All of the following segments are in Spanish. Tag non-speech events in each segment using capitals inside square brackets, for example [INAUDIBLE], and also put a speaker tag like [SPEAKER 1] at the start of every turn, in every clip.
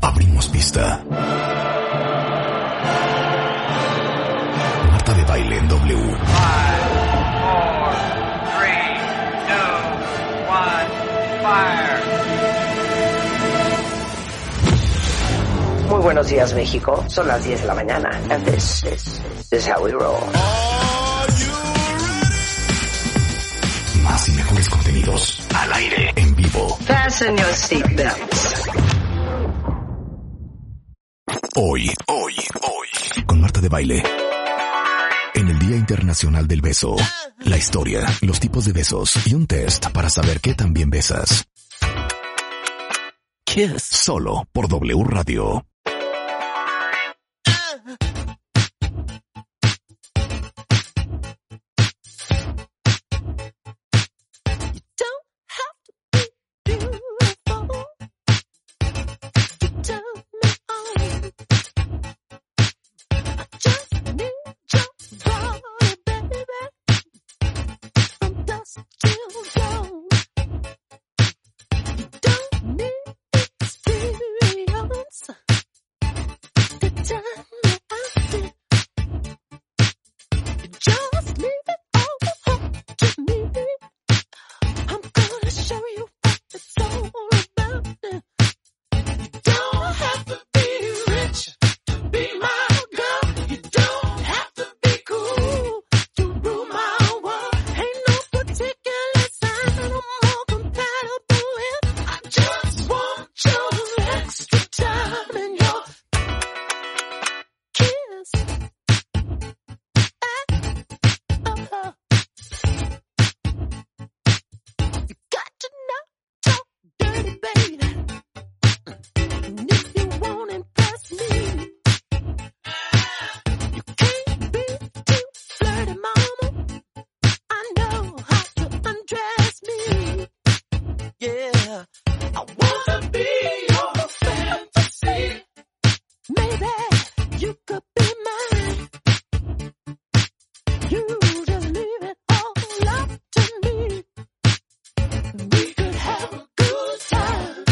[SPEAKER 1] Abrimos pista. Marta de baile en W.
[SPEAKER 2] three, two, one, fire.
[SPEAKER 3] Muy buenos días, México. Son las 10 de la mañana. And this is, this is how we roll.
[SPEAKER 1] Más y mejores contenidos. Al aire. En vivo.
[SPEAKER 3] Fasten your seatbelts.
[SPEAKER 1] Hoy. Hoy. Hoy. Con Marta de baile. En el Día Internacional del Beso. La historia, los tipos de besos y un test para saber qué tan bien besas. Kiss. Solo por W Radio.
[SPEAKER 4] don't have to be beautiful. You turn me on. I just need your body, baby. From dusk till dawn. You don't need experience to turn me on. You Just leave it all up to me. I'm gonna show you what it's all about. You don't have to be rich to be my girl. You don't have to be cool to rule my world. Ain't no particular sign that I'm more compatible with. I just want your extra time and your kiss. Ah, oh, oh. You got to not talk dirty, baby. And if you won't impress me, you can't be too flirty, mama. I know how to undress me. Yeah, I wanna be your fantasy. Maybe you could be mine. You just leave it all up to me. We could have a good time.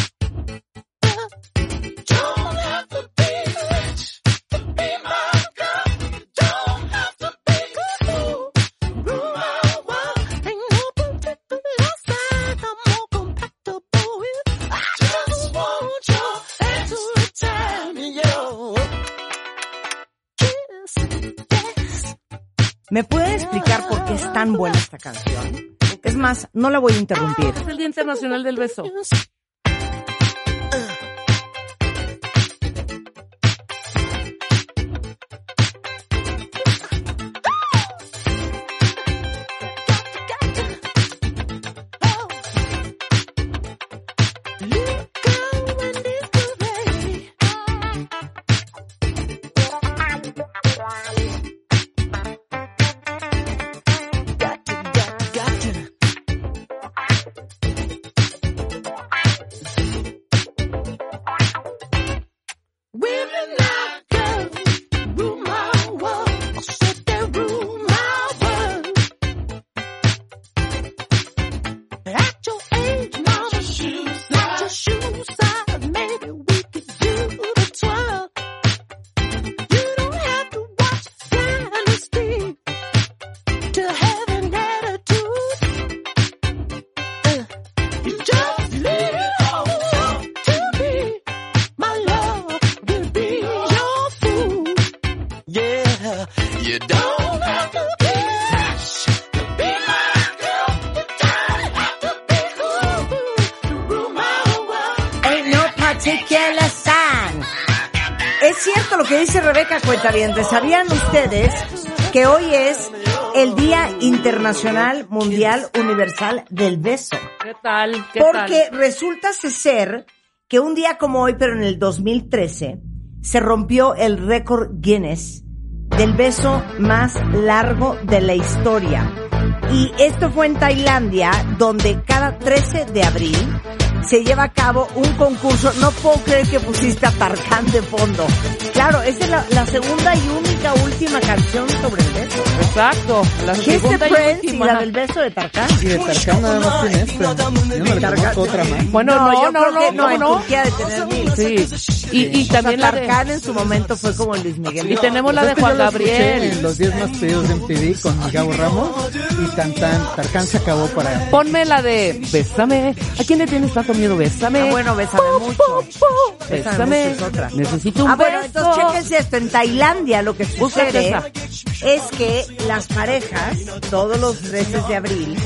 [SPEAKER 4] Don't have to be rich to be my girl. Don't have to be cool. Rule my world. Ain't no particular sign I'm more compatible with. I just want your extra time and your kiss. Yes.
[SPEAKER 5] ¿Me puede explicar por qué es tan buena esta canción? Es más, no la voy a interrumpir.
[SPEAKER 6] Es el Día Internacional del Beso.
[SPEAKER 4] Women are girls, rule my world. Should they rule my world? At your age, mama, your shoes, not your shoe size. Maybe we could do the twirl. You don't have to watch Dynasty to have an attitude. Uh, you just leave it all up to me. My love could be your fool. Yeah, you don't have to be rich to be my girl. You don't have to be cool to rule my world.
[SPEAKER 5] Ain't no particular sign. Es cierto lo que dice Rebeca Cuentavientes. ¿Sabían ustedes que hoy es el Día Internacional Mundial Universal del Beso?
[SPEAKER 6] ¿Qué tal? ¿Qué
[SPEAKER 5] Porque resulta ser que un día como hoy, pero en el 2013, se rompió el récord Guinness del beso más largo de la historia. Y esto fue en Tailandia, donde cada 13 de abril se lleva a cabo un concurso. No puedo creer que pusiste a Tarkan de fondo. Claro, esa es la, la segunda y única última canción sobre el beso.
[SPEAKER 6] Exacto. La
[SPEAKER 5] Kiss the
[SPEAKER 6] segunda y
[SPEAKER 5] Prince y
[SPEAKER 6] última.
[SPEAKER 5] la del beso de Tarkan.
[SPEAKER 7] Y de Tarkan nada más tiene esta. Yo no le conozco otra más.
[SPEAKER 6] Bueno, no,
[SPEAKER 5] yo
[SPEAKER 6] no,
[SPEAKER 5] creo
[SPEAKER 6] no,
[SPEAKER 5] que
[SPEAKER 6] no,
[SPEAKER 5] en
[SPEAKER 6] no.
[SPEAKER 5] Turquía de tener mil.
[SPEAKER 6] Sí. Y, y
[SPEAKER 5] O sea,
[SPEAKER 6] también la de-
[SPEAKER 5] Tarkan en su momento fue como Luis Miguel.
[SPEAKER 6] Y tenemos la
[SPEAKER 7] Pues
[SPEAKER 6] de
[SPEAKER 7] es que
[SPEAKER 6] Juan
[SPEAKER 7] yo lo escuché En
[SPEAKER 6] Gabriel.
[SPEAKER 7] los 10 más pedidos de MTV con Gabo Ramos y tan tan Tarkan se acabó para
[SPEAKER 6] Ponme la de Bésame. ¿A quién le tienes tanto miedo? Bésame.
[SPEAKER 5] Ah, bueno, Bésame mucho. Bésame
[SPEAKER 6] Bésame.
[SPEAKER 5] mucho es otra.
[SPEAKER 6] Necesito un
[SPEAKER 5] Ah, bueno,
[SPEAKER 6] beso.
[SPEAKER 5] entonces chéquense esto. En Tailandia lo que
[SPEAKER 6] Búscate
[SPEAKER 5] sucede
[SPEAKER 6] esa.
[SPEAKER 5] es que las parejas, todos los 13 de abril,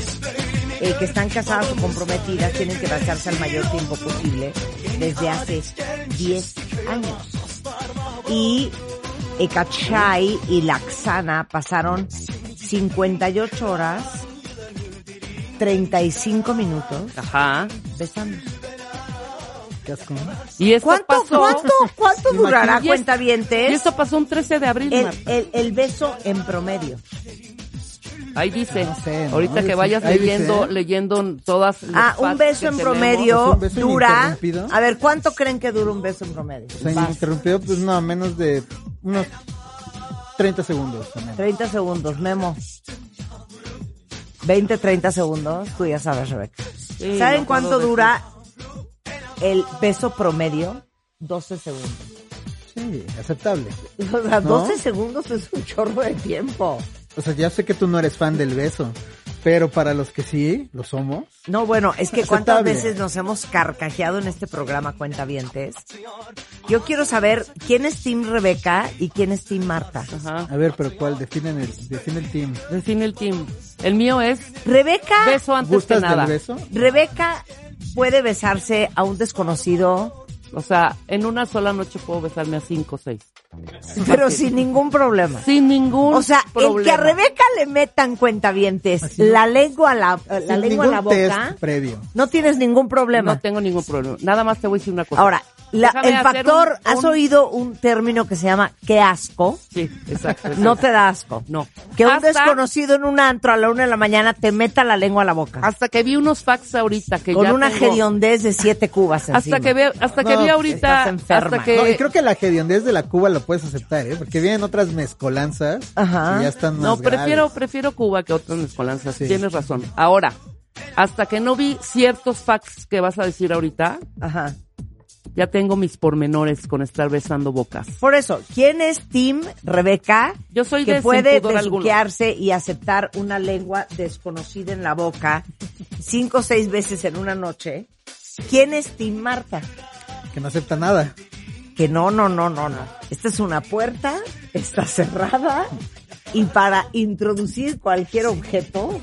[SPEAKER 5] eh, que están casadas o comprometidas, tienen que casarse al mayor tiempo posible desde hace 10 años. Y Ekachai y Laxana pasaron 58 horas, 35 minutos
[SPEAKER 6] Ajá.
[SPEAKER 5] besando.
[SPEAKER 6] Y esto
[SPEAKER 5] ¿Cuánto,
[SPEAKER 6] pasó.
[SPEAKER 5] cuánto, cuánto durará
[SPEAKER 6] Y es-
[SPEAKER 5] cuenta
[SPEAKER 6] Y esto pasó un 13 de abril,
[SPEAKER 5] el,
[SPEAKER 6] Mar.
[SPEAKER 5] el, el beso en promedio.
[SPEAKER 6] Ahí dice.
[SPEAKER 7] No sé, ¿no?
[SPEAKER 6] Ahorita que
[SPEAKER 7] Dice-
[SPEAKER 6] vayas
[SPEAKER 7] ahí dice,
[SPEAKER 6] leyendo,
[SPEAKER 7] ¿eh?
[SPEAKER 6] leyendo todas las
[SPEAKER 5] Ah, un
[SPEAKER 6] facts
[SPEAKER 5] beso
[SPEAKER 6] que
[SPEAKER 5] en
[SPEAKER 6] tenemos.
[SPEAKER 5] promedio
[SPEAKER 7] ¿Es un beso
[SPEAKER 5] dura.
[SPEAKER 7] ininterrumpido?
[SPEAKER 5] A ver, ¿cuánto creen que dura un beso en promedio?
[SPEAKER 7] Se interrumpió pues no, menos de unos 30 segundos. también.
[SPEAKER 5] 30 segundos, Memo. 20, 30 segundos. Tú ya sabes, Rebeca.
[SPEAKER 6] Sí,
[SPEAKER 5] ¿Saben
[SPEAKER 6] no puedo
[SPEAKER 5] cuánto
[SPEAKER 6] decir.
[SPEAKER 5] dura el beso promedio? 12 segundos. [LAUGHS]
[SPEAKER 7] Sí, aceptable.
[SPEAKER 5] O sea,
[SPEAKER 7] ¿No?
[SPEAKER 5] 12 segundos es un chorro de tiempo.
[SPEAKER 7] O sea, ya sé que tú no eres fan del beso, pero para los que sí, lo somos.
[SPEAKER 5] No, bueno, es que cuántas
[SPEAKER 7] Aceptable.
[SPEAKER 5] veces nos hemos carcajeado en este programa Cuentavientes. Yo quiero saber quién es Team Rebeca y quién es Team Marta.
[SPEAKER 6] Ajá.
[SPEAKER 7] A ver, pero ¿cuál? Definen el, define el team.
[SPEAKER 6] Define el team. El mío es
[SPEAKER 5] Rebeca,
[SPEAKER 6] beso antes que
[SPEAKER 7] ¿Gustas
[SPEAKER 6] nada.
[SPEAKER 7] del beso?
[SPEAKER 5] Rebeca puede besarse a un desconocido,
[SPEAKER 6] O sea, en una sola noche puedo besarme a cinco o seis.
[SPEAKER 5] pero sin ningún problema.
[SPEAKER 6] Sin ningún
[SPEAKER 5] O sea,
[SPEAKER 6] problema.
[SPEAKER 5] el que a Rebeca le metan cuentavientes la lengua a la, la
[SPEAKER 7] Sin
[SPEAKER 5] lengua a la
[SPEAKER 7] ningún
[SPEAKER 5] boca,
[SPEAKER 7] test previo.
[SPEAKER 5] no tienes ningún problema.
[SPEAKER 6] No tengo ningún problema. Nada más te voy a decir una cosa.
[SPEAKER 5] Ahora, la-
[SPEAKER 6] Déjame
[SPEAKER 5] el
[SPEAKER 6] hacer
[SPEAKER 5] factor,
[SPEAKER 6] un-
[SPEAKER 5] ¿has
[SPEAKER 6] un-
[SPEAKER 5] oído un término que se llama qué asco?
[SPEAKER 6] Sí, exacto.
[SPEAKER 5] No
[SPEAKER 6] exacto.
[SPEAKER 5] te da asco.
[SPEAKER 6] No.
[SPEAKER 5] Que un
[SPEAKER 6] Hasta-
[SPEAKER 5] desconocido en un antro a la una de la mañana te meta la lengua a la boca.
[SPEAKER 6] Hasta que vi unos facts ahorita que
[SPEAKER 5] con
[SPEAKER 6] ya
[SPEAKER 5] una
[SPEAKER 6] tengo-
[SPEAKER 5] hediondez de siete cubas.
[SPEAKER 6] Hasta
[SPEAKER 5] encima.
[SPEAKER 6] que, ve, hasta que
[SPEAKER 7] No,
[SPEAKER 6] vi
[SPEAKER 7] pues,
[SPEAKER 6] ahorita.
[SPEAKER 5] estás enferma.
[SPEAKER 6] Hasta que.
[SPEAKER 7] No, y creo que la hediondez de la Cuba lo puedes aceptar, ¿eh? Porque vienen otras mezcolanzas
[SPEAKER 5] Ajá.
[SPEAKER 7] y ya están más
[SPEAKER 6] No, prefiero,
[SPEAKER 7] graves.
[SPEAKER 6] prefiero Cuba que otras mezcolanzas.
[SPEAKER 7] Sí.
[SPEAKER 6] Tienes razón. Ahora, hasta que no vi ciertos facts que vas a decir ahorita,
[SPEAKER 5] Ajá.
[SPEAKER 6] ya tengo mis pormenores con estar besando bocas.
[SPEAKER 5] Por eso, ¿quién es Tim Rebeca?
[SPEAKER 6] Yo soy
[SPEAKER 5] que
[SPEAKER 6] de
[SPEAKER 5] puede
[SPEAKER 6] sin pudor alguno.
[SPEAKER 5] besuquearse y aceptar una lengua desconocida en la boca cinco o seis veces en una noche. ¿Quién es Tim Marta?
[SPEAKER 7] Que no acepta nada.
[SPEAKER 5] Que no, no, no, no, no. Esta es una puerta, está cerrada y para introducir cualquier objeto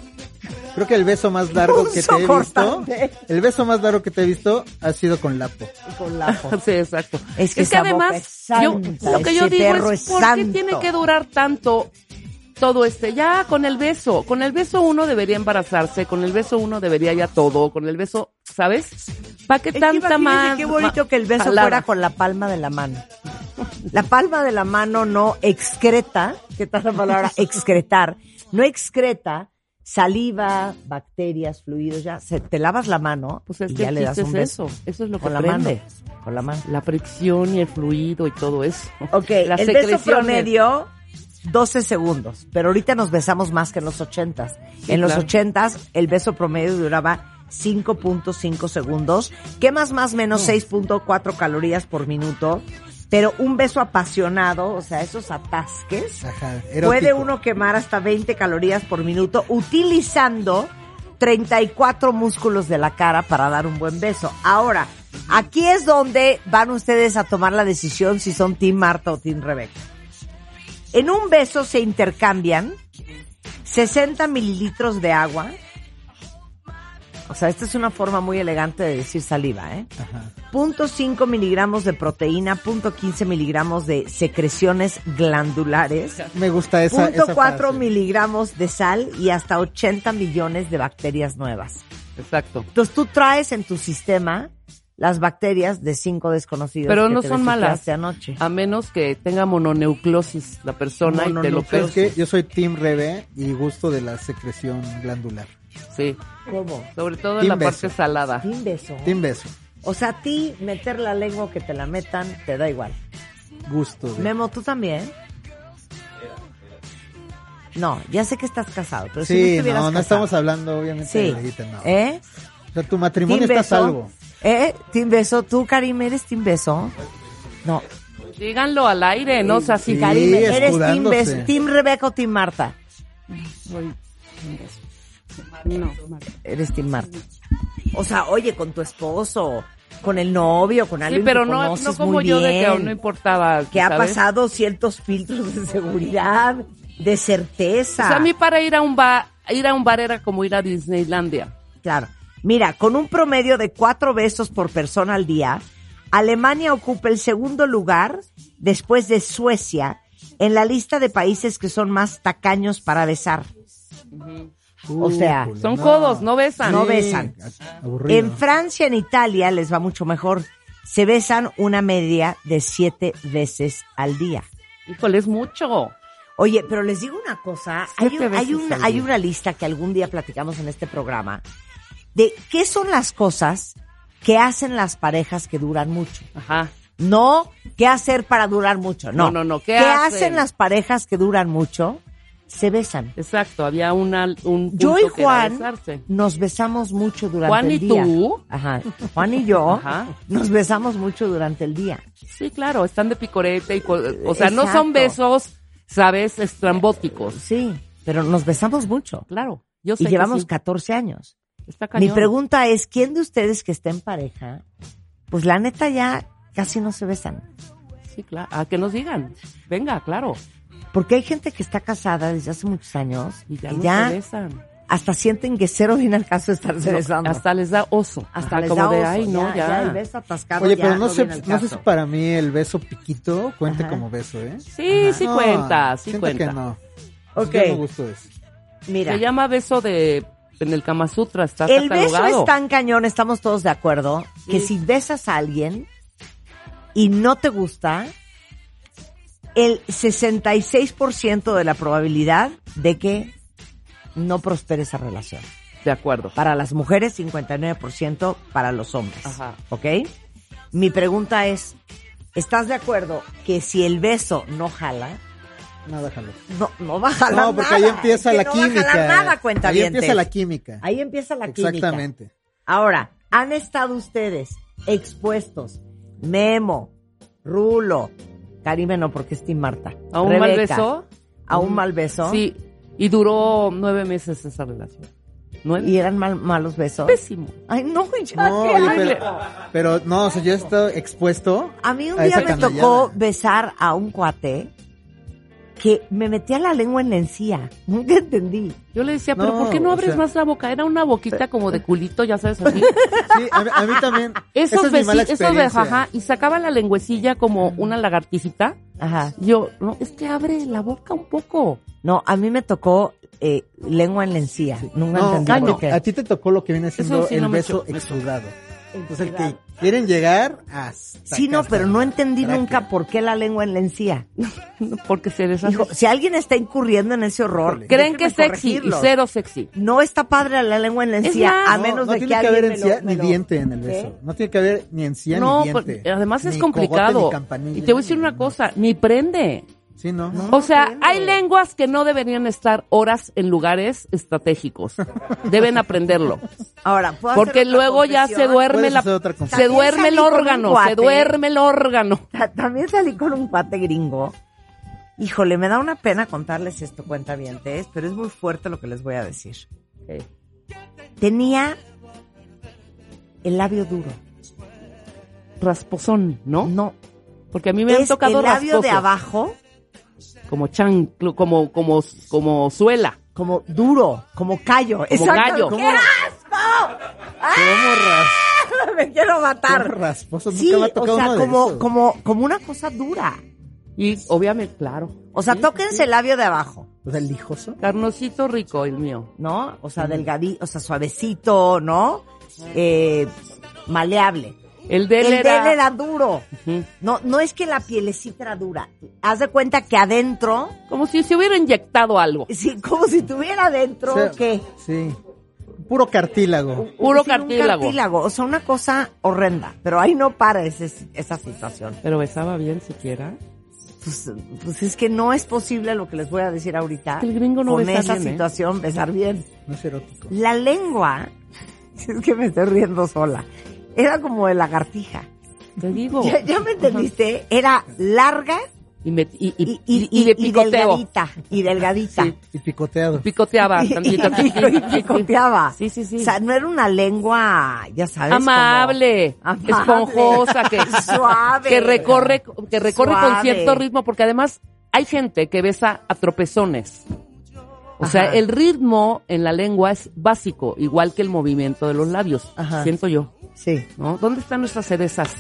[SPEAKER 7] Creo que el beso más largo que te he visto,
[SPEAKER 5] Soportante.
[SPEAKER 7] el beso más largo que te he visto ha sido con Lapo.
[SPEAKER 5] con la
[SPEAKER 6] [LAUGHS]
[SPEAKER 5] boca.
[SPEAKER 6] Sí, exacto.
[SPEAKER 5] Es que esa boca es santa,
[SPEAKER 6] yo- lo que yo
[SPEAKER 5] ese perro
[SPEAKER 6] digo es,
[SPEAKER 5] es
[SPEAKER 6] ¿por qué
[SPEAKER 5] santo?
[SPEAKER 6] tiene que durar tanto todo este? Ya con el beso, con el beso uno debería embarazarse, con el beso uno debería ya todo, con el beso, ¿sabes? ¿Para qué
[SPEAKER 5] Es que
[SPEAKER 6] tanta
[SPEAKER 5] imagínense
[SPEAKER 6] más?
[SPEAKER 5] Qué bonito
[SPEAKER 6] ma-
[SPEAKER 5] que el beso
[SPEAKER 6] jalada?
[SPEAKER 5] fuera con la palma de la mano. La palma de la mano no excreta, ¿qué tal la palabra excretar? No excreta saliva, bacterias, fluidos, ya. Se, te lavas la mano
[SPEAKER 6] Pues es
[SPEAKER 5] y
[SPEAKER 6] que
[SPEAKER 5] ya
[SPEAKER 6] el
[SPEAKER 5] le das
[SPEAKER 6] chiste
[SPEAKER 5] un
[SPEAKER 6] es
[SPEAKER 5] beso.
[SPEAKER 6] eso. Eso es lo que
[SPEAKER 5] Con la
[SPEAKER 6] prende.
[SPEAKER 5] mano. Con la mano.
[SPEAKER 6] La fricción y el fluido y todo eso.
[SPEAKER 5] Ok,
[SPEAKER 6] [LAUGHS] Las
[SPEAKER 5] el beso
[SPEAKER 6] secreciones.
[SPEAKER 5] promedio, 12 segundos. Pero ahorita nos besamos más que en los 80s.
[SPEAKER 6] Sí,
[SPEAKER 5] en los
[SPEAKER 6] claro.
[SPEAKER 5] 80s, el beso promedio duraba 5.5 segundos. Quemas más
[SPEAKER 6] Mm.
[SPEAKER 5] menos 6.4 calorías por minuto. Pero un beso apasionado, o sea, esos atasques,
[SPEAKER 7] Ajá, erótico.
[SPEAKER 5] puede uno quemar hasta 20 calorías por minuto utilizando 34 músculos de la cara para dar un buen beso. Ahora, aquí es donde van ustedes a tomar la decisión si son Team Marta o Team Rebeca. En un beso se intercambian 60 mililitros de agua. O sea, esta es una forma muy elegante de decir saliva, ¿eh?
[SPEAKER 7] Ajá.
[SPEAKER 5] 0.5 miligramos de proteína, 0.15 miligramos de secreciones glandulares,
[SPEAKER 7] Me gusta esa, esa
[SPEAKER 5] 0.4
[SPEAKER 7] frase.
[SPEAKER 5] miligramos de sal y hasta 80 millones de bacterias nuevas.
[SPEAKER 6] Exacto.
[SPEAKER 5] Entonces tú traes en tu sistema las bacterias de cinco desconocidos.
[SPEAKER 6] Pero
[SPEAKER 5] que
[SPEAKER 6] no
[SPEAKER 5] te
[SPEAKER 6] son malas. Ah.
[SPEAKER 5] besuqueaste anoche.
[SPEAKER 6] A menos que tenga mononeuclosis la persona y te lo
[SPEAKER 7] Pero
[SPEAKER 6] pegas.
[SPEAKER 7] es que yo soy Team Rebe y gusto de la secreción glandular.
[SPEAKER 6] Sí,
[SPEAKER 5] ¿Cómo?
[SPEAKER 6] sobre todo en
[SPEAKER 7] Team
[SPEAKER 6] la
[SPEAKER 7] beso.
[SPEAKER 6] parte salada.
[SPEAKER 5] Team beso.
[SPEAKER 7] Team beso.
[SPEAKER 5] O sea, a ti meter la lengua que te la metan te da igual.
[SPEAKER 7] Gusto de.
[SPEAKER 5] Memo, tú también. No, ya sé que estás casado, pero si no
[SPEAKER 7] Sí,
[SPEAKER 5] estuvieras
[SPEAKER 7] no, no
[SPEAKER 5] casado.
[SPEAKER 7] estamos hablando obviamente de
[SPEAKER 5] Sí.
[SPEAKER 7] Rayita, no.
[SPEAKER 5] ¿Eh?
[SPEAKER 7] O sea, tu matrimonio
[SPEAKER 5] Team
[SPEAKER 7] está a
[SPEAKER 5] beso.
[SPEAKER 7] salvo.
[SPEAKER 5] ¿Eh? Team beso. ¿Tú, Karim, eres team beso? No.
[SPEAKER 6] Díganlo al aire, no o sea, sí.
[SPEAKER 7] Sí.
[SPEAKER 5] Karim, ¿eres team
[SPEAKER 7] escudándose.
[SPEAKER 5] beso? ¿Team Rebeca o team Marta?
[SPEAKER 8] No,
[SPEAKER 5] Eres team Marta. O sea, oye, con tu esposo, con el novio, con
[SPEAKER 6] Sí,
[SPEAKER 5] alguien
[SPEAKER 6] pero
[SPEAKER 5] que
[SPEAKER 6] no,
[SPEAKER 5] conoces
[SPEAKER 6] no como
[SPEAKER 5] muy
[SPEAKER 6] yo de que
[SPEAKER 5] bien.
[SPEAKER 6] aún no importaba.
[SPEAKER 5] que ha
[SPEAKER 6] ¿sabes?
[SPEAKER 5] pasado ciertos filtros de seguridad, de certeza.
[SPEAKER 6] O sea, a mí para ir a un bar, ir a un bar era como ir a Disneylandia.
[SPEAKER 5] Claro. Mira, con un promedio de cuatro besos por persona al día, Alemania ocupa el segundo lugar después de Suecia en la lista de países que son más tacaños para besar. O sea,
[SPEAKER 7] Újule,
[SPEAKER 6] Son codos, no besan.
[SPEAKER 5] No besan.
[SPEAKER 7] Aburrido.
[SPEAKER 5] En Francia, en Italia les va mucho mejor. Se besan una media de siete veces al día.
[SPEAKER 6] Híjole, es mucho.
[SPEAKER 5] Oye, pero les digo una cosa, hay,
[SPEAKER 6] Siete
[SPEAKER 5] un- hay
[SPEAKER 6] veces
[SPEAKER 5] una,
[SPEAKER 6] al
[SPEAKER 5] hay
[SPEAKER 6] día.
[SPEAKER 5] una lista que algún día platicamos en este programa de qué son las cosas que hacen las parejas que duran mucho.
[SPEAKER 6] Ajá.
[SPEAKER 5] No qué hacer para durar mucho, no.
[SPEAKER 6] No, no, no, ¿qué
[SPEAKER 5] hacen?
[SPEAKER 6] hacen?
[SPEAKER 5] las parejas que duran mucho? Se besan.
[SPEAKER 6] Exacto, había una, un punto
[SPEAKER 5] Yo y
[SPEAKER 6] que era
[SPEAKER 5] Juan
[SPEAKER 6] besarse.
[SPEAKER 5] nos besamos mucho durante
[SPEAKER 6] Juan
[SPEAKER 5] el
[SPEAKER 6] y
[SPEAKER 5] día.
[SPEAKER 6] tú.
[SPEAKER 5] Ajá. Juan y yo
[SPEAKER 6] Ajá.
[SPEAKER 5] nos besamos mucho durante el día.
[SPEAKER 6] Sí, claro, están de picorete y co- o sea, no
[SPEAKER 5] Exacto.
[SPEAKER 6] son besos, sabes, estrambóticos.
[SPEAKER 5] Sí, pero nos besamos mucho.
[SPEAKER 6] Claro, yo sé
[SPEAKER 5] Y
[SPEAKER 6] que
[SPEAKER 5] llevamos
[SPEAKER 6] sí.
[SPEAKER 5] 14 años.
[SPEAKER 6] Está cañón.
[SPEAKER 5] Mi pregunta es, ¿quién de ustedes que está en pareja, pues la neta ya casi no se besan?
[SPEAKER 6] Sí, claro, a que nos digan. Venga, claro.
[SPEAKER 5] Porque hay gente que está casada desde hace muchos años
[SPEAKER 6] Y ya
[SPEAKER 5] y
[SPEAKER 6] no
[SPEAKER 5] ya
[SPEAKER 6] se besan.
[SPEAKER 5] hasta sienten que cero viene al caso de estarse
[SPEAKER 6] No,
[SPEAKER 5] besando.
[SPEAKER 6] hasta les da oso.
[SPEAKER 5] Hasta
[SPEAKER 6] Ajá,
[SPEAKER 5] les
[SPEAKER 6] como
[SPEAKER 5] da
[SPEAKER 6] de,
[SPEAKER 5] oso,
[SPEAKER 6] ay, no, ya.
[SPEAKER 5] el beso atascado
[SPEAKER 7] Oye,
[SPEAKER 5] ya
[SPEAKER 7] pero no, sé,
[SPEAKER 5] viene al
[SPEAKER 7] no sé si
[SPEAKER 5] caso.
[SPEAKER 7] para mí el beso piquito cuente
[SPEAKER 5] Ajá.
[SPEAKER 7] como beso, ¿eh?
[SPEAKER 6] Sí, sí
[SPEAKER 7] No,
[SPEAKER 6] cuenta, sí
[SPEAKER 7] Ah, siento
[SPEAKER 6] cuenta.
[SPEAKER 7] que no. Pues
[SPEAKER 5] Ok.
[SPEAKER 7] Yo no gusto de eso.
[SPEAKER 5] Mira,
[SPEAKER 6] Se llama beso de en el Kama Sutra, está
[SPEAKER 5] el beso
[SPEAKER 6] catalogado.
[SPEAKER 5] es tan cañón, estamos todos de acuerdo, que si
[SPEAKER 6] Sí.
[SPEAKER 5] besas a alguien y no te gusta, el 66% de la probabilidad de que no prospere esa relación.
[SPEAKER 6] De acuerdo.
[SPEAKER 5] Para las mujeres, 59% para los hombres.
[SPEAKER 6] Ajá.
[SPEAKER 5] ¿Ok? Mi pregunta es, ¿estás de acuerdo que si el beso no jala,
[SPEAKER 7] Nada, jalo.
[SPEAKER 5] no, no va a jalar
[SPEAKER 7] No, porque ahí
[SPEAKER 5] nada?
[SPEAKER 7] empieza
[SPEAKER 5] Es que
[SPEAKER 7] la
[SPEAKER 5] no
[SPEAKER 7] química.
[SPEAKER 5] va a jalar nada, cuenta
[SPEAKER 7] ahí empieza la química.
[SPEAKER 5] Ahí empieza la química.
[SPEAKER 7] Exactamente.
[SPEAKER 5] Ahora, ¿han estado ustedes expuestos, Memo, Rulo, Karime no, porque es Tim Marta,
[SPEAKER 6] ¿A un mal
[SPEAKER 5] Rebeca,
[SPEAKER 6] beso? Mm,
[SPEAKER 5] ¿A un mal beso?
[SPEAKER 6] Sí. Y duró nueve meses esa relación. Nueve.
[SPEAKER 5] ¿Y eran mal- malos besos?
[SPEAKER 6] Pésimo.
[SPEAKER 5] Ay, no, ya,
[SPEAKER 7] No,
[SPEAKER 5] qué
[SPEAKER 7] oye,
[SPEAKER 5] asco.
[SPEAKER 7] pero, pero no, o sea, yo he estado expuesto.
[SPEAKER 5] A mí un
[SPEAKER 7] A
[SPEAKER 5] día
[SPEAKER 7] Ah, esa
[SPEAKER 5] me
[SPEAKER 7] canallada.
[SPEAKER 5] tocó besar a un cuate que me metía la lengua en la encía. [LAUGHS] Nunca entendí.
[SPEAKER 6] Yo le decía, pero
[SPEAKER 7] No,
[SPEAKER 6] ¿por qué no
[SPEAKER 7] o
[SPEAKER 6] abres
[SPEAKER 7] sea-
[SPEAKER 6] más la boca? Era una boquita como de culito, ya
[SPEAKER 5] [LAUGHS]
[SPEAKER 6] sabes, así.
[SPEAKER 7] Sí, a, mí- a mí también.
[SPEAKER 6] [LAUGHS] Esos
[SPEAKER 7] Esa es mi mala
[SPEAKER 6] besitos, esos de
[SPEAKER 7] experiencia.
[SPEAKER 6] jaja, y sacaba la lengüecilla como una lagartijita.
[SPEAKER 5] Ajá.
[SPEAKER 6] Yo, no, es que abre la boca un poco.
[SPEAKER 5] No, a mí me tocó eh, lengua en la encía. Nunca
[SPEAKER 7] No,
[SPEAKER 5] entendí
[SPEAKER 7] ay,
[SPEAKER 5] por
[SPEAKER 7] no,
[SPEAKER 5] qué.
[SPEAKER 7] a ti te tocó lo que viene siendo
[SPEAKER 6] sí
[SPEAKER 7] el
[SPEAKER 6] no me
[SPEAKER 7] beso
[SPEAKER 6] cho- me
[SPEAKER 7] exudado. O sea, el que
[SPEAKER 5] Exudado.
[SPEAKER 7] quieren llegar hasta.
[SPEAKER 5] Sí,
[SPEAKER 7] acá,
[SPEAKER 5] no,
[SPEAKER 7] hasta
[SPEAKER 5] pero no
[SPEAKER 7] la
[SPEAKER 5] entendí
[SPEAKER 7] tráquea.
[SPEAKER 5] nunca por qué la lengua en la encía.
[SPEAKER 6] Porque se deshace.
[SPEAKER 5] Hijo, si alguien está incurriendo en ese horror,
[SPEAKER 6] Creen que es
[SPEAKER 5] déjenme
[SPEAKER 6] sexy y
[SPEAKER 5] corregirlos.
[SPEAKER 6] cero sexy.
[SPEAKER 5] No está padre la lengua en la
[SPEAKER 6] Es
[SPEAKER 5] encía,
[SPEAKER 6] más-
[SPEAKER 5] a
[SPEAKER 7] No,
[SPEAKER 5] menos
[SPEAKER 7] no
[SPEAKER 5] de
[SPEAKER 7] tiene
[SPEAKER 5] que alguien
[SPEAKER 7] haber
[SPEAKER 5] me lo-
[SPEAKER 7] encía
[SPEAKER 5] me
[SPEAKER 7] ni
[SPEAKER 5] lo-
[SPEAKER 7] diente en el beso.
[SPEAKER 5] ¿Qué?
[SPEAKER 7] No tiene que haber ni encía
[SPEAKER 6] No,
[SPEAKER 7] ni diente.
[SPEAKER 6] pues, además es
[SPEAKER 7] ni cogote,
[SPEAKER 6] complicado.
[SPEAKER 7] ni campanilla.
[SPEAKER 6] Y te voy a decir una cosa, ni prende.
[SPEAKER 7] Sí, no.
[SPEAKER 6] O sea, hay lenguas que no deberían estar horas en lugares estratégicos. Deben
[SPEAKER 7] [LAUGHS]
[SPEAKER 6] aprenderlo.
[SPEAKER 5] Ahora, ¿puedo hacer
[SPEAKER 6] Porque
[SPEAKER 5] otra
[SPEAKER 6] luego ya se
[SPEAKER 5] confesión?
[SPEAKER 6] duerme
[SPEAKER 7] Puedes
[SPEAKER 6] la,
[SPEAKER 7] hacer otra confesión.
[SPEAKER 6] se duerme
[SPEAKER 5] También salí
[SPEAKER 6] el
[SPEAKER 5] con un
[SPEAKER 6] órgano,
[SPEAKER 5] cuate.
[SPEAKER 6] se duerme el órgano.
[SPEAKER 5] Ta- También salí con un cuate gringo. Híjole, me da una pena contarles esto, cuentavientes, pero es muy fuerte lo que les voy a decir.
[SPEAKER 6] Eh,
[SPEAKER 5] Tenía el labio duro.
[SPEAKER 6] Rasposón, ¿no?
[SPEAKER 5] No,
[SPEAKER 6] Porque a mí me han
[SPEAKER 5] es
[SPEAKER 6] tocado
[SPEAKER 5] el labio
[SPEAKER 6] rasposos,
[SPEAKER 5] de abajo
[SPEAKER 6] como chanclo, como como como suela,
[SPEAKER 5] como duro, como callo.
[SPEAKER 6] como
[SPEAKER 5] Exacto.
[SPEAKER 6] gallo.
[SPEAKER 5] ¡Qué asco!
[SPEAKER 7] ¿Cómo ras-
[SPEAKER 5] [LAUGHS] Me quiero
[SPEAKER 7] cómo
[SPEAKER 5] matar.
[SPEAKER 7] rasposo? Pues Nunca
[SPEAKER 5] Sí,
[SPEAKER 7] me ha
[SPEAKER 5] o
[SPEAKER 7] tocado uno
[SPEAKER 5] sea,
[SPEAKER 7] de
[SPEAKER 5] como,
[SPEAKER 7] esos.
[SPEAKER 5] como, como una cosa dura.
[SPEAKER 6] Y obviamente, claro.
[SPEAKER 5] O sea,
[SPEAKER 6] Sí,
[SPEAKER 5] tóquense el labio de abajo,
[SPEAKER 7] O sea, lijoso.
[SPEAKER 6] Carnosito rico el mío.
[SPEAKER 5] ¿no? O sea, delgadito, o sea, suavecito, ¿no? Eh, maleable.
[SPEAKER 6] El de él
[SPEAKER 5] el
[SPEAKER 6] era...
[SPEAKER 5] de él era duro.
[SPEAKER 6] Ujú.
[SPEAKER 5] No, no es que la pielecita era dura. Haz de cuenta que adentro, [LAUGHS]
[SPEAKER 6] Como si se hubiera inyectado algo.
[SPEAKER 5] sí, como si tuviera adentro
[SPEAKER 7] O sea,
[SPEAKER 5] que
[SPEAKER 7] Sí. Puro cartílago.
[SPEAKER 6] Puro
[SPEAKER 5] sí,
[SPEAKER 6] cartílago.
[SPEAKER 5] Un cartílago. O sea, una cosa horrenda. Pero ahí no para ese- esa situación.
[SPEAKER 6] Pero besaba bien siquiera.
[SPEAKER 5] Pues, pues es que no es posible lo que les voy a decir ahorita.
[SPEAKER 6] El gringo no
[SPEAKER 5] con
[SPEAKER 6] besa
[SPEAKER 5] esa
[SPEAKER 6] bien, ¿eh?
[SPEAKER 5] situación besar bien.
[SPEAKER 7] No es erótico.
[SPEAKER 5] La lengua, [LAUGHS] es que me estoy riendo sola. Era como de lagartija.
[SPEAKER 6] Te digo.
[SPEAKER 5] ¿Ya, ya me entendiste? Era larga
[SPEAKER 6] Y, me- y- y-
[SPEAKER 5] y, y-
[SPEAKER 6] y de
[SPEAKER 5] y
[SPEAKER 6] picoteo.
[SPEAKER 5] delgadita. Y delgadita.
[SPEAKER 6] Sí.
[SPEAKER 7] Y picoteado.
[SPEAKER 5] [LAUGHS]
[SPEAKER 6] Picoteaba.
[SPEAKER 5] Y,
[SPEAKER 6] tantito.
[SPEAKER 5] y- y
[SPEAKER 6] [LAUGHS]
[SPEAKER 5] picoteaba.
[SPEAKER 6] Sí, sí, sí.
[SPEAKER 5] O sea, no era una lengua, ya sabes. como-
[SPEAKER 6] Amable,
[SPEAKER 5] Amable.
[SPEAKER 6] esponjosa, que,
[SPEAKER 5] Suave.
[SPEAKER 6] que recorre, que recorre con
[SPEAKER 5] Suave.
[SPEAKER 6] cierto ritmo, porque además hay gente que besa a tropezones. O sea,
[SPEAKER 5] Ajá.
[SPEAKER 6] el ritmo en la lengua es básico, igual que el movimiento de los labios,
[SPEAKER 5] Ajá.
[SPEAKER 6] siento yo,
[SPEAKER 5] Sí.
[SPEAKER 6] ¿no? ¿Dónde están nuestras cerezas?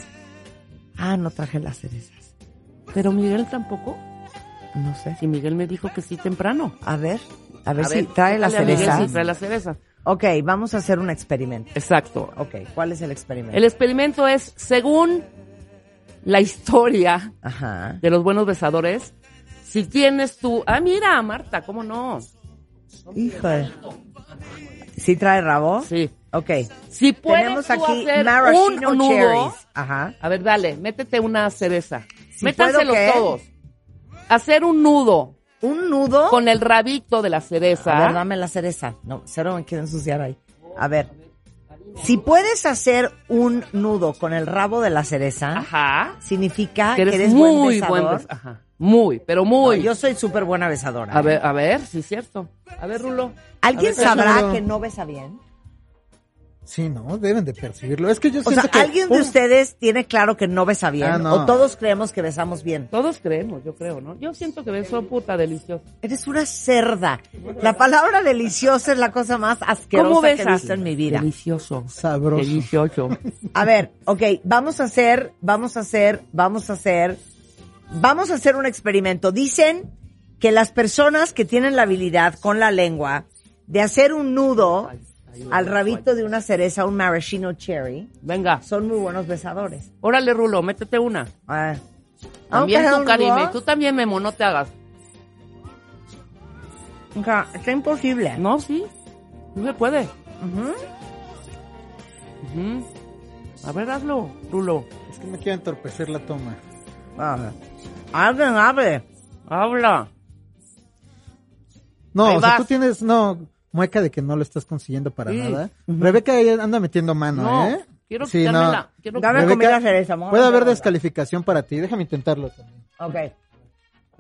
[SPEAKER 5] Ah, no traje las cerezas.
[SPEAKER 6] Pero Miguel tampoco.
[SPEAKER 5] No sé.
[SPEAKER 6] Si Miguel me dijo que sí temprano.
[SPEAKER 5] A ver, a ver,
[SPEAKER 6] A
[SPEAKER 5] si
[SPEAKER 6] ver,
[SPEAKER 5] trae las
[SPEAKER 6] dale a Miguel
[SPEAKER 5] cerezas.
[SPEAKER 6] si trae las cerezas.
[SPEAKER 5] Ok, vamos a hacer un experimento.
[SPEAKER 6] Exacto.
[SPEAKER 5] Ok, ¿cuál es el experimento?
[SPEAKER 6] El experimento es, según la historia
[SPEAKER 5] Ajá.
[SPEAKER 6] de los buenos besadores, si tienes tú... Ah, mira, Marta, ¿cómo no?
[SPEAKER 5] Híjole. ¿Sí trae rabo?
[SPEAKER 6] Sí.
[SPEAKER 5] Ok.
[SPEAKER 6] Si puedes
[SPEAKER 5] Tenemos
[SPEAKER 6] tú
[SPEAKER 5] aquí
[SPEAKER 6] hacer
[SPEAKER 5] maraschino
[SPEAKER 6] un nudo...
[SPEAKER 5] cherries. Ajá.
[SPEAKER 6] A ver, dale, métete una cereza.
[SPEAKER 5] Si
[SPEAKER 6] Métanselos
[SPEAKER 5] puedo, ¿qué?
[SPEAKER 6] todos. Hacer un nudo
[SPEAKER 5] Un nudo.
[SPEAKER 6] con el rabito de la cereza.
[SPEAKER 5] A ver, dame la cereza. No, cero me quiero ensuciar ahí. A ver. Si puedes hacer un nudo con el rabo de la cereza,
[SPEAKER 6] Ajá.
[SPEAKER 5] significa
[SPEAKER 6] que eres,
[SPEAKER 5] Ah, buen
[SPEAKER 6] muy
[SPEAKER 5] besador.
[SPEAKER 6] buen bes- Ajá. Muy, pero muy.
[SPEAKER 5] No, yo soy súper buena besadora. ¿eh?
[SPEAKER 6] A ver, a ver, sí es cierto. A ver, Rulo.
[SPEAKER 5] ¿Alguien
[SPEAKER 7] a ver,
[SPEAKER 5] sabrá
[SPEAKER 7] déjamelo.
[SPEAKER 5] que no besa bien?
[SPEAKER 7] Sí, no, deben de percibirlo. Es que yo
[SPEAKER 5] O
[SPEAKER 7] siento
[SPEAKER 5] sea,
[SPEAKER 7] que
[SPEAKER 5] ¿alguien de
[SPEAKER 7] un-
[SPEAKER 5] ustedes tiene claro que no besa bien?
[SPEAKER 7] Ah, no.
[SPEAKER 5] ¿O todos creemos que besamos bien?
[SPEAKER 6] Todos creemos, yo creo, ¿no? Yo siento que beso puta delicioso.
[SPEAKER 5] Eres una cerda. La palabra deliciosa es la cosa más asquerosa
[SPEAKER 6] ¿Cómo
[SPEAKER 5] que he
[SPEAKER 6] besas?
[SPEAKER 5] visto en mi vida.
[SPEAKER 6] Delicioso.
[SPEAKER 7] Sabroso.
[SPEAKER 6] Delicioso.
[SPEAKER 5] A ver, ok, vamos a hacer, vamos a hacer, vamos a hacer, vamos a hacer un experimento. Dicen que las personas que tienen la habilidad con la lengua de hacer un nudo al rabito de una cereza, un maraschino cherry,
[SPEAKER 6] Venga.
[SPEAKER 5] son muy buenos besadores.
[SPEAKER 6] Órale, Rulo, métete una.
[SPEAKER 5] Ah.
[SPEAKER 6] También
[SPEAKER 5] Aunque
[SPEAKER 6] tú,
[SPEAKER 5] un
[SPEAKER 6] Karime.
[SPEAKER 5] nudo,
[SPEAKER 6] Tú también, Memo, no te hagas.
[SPEAKER 5] nunca- está imposible.
[SPEAKER 6] No, sí. Sí se puede.
[SPEAKER 5] Ujú.
[SPEAKER 6] Ujú. A ver, hazlo, Rulo.
[SPEAKER 7] Es que me quiere entorpecer la toma.
[SPEAKER 5] Ah. Alguien hable.
[SPEAKER 6] Habla.
[SPEAKER 7] No,
[SPEAKER 6] Ahí
[SPEAKER 7] o sea,
[SPEAKER 6] vas.
[SPEAKER 7] tú tienes, no, mueca de que no lo estás consiguiendo para
[SPEAKER 6] Sí.
[SPEAKER 7] nada. Rebeca ahí anda metiendo mano,
[SPEAKER 6] No,
[SPEAKER 7] ¿eh?
[SPEAKER 6] quiero
[SPEAKER 7] Sí,
[SPEAKER 6] quitármela, quiero-
[SPEAKER 5] Dame
[SPEAKER 7] Rebeca,
[SPEAKER 5] comida cereza, vamos a
[SPEAKER 7] Puede haber
[SPEAKER 5] hacerla.
[SPEAKER 7] descalificación para ti, déjame intentarlo también.
[SPEAKER 5] Ok.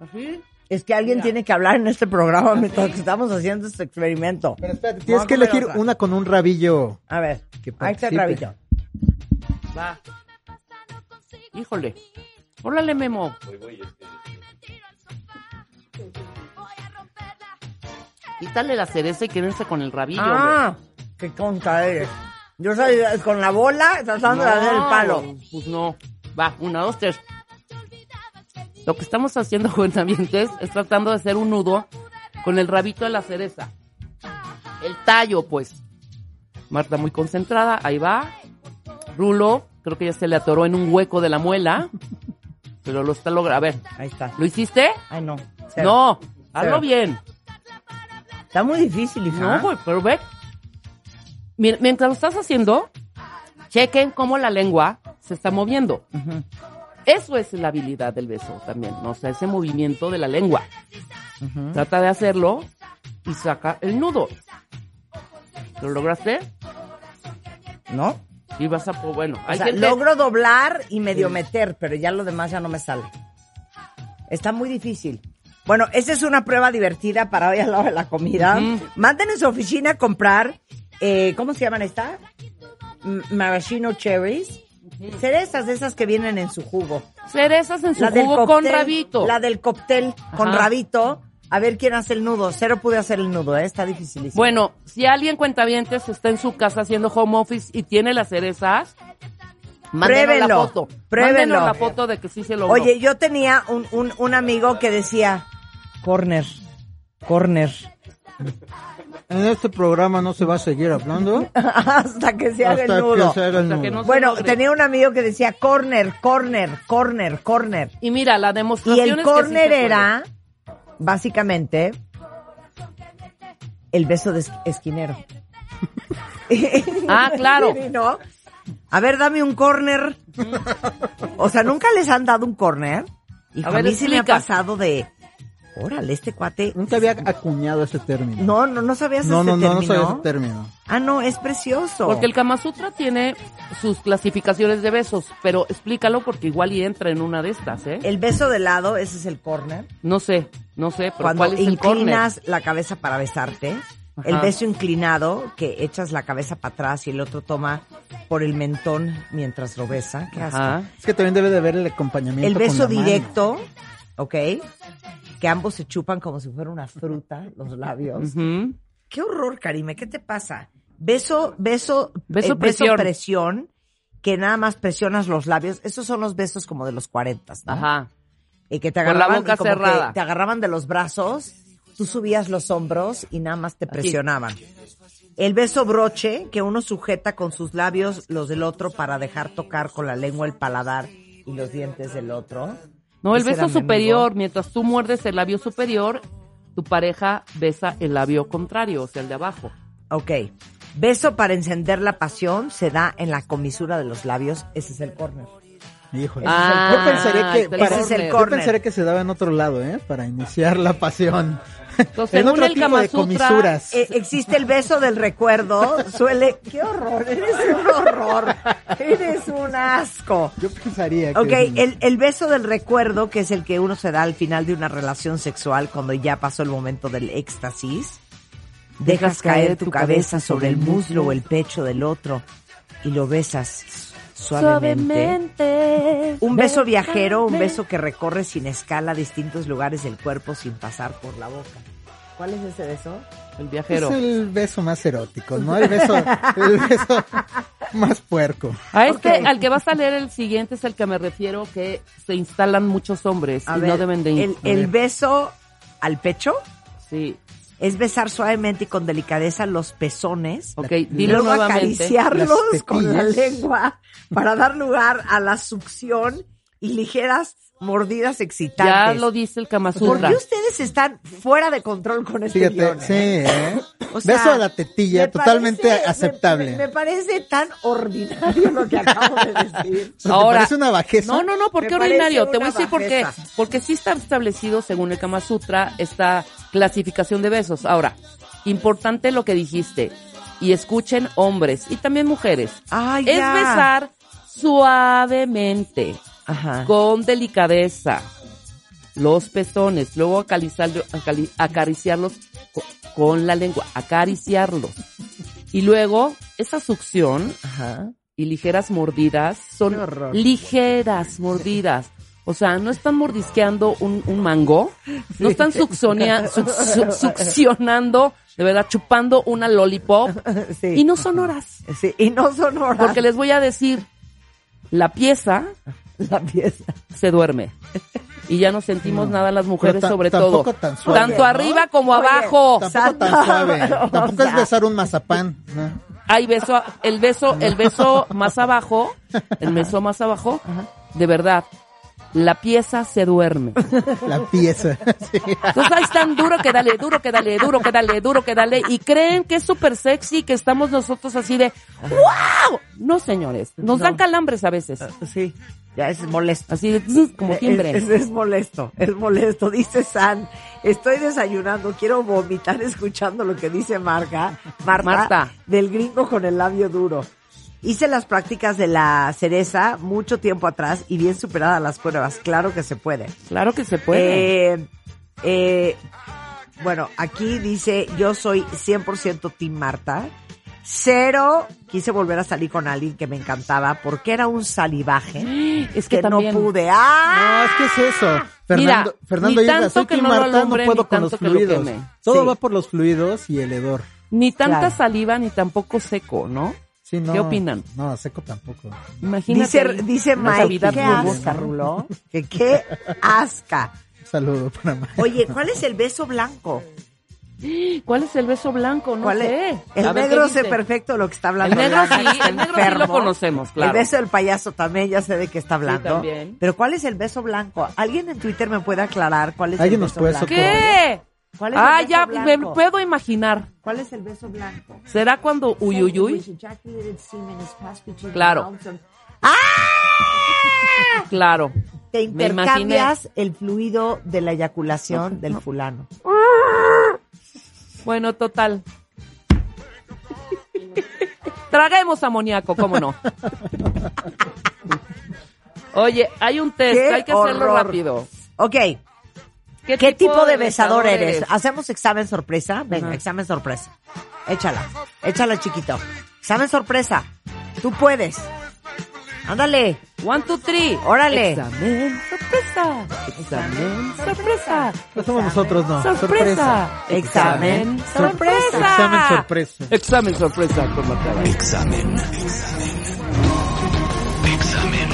[SPEAKER 6] ¿Así?
[SPEAKER 5] Es que alguien tiene que hablar en este programa mientras que estamos haciendo este experimento.
[SPEAKER 7] Pero
[SPEAKER 5] Vamos
[SPEAKER 7] espérate, tienes
[SPEAKER 5] a
[SPEAKER 7] que
[SPEAKER 5] comer
[SPEAKER 7] elegir
[SPEAKER 5] otra.
[SPEAKER 7] una con un rabillo.
[SPEAKER 5] A ver,
[SPEAKER 7] Que
[SPEAKER 5] ahí está el rabito.
[SPEAKER 7] participe.
[SPEAKER 6] Va. Híjole. Órale, Memo. Quítale la cereza y quédense con el rabillo. hombre.
[SPEAKER 5] Ah, qué concha eres. Yo soy eh, con la bola tratando de hacer el
[SPEAKER 6] No,
[SPEAKER 5] palo.
[SPEAKER 6] Pues no. Va, una, dos, tres. Lo que estamos haciendo, [LAUGHS] cuentamientos, es tratando de hacer un nudo con el rabito de la cereza. El tallo, pues. Marta muy concentrada, ahí va. Rulo, creo que ya se le atoró en un hueco de
[SPEAKER 5] [LAUGHS]
[SPEAKER 6] la muela. Pero lo está logrando. A ver,
[SPEAKER 5] Ahí está.
[SPEAKER 6] ¿lo hiciste?
[SPEAKER 5] Ay, no. cero.
[SPEAKER 6] No, hazlo
[SPEAKER 5] Cero.
[SPEAKER 6] bien.
[SPEAKER 5] Está muy difícil, hija.
[SPEAKER 6] No, pues. güey, pero ve. Mira, mientras lo estás haciendo, chequen cómo la lengua se está moviendo.
[SPEAKER 5] Ujú.
[SPEAKER 6] Eso es la habilidad del beso también, ¿no? O sea, ese movimiento de la lengua.
[SPEAKER 5] Ujú.
[SPEAKER 6] Trata de hacerlo y saca el nudo. ¿Lo lograste?
[SPEAKER 5] ¿No?
[SPEAKER 6] Y vas a... po- Bueno,
[SPEAKER 5] O
[SPEAKER 6] hay
[SPEAKER 5] sea,
[SPEAKER 6] gente-
[SPEAKER 5] logro doblar y medio meter, pero ya lo demás ya no me sale. Está muy difícil. Bueno, esta es una prueba divertida para hoy al lado de la comida.
[SPEAKER 6] Ujú.
[SPEAKER 5] Manden en su oficina a comprar, eh, ¿cómo se llaman estas? M- Maraschino cherries. Cerezas de esas que vienen en su jugo.
[SPEAKER 6] cerezas en su
[SPEAKER 5] la del
[SPEAKER 6] jugo
[SPEAKER 5] cóctel,
[SPEAKER 6] con rabito.
[SPEAKER 5] La del cóctel con
[SPEAKER 6] Ajá.
[SPEAKER 5] rabito. A ver quién hace el nudo. Cero pude hacer el nudo, ¿eh? Está dificilísimo.
[SPEAKER 6] Bueno, si alguien cuentavientes está en su casa haciendo home office y tiene las cerezas, mándenos la
[SPEAKER 5] Pruébenlo,
[SPEAKER 6] foto.
[SPEAKER 5] pruébenlo.
[SPEAKER 6] Mándenos la foto de que sí se logró.
[SPEAKER 5] Oye, yo tenía un, un, un amigo que decía, corner, corner.
[SPEAKER 7] En este programa no se va a seguir hablando
[SPEAKER 5] [LAUGHS] Hasta que [LAUGHS] se haga
[SPEAKER 7] hasta
[SPEAKER 5] el nudo.
[SPEAKER 7] que se haga el
[SPEAKER 6] Hasta que
[SPEAKER 7] nudo.
[SPEAKER 6] no-
[SPEAKER 5] Bueno,
[SPEAKER 6] logre.
[SPEAKER 5] tenía un amigo que decía corner, corner, corner, corner.
[SPEAKER 6] Y mira, la
[SPEAKER 5] Y
[SPEAKER 6] demostración es
[SPEAKER 5] el
[SPEAKER 6] que sí se
[SPEAKER 5] corner
[SPEAKER 6] puede.
[SPEAKER 5] era, básicamente, el beso de es- esquinero.
[SPEAKER 6] Ah, claro.
[SPEAKER 5] [LAUGHS] ¿No? A ver, dame un corner. O sea, ¿nunca les han dado un corner? Y a,
[SPEAKER 6] A ver,
[SPEAKER 5] mí sí me ha
[SPEAKER 6] explica.
[SPEAKER 5] pasado de, órale, este cuate...
[SPEAKER 7] Nunca había acuñado ese término.
[SPEAKER 5] No, no, no sabías
[SPEAKER 7] no,
[SPEAKER 5] este
[SPEAKER 7] no, no, no
[SPEAKER 5] término.
[SPEAKER 7] sabía ese término.
[SPEAKER 5] Ah, no, es precioso.
[SPEAKER 6] Porque el Kama Sutra tiene sus clasificaciones de besos, pero explícalo porque igual y entra en una de estas, ¿eh?
[SPEAKER 5] El beso de lado, ese es el corner.
[SPEAKER 6] No sé, no sé, pero
[SPEAKER 5] Cuando
[SPEAKER 6] ¿cuál es el corner?
[SPEAKER 5] inclinas la cabeza para besarte.
[SPEAKER 6] Ajá.
[SPEAKER 5] El beso inclinado, que echas la cabeza para atrás y el otro toma por el mentón mientras lo besa. Qué asco.
[SPEAKER 6] Ajá.
[SPEAKER 7] Es que también debe de haber el acompañamiento.
[SPEAKER 5] El
[SPEAKER 7] con
[SPEAKER 5] beso
[SPEAKER 7] la mano.
[SPEAKER 5] directo, ¿ok? Que ambos se chupan como si fuera una fruta [LAUGHS] los labios.
[SPEAKER 6] Ujú.
[SPEAKER 5] Qué horror, Karime, ¿qué te pasa? Beso, beso,
[SPEAKER 6] Beso
[SPEAKER 5] eh, beso
[SPEAKER 6] presión.
[SPEAKER 5] presión, que nada más presionas los labios. Esos son los besos como de los 40, ¿no?
[SPEAKER 6] Ajá.
[SPEAKER 5] Y que te
[SPEAKER 6] Con la
[SPEAKER 5] agarraban,
[SPEAKER 6] boca
[SPEAKER 5] como que
[SPEAKER 6] cerrada.
[SPEAKER 5] te agarraban de los brazos, tú subías los hombros y nada más te presionaban. El beso broche, que uno sujeta con sus labios los del otro para dejar tocar con la lengua el paladar y los dientes del otro.
[SPEAKER 6] No, el
[SPEAKER 5] Ese era
[SPEAKER 6] beso
[SPEAKER 5] mi amigo.
[SPEAKER 6] superior, mientras tú muerdes el labio superior, tu pareja besa el labio contrario, o sea, el de abajo.
[SPEAKER 5] Ok. Beso para encender la pasión se da en la comisura de los labios. Ese es el córner.
[SPEAKER 7] Híjole.
[SPEAKER 5] Ah,
[SPEAKER 7] yo pensaría que,
[SPEAKER 6] está el
[SPEAKER 7] para-
[SPEAKER 5] ese es el
[SPEAKER 6] corner.
[SPEAKER 7] yo
[SPEAKER 5] corner.
[SPEAKER 7] pensaría que se daba en otro lado, ¿eh? Para iniciar la pasión.
[SPEAKER 5] Pues
[SPEAKER 6] Entonces,
[SPEAKER 7] [LAUGHS] en
[SPEAKER 6] según
[SPEAKER 7] otro
[SPEAKER 6] el
[SPEAKER 7] tipo
[SPEAKER 6] Kama
[SPEAKER 7] de
[SPEAKER 6] Sutra,
[SPEAKER 7] comisuras.
[SPEAKER 5] Eh, existe el beso del recuerdo. Suele. ¡Qué horror! Eres un horror. Eres un asco.
[SPEAKER 7] Yo pensaría
[SPEAKER 5] [LAUGHS]
[SPEAKER 7] que...
[SPEAKER 5] Ok, el, el beso del recuerdo, que es el que uno se da al final de una relación sexual cuando ya pasó el momento del éxtasis. Dejas caer tu cabeza sobre el muslo o el pecho del otro y lo besas suavemente. Un beso viajero, un beso que recorre sin escala distintos lugares del cuerpo sin pasar por la boca. ¿Cuál es ese beso?
[SPEAKER 6] El viajero.
[SPEAKER 7] Es el beso más erótico, ¿no? El beso, el beso más
[SPEAKER 5] [LAUGHS]
[SPEAKER 7] puerco.
[SPEAKER 6] A este,
[SPEAKER 5] Ok.
[SPEAKER 6] al que vas a leer el siguiente es el que me refiero que se instalan muchos hombres
[SPEAKER 5] A
[SPEAKER 6] y
[SPEAKER 5] ver,
[SPEAKER 6] no deben de ir.
[SPEAKER 5] el, el
[SPEAKER 7] ver.
[SPEAKER 5] beso al pecho
[SPEAKER 6] Sí.
[SPEAKER 5] es besar suavemente y con delicadeza los pezones.
[SPEAKER 6] Ok,
[SPEAKER 5] Y
[SPEAKER 6] dilo
[SPEAKER 5] luego
[SPEAKER 6] nuevamente.
[SPEAKER 5] acariciarlos
[SPEAKER 7] Las
[SPEAKER 5] con la
[SPEAKER 7] tetillas.
[SPEAKER 5] lengua para dar lugar a la succión y ligeras mordidas
[SPEAKER 6] Ya
[SPEAKER 5] excitantes.
[SPEAKER 6] lo dice el Kama
[SPEAKER 5] ¿Por
[SPEAKER 6] Sutra.
[SPEAKER 5] qué ustedes están fuera de control con este guión,
[SPEAKER 7] Fíjate,
[SPEAKER 5] eh?
[SPEAKER 7] sí, ¿eh?
[SPEAKER 5] O sea,
[SPEAKER 7] beso a la tetilla,
[SPEAKER 5] me
[SPEAKER 7] totalmente
[SPEAKER 5] parece- me-
[SPEAKER 7] aceptable.
[SPEAKER 5] Me, me parece tan ordinario lo que acabo de
[SPEAKER 7] [LAUGHS]
[SPEAKER 5] decir.
[SPEAKER 7] ¿Te parece una bajeza?
[SPEAKER 6] No, no, no, ¿por
[SPEAKER 5] Me
[SPEAKER 6] qué
[SPEAKER 5] parece
[SPEAKER 6] ordinario? Te voy
[SPEAKER 5] una
[SPEAKER 6] a decir por qué.
[SPEAKER 5] bajeza.
[SPEAKER 6] Porque sí está establecido, según el Kama Sutra, esta clasificación de besos. Ahora, importante lo que dijiste. Y escuchen hombres y también mujeres.
[SPEAKER 5] Ay,
[SPEAKER 6] es
[SPEAKER 5] ya.
[SPEAKER 6] besar suavemente,
[SPEAKER 5] Ajá.
[SPEAKER 6] con delicadeza, los pezones, luego acalizar- acali- acariciarlos co- con la lengua, acariciarlos. Y luego, esa succión
[SPEAKER 5] Ajá.
[SPEAKER 6] y ligeras mordidas son
[SPEAKER 5] Qué horror.
[SPEAKER 6] ligeras mordidas. O sea, no están mordisqueando un, un mango, no están succionea- suc- suc- succionando, de verdad, chupando una lollipop.
[SPEAKER 5] Sí.
[SPEAKER 6] Y no son horas,
[SPEAKER 5] Sí, y no son horas
[SPEAKER 6] porque
[SPEAKER 7] Ah.
[SPEAKER 6] les voy a decir, la pieza
[SPEAKER 5] la pieza.
[SPEAKER 6] se duerme. Y ya no sentimos
[SPEAKER 7] No.
[SPEAKER 6] nada las mujeres,
[SPEAKER 7] Pero ta-
[SPEAKER 6] sobre todo.
[SPEAKER 7] tampoco tan suave,
[SPEAKER 6] Tanto
[SPEAKER 7] ¿no?
[SPEAKER 6] arriba como
[SPEAKER 5] Oye,
[SPEAKER 6] abajo.
[SPEAKER 5] tam-
[SPEAKER 7] Tampoco
[SPEAKER 5] Santa-
[SPEAKER 7] tan suave.
[SPEAKER 5] [LAUGHS]
[SPEAKER 7] Tampoco
[SPEAKER 5] o sea-
[SPEAKER 7] es besar un mazapán. ¿no?
[SPEAKER 6] Hay beso, el beso, el beso más abajo, el beso más abajo, de verdad, la pieza se duerme.
[SPEAKER 7] La
[SPEAKER 5] [LAUGHS]
[SPEAKER 7] pieza. Sí.
[SPEAKER 6] Entonces ahí están duro que dale, duro que dale, duro que dale, duro que dale. Y creen que es súper sexy, que estamos nosotros así de ¡Wow! No, señores. Nos
[SPEAKER 5] No.
[SPEAKER 6] dan calambres a veces.
[SPEAKER 5] Sí, ya es molesto.
[SPEAKER 6] Así de "Zzz", como
[SPEAKER 7] Eh,
[SPEAKER 5] Es-
[SPEAKER 6] timbre.
[SPEAKER 5] Eh, Es, es molesto, es molesto. Dice San, estoy desayunando, quiero vomitar escuchando lo que dice Marga, Marta,
[SPEAKER 6] Marta.
[SPEAKER 5] del gringo con el labio duro. Hice las prácticas de la cereza mucho tiempo atrás y bien superadas las pruebas. Claro que se puede.
[SPEAKER 6] Claro que se puede.
[SPEAKER 5] Eh, eh, bueno, aquí dice, yo soy 100% Team Marta. Cero, quise volver a salir con alguien que me encantaba porque era un salivaje
[SPEAKER 6] es que,
[SPEAKER 5] Eh, que no
[SPEAKER 6] también.
[SPEAKER 5] pude.
[SPEAKER 7] No,
[SPEAKER 5] ¡Ah!
[SPEAKER 7] es que es eso. Fernando,
[SPEAKER 6] ni
[SPEAKER 7] Fernando Isla,
[SPEAKER 6] tanto
[SPEAKER 7] soy
[SPEAKER 6] que
[SPEAKER 7] Tim
[SPEAKER 6] no lo
[SPEAKER 7] Marta,
[SPEAKER 6] alumbre,
[SPEAKER 7] no
[SPEAKER 6] ni
[SPEAKER 7] puedo con los
[SPEAKER 6] tanto que lo
[SPEAKER 7] fluidos.
[SPEAKER 6] queme.
[SPEAKER 7] Todo
[SPEAKER 5] Sí.
[SPEAKER 7] va por los fluidos y el hedor.
[SPEAKER 6] Ni tanta
[SPEAKER 5] Claro.
[SPEAKER 6] saliva ni tampoco seco, ¿no?
[SPEAKER 7] Sí, no,
[SPEAKER 6] ¿Qué opinan?
[SPEAKER 7] No, seco tampoco.
[SPEAKER 6] Imagínate.
[SPEAKER 5] Dice,
[SPEAKER 6] ahí
[SPEAKER 5] dice
[SPEAKER 6] una
[SPEAKER 5] Mike,
[SPEAKER 6] cavidad
[SPEAKER 5] qué
[SPEAKER 6] bulbosa.
[SPEAKER 5] asca, Rulo. Que qué asca.
[SPEAKER 7] Un saludo para Mike. [LAUGHS]
[SPEAKER 5] Oye, ¿cuál es el beso blanco?
[SPEAKER 6] ¿Cuál es el beso blanco? No
[SPEAKER 5] ¿Cuál
[SPEAKER 6] sé.
[SPEAKER 5] es? El
[SPEAKER 6] A ver,
[SPEAKER 5] negro
[SPEAKER 6] ¿qué
[SPEAKER 5] sé
[SPEAKER 6] dice?
[SPEAKER 5] perfecto lo que está hablando.
[SPEAKER 6] El negro
[SPEAKER 5] Blanca,
[SPEAKER 6] sí,
[SPEAKER 5] está
[SPEAKER 6] el negro sí lo
[SPEAKER 5] enfermo.
[SPEAKER 6] conocemos, claro.
[SPEAKER 5] El beso del payaso también, ya sé de qué está hablando.
[SPEAKER 6] también.
[SPEAKER 5] Pero ¿cuál es el beso blanco? ¿Alguien en Twitter me puede aclarar cuál es el
[SPEAKER 7] ¿Alguien nos
[SPEAKER 5] beso
[SPEAKER 7] puede
[SPEAKER 5] blanco?
[SPEAKER 6] ¿Qué?
[SPEAKER 5] ¿Cuál es el
[SPEAKER 6] Ah,
[SPEAKER 5] beso
[SPEAKER 6] ya me
[SPEAKER 5] blanco?
[SPEAKER 6] puedo imaginar.
[SPEAKER 5] ¿Cuál es el beso blanco?
[SPEAKER 6] ¿Será cuando uyuyuy? Claro. Claro.
[SPEAKER 5] Te
[SPEAKER 6] Me imaginé.
[SPEAKER 5] intercambias el fluido de la eyaculación del fulano.
[SPEAKER 6] Bueno, total. Traguemos amoníaco, cómo no. Oye, hay un test,
[SPEAKER 5] ¡Qué
[SPEAKER 6] hay que hacerlo
[SPEAKER 5] horror!
[SPEAKER 6] rápido.
[SPEAKER 5] Ok, ¿qué tipo de besador
[SPEAKER 6] besador
[SPEAKER 5] eres? ¿Hacemos examen sorpresa? Venga,
[SPEAKER 6] Ajá.
[SPEAKER 5] examen sorpresa. Échala, échala chiquito. Examen sorpresa, tú puedes. Ándale.
[SPEAKER 6] One, two, three.
[SPEAKER 5] Órale.
[SPEAKER 6] Examen, sorpresa. Examen, sorpresa.
[SPEAKER 7] No somos nosotros, no. Sorpresa.
[SPEAKER 6] Sorpresa. Examen,
[SPEAKER 5] Sor-
[SPEAKER 6] sorpresa.
[SPEAKER 7] Examen sorpresa.
[SPEAKER 6] Examen, sorpresa. con Marta de Baile.
[SPEAKER 1] Examen. Examen.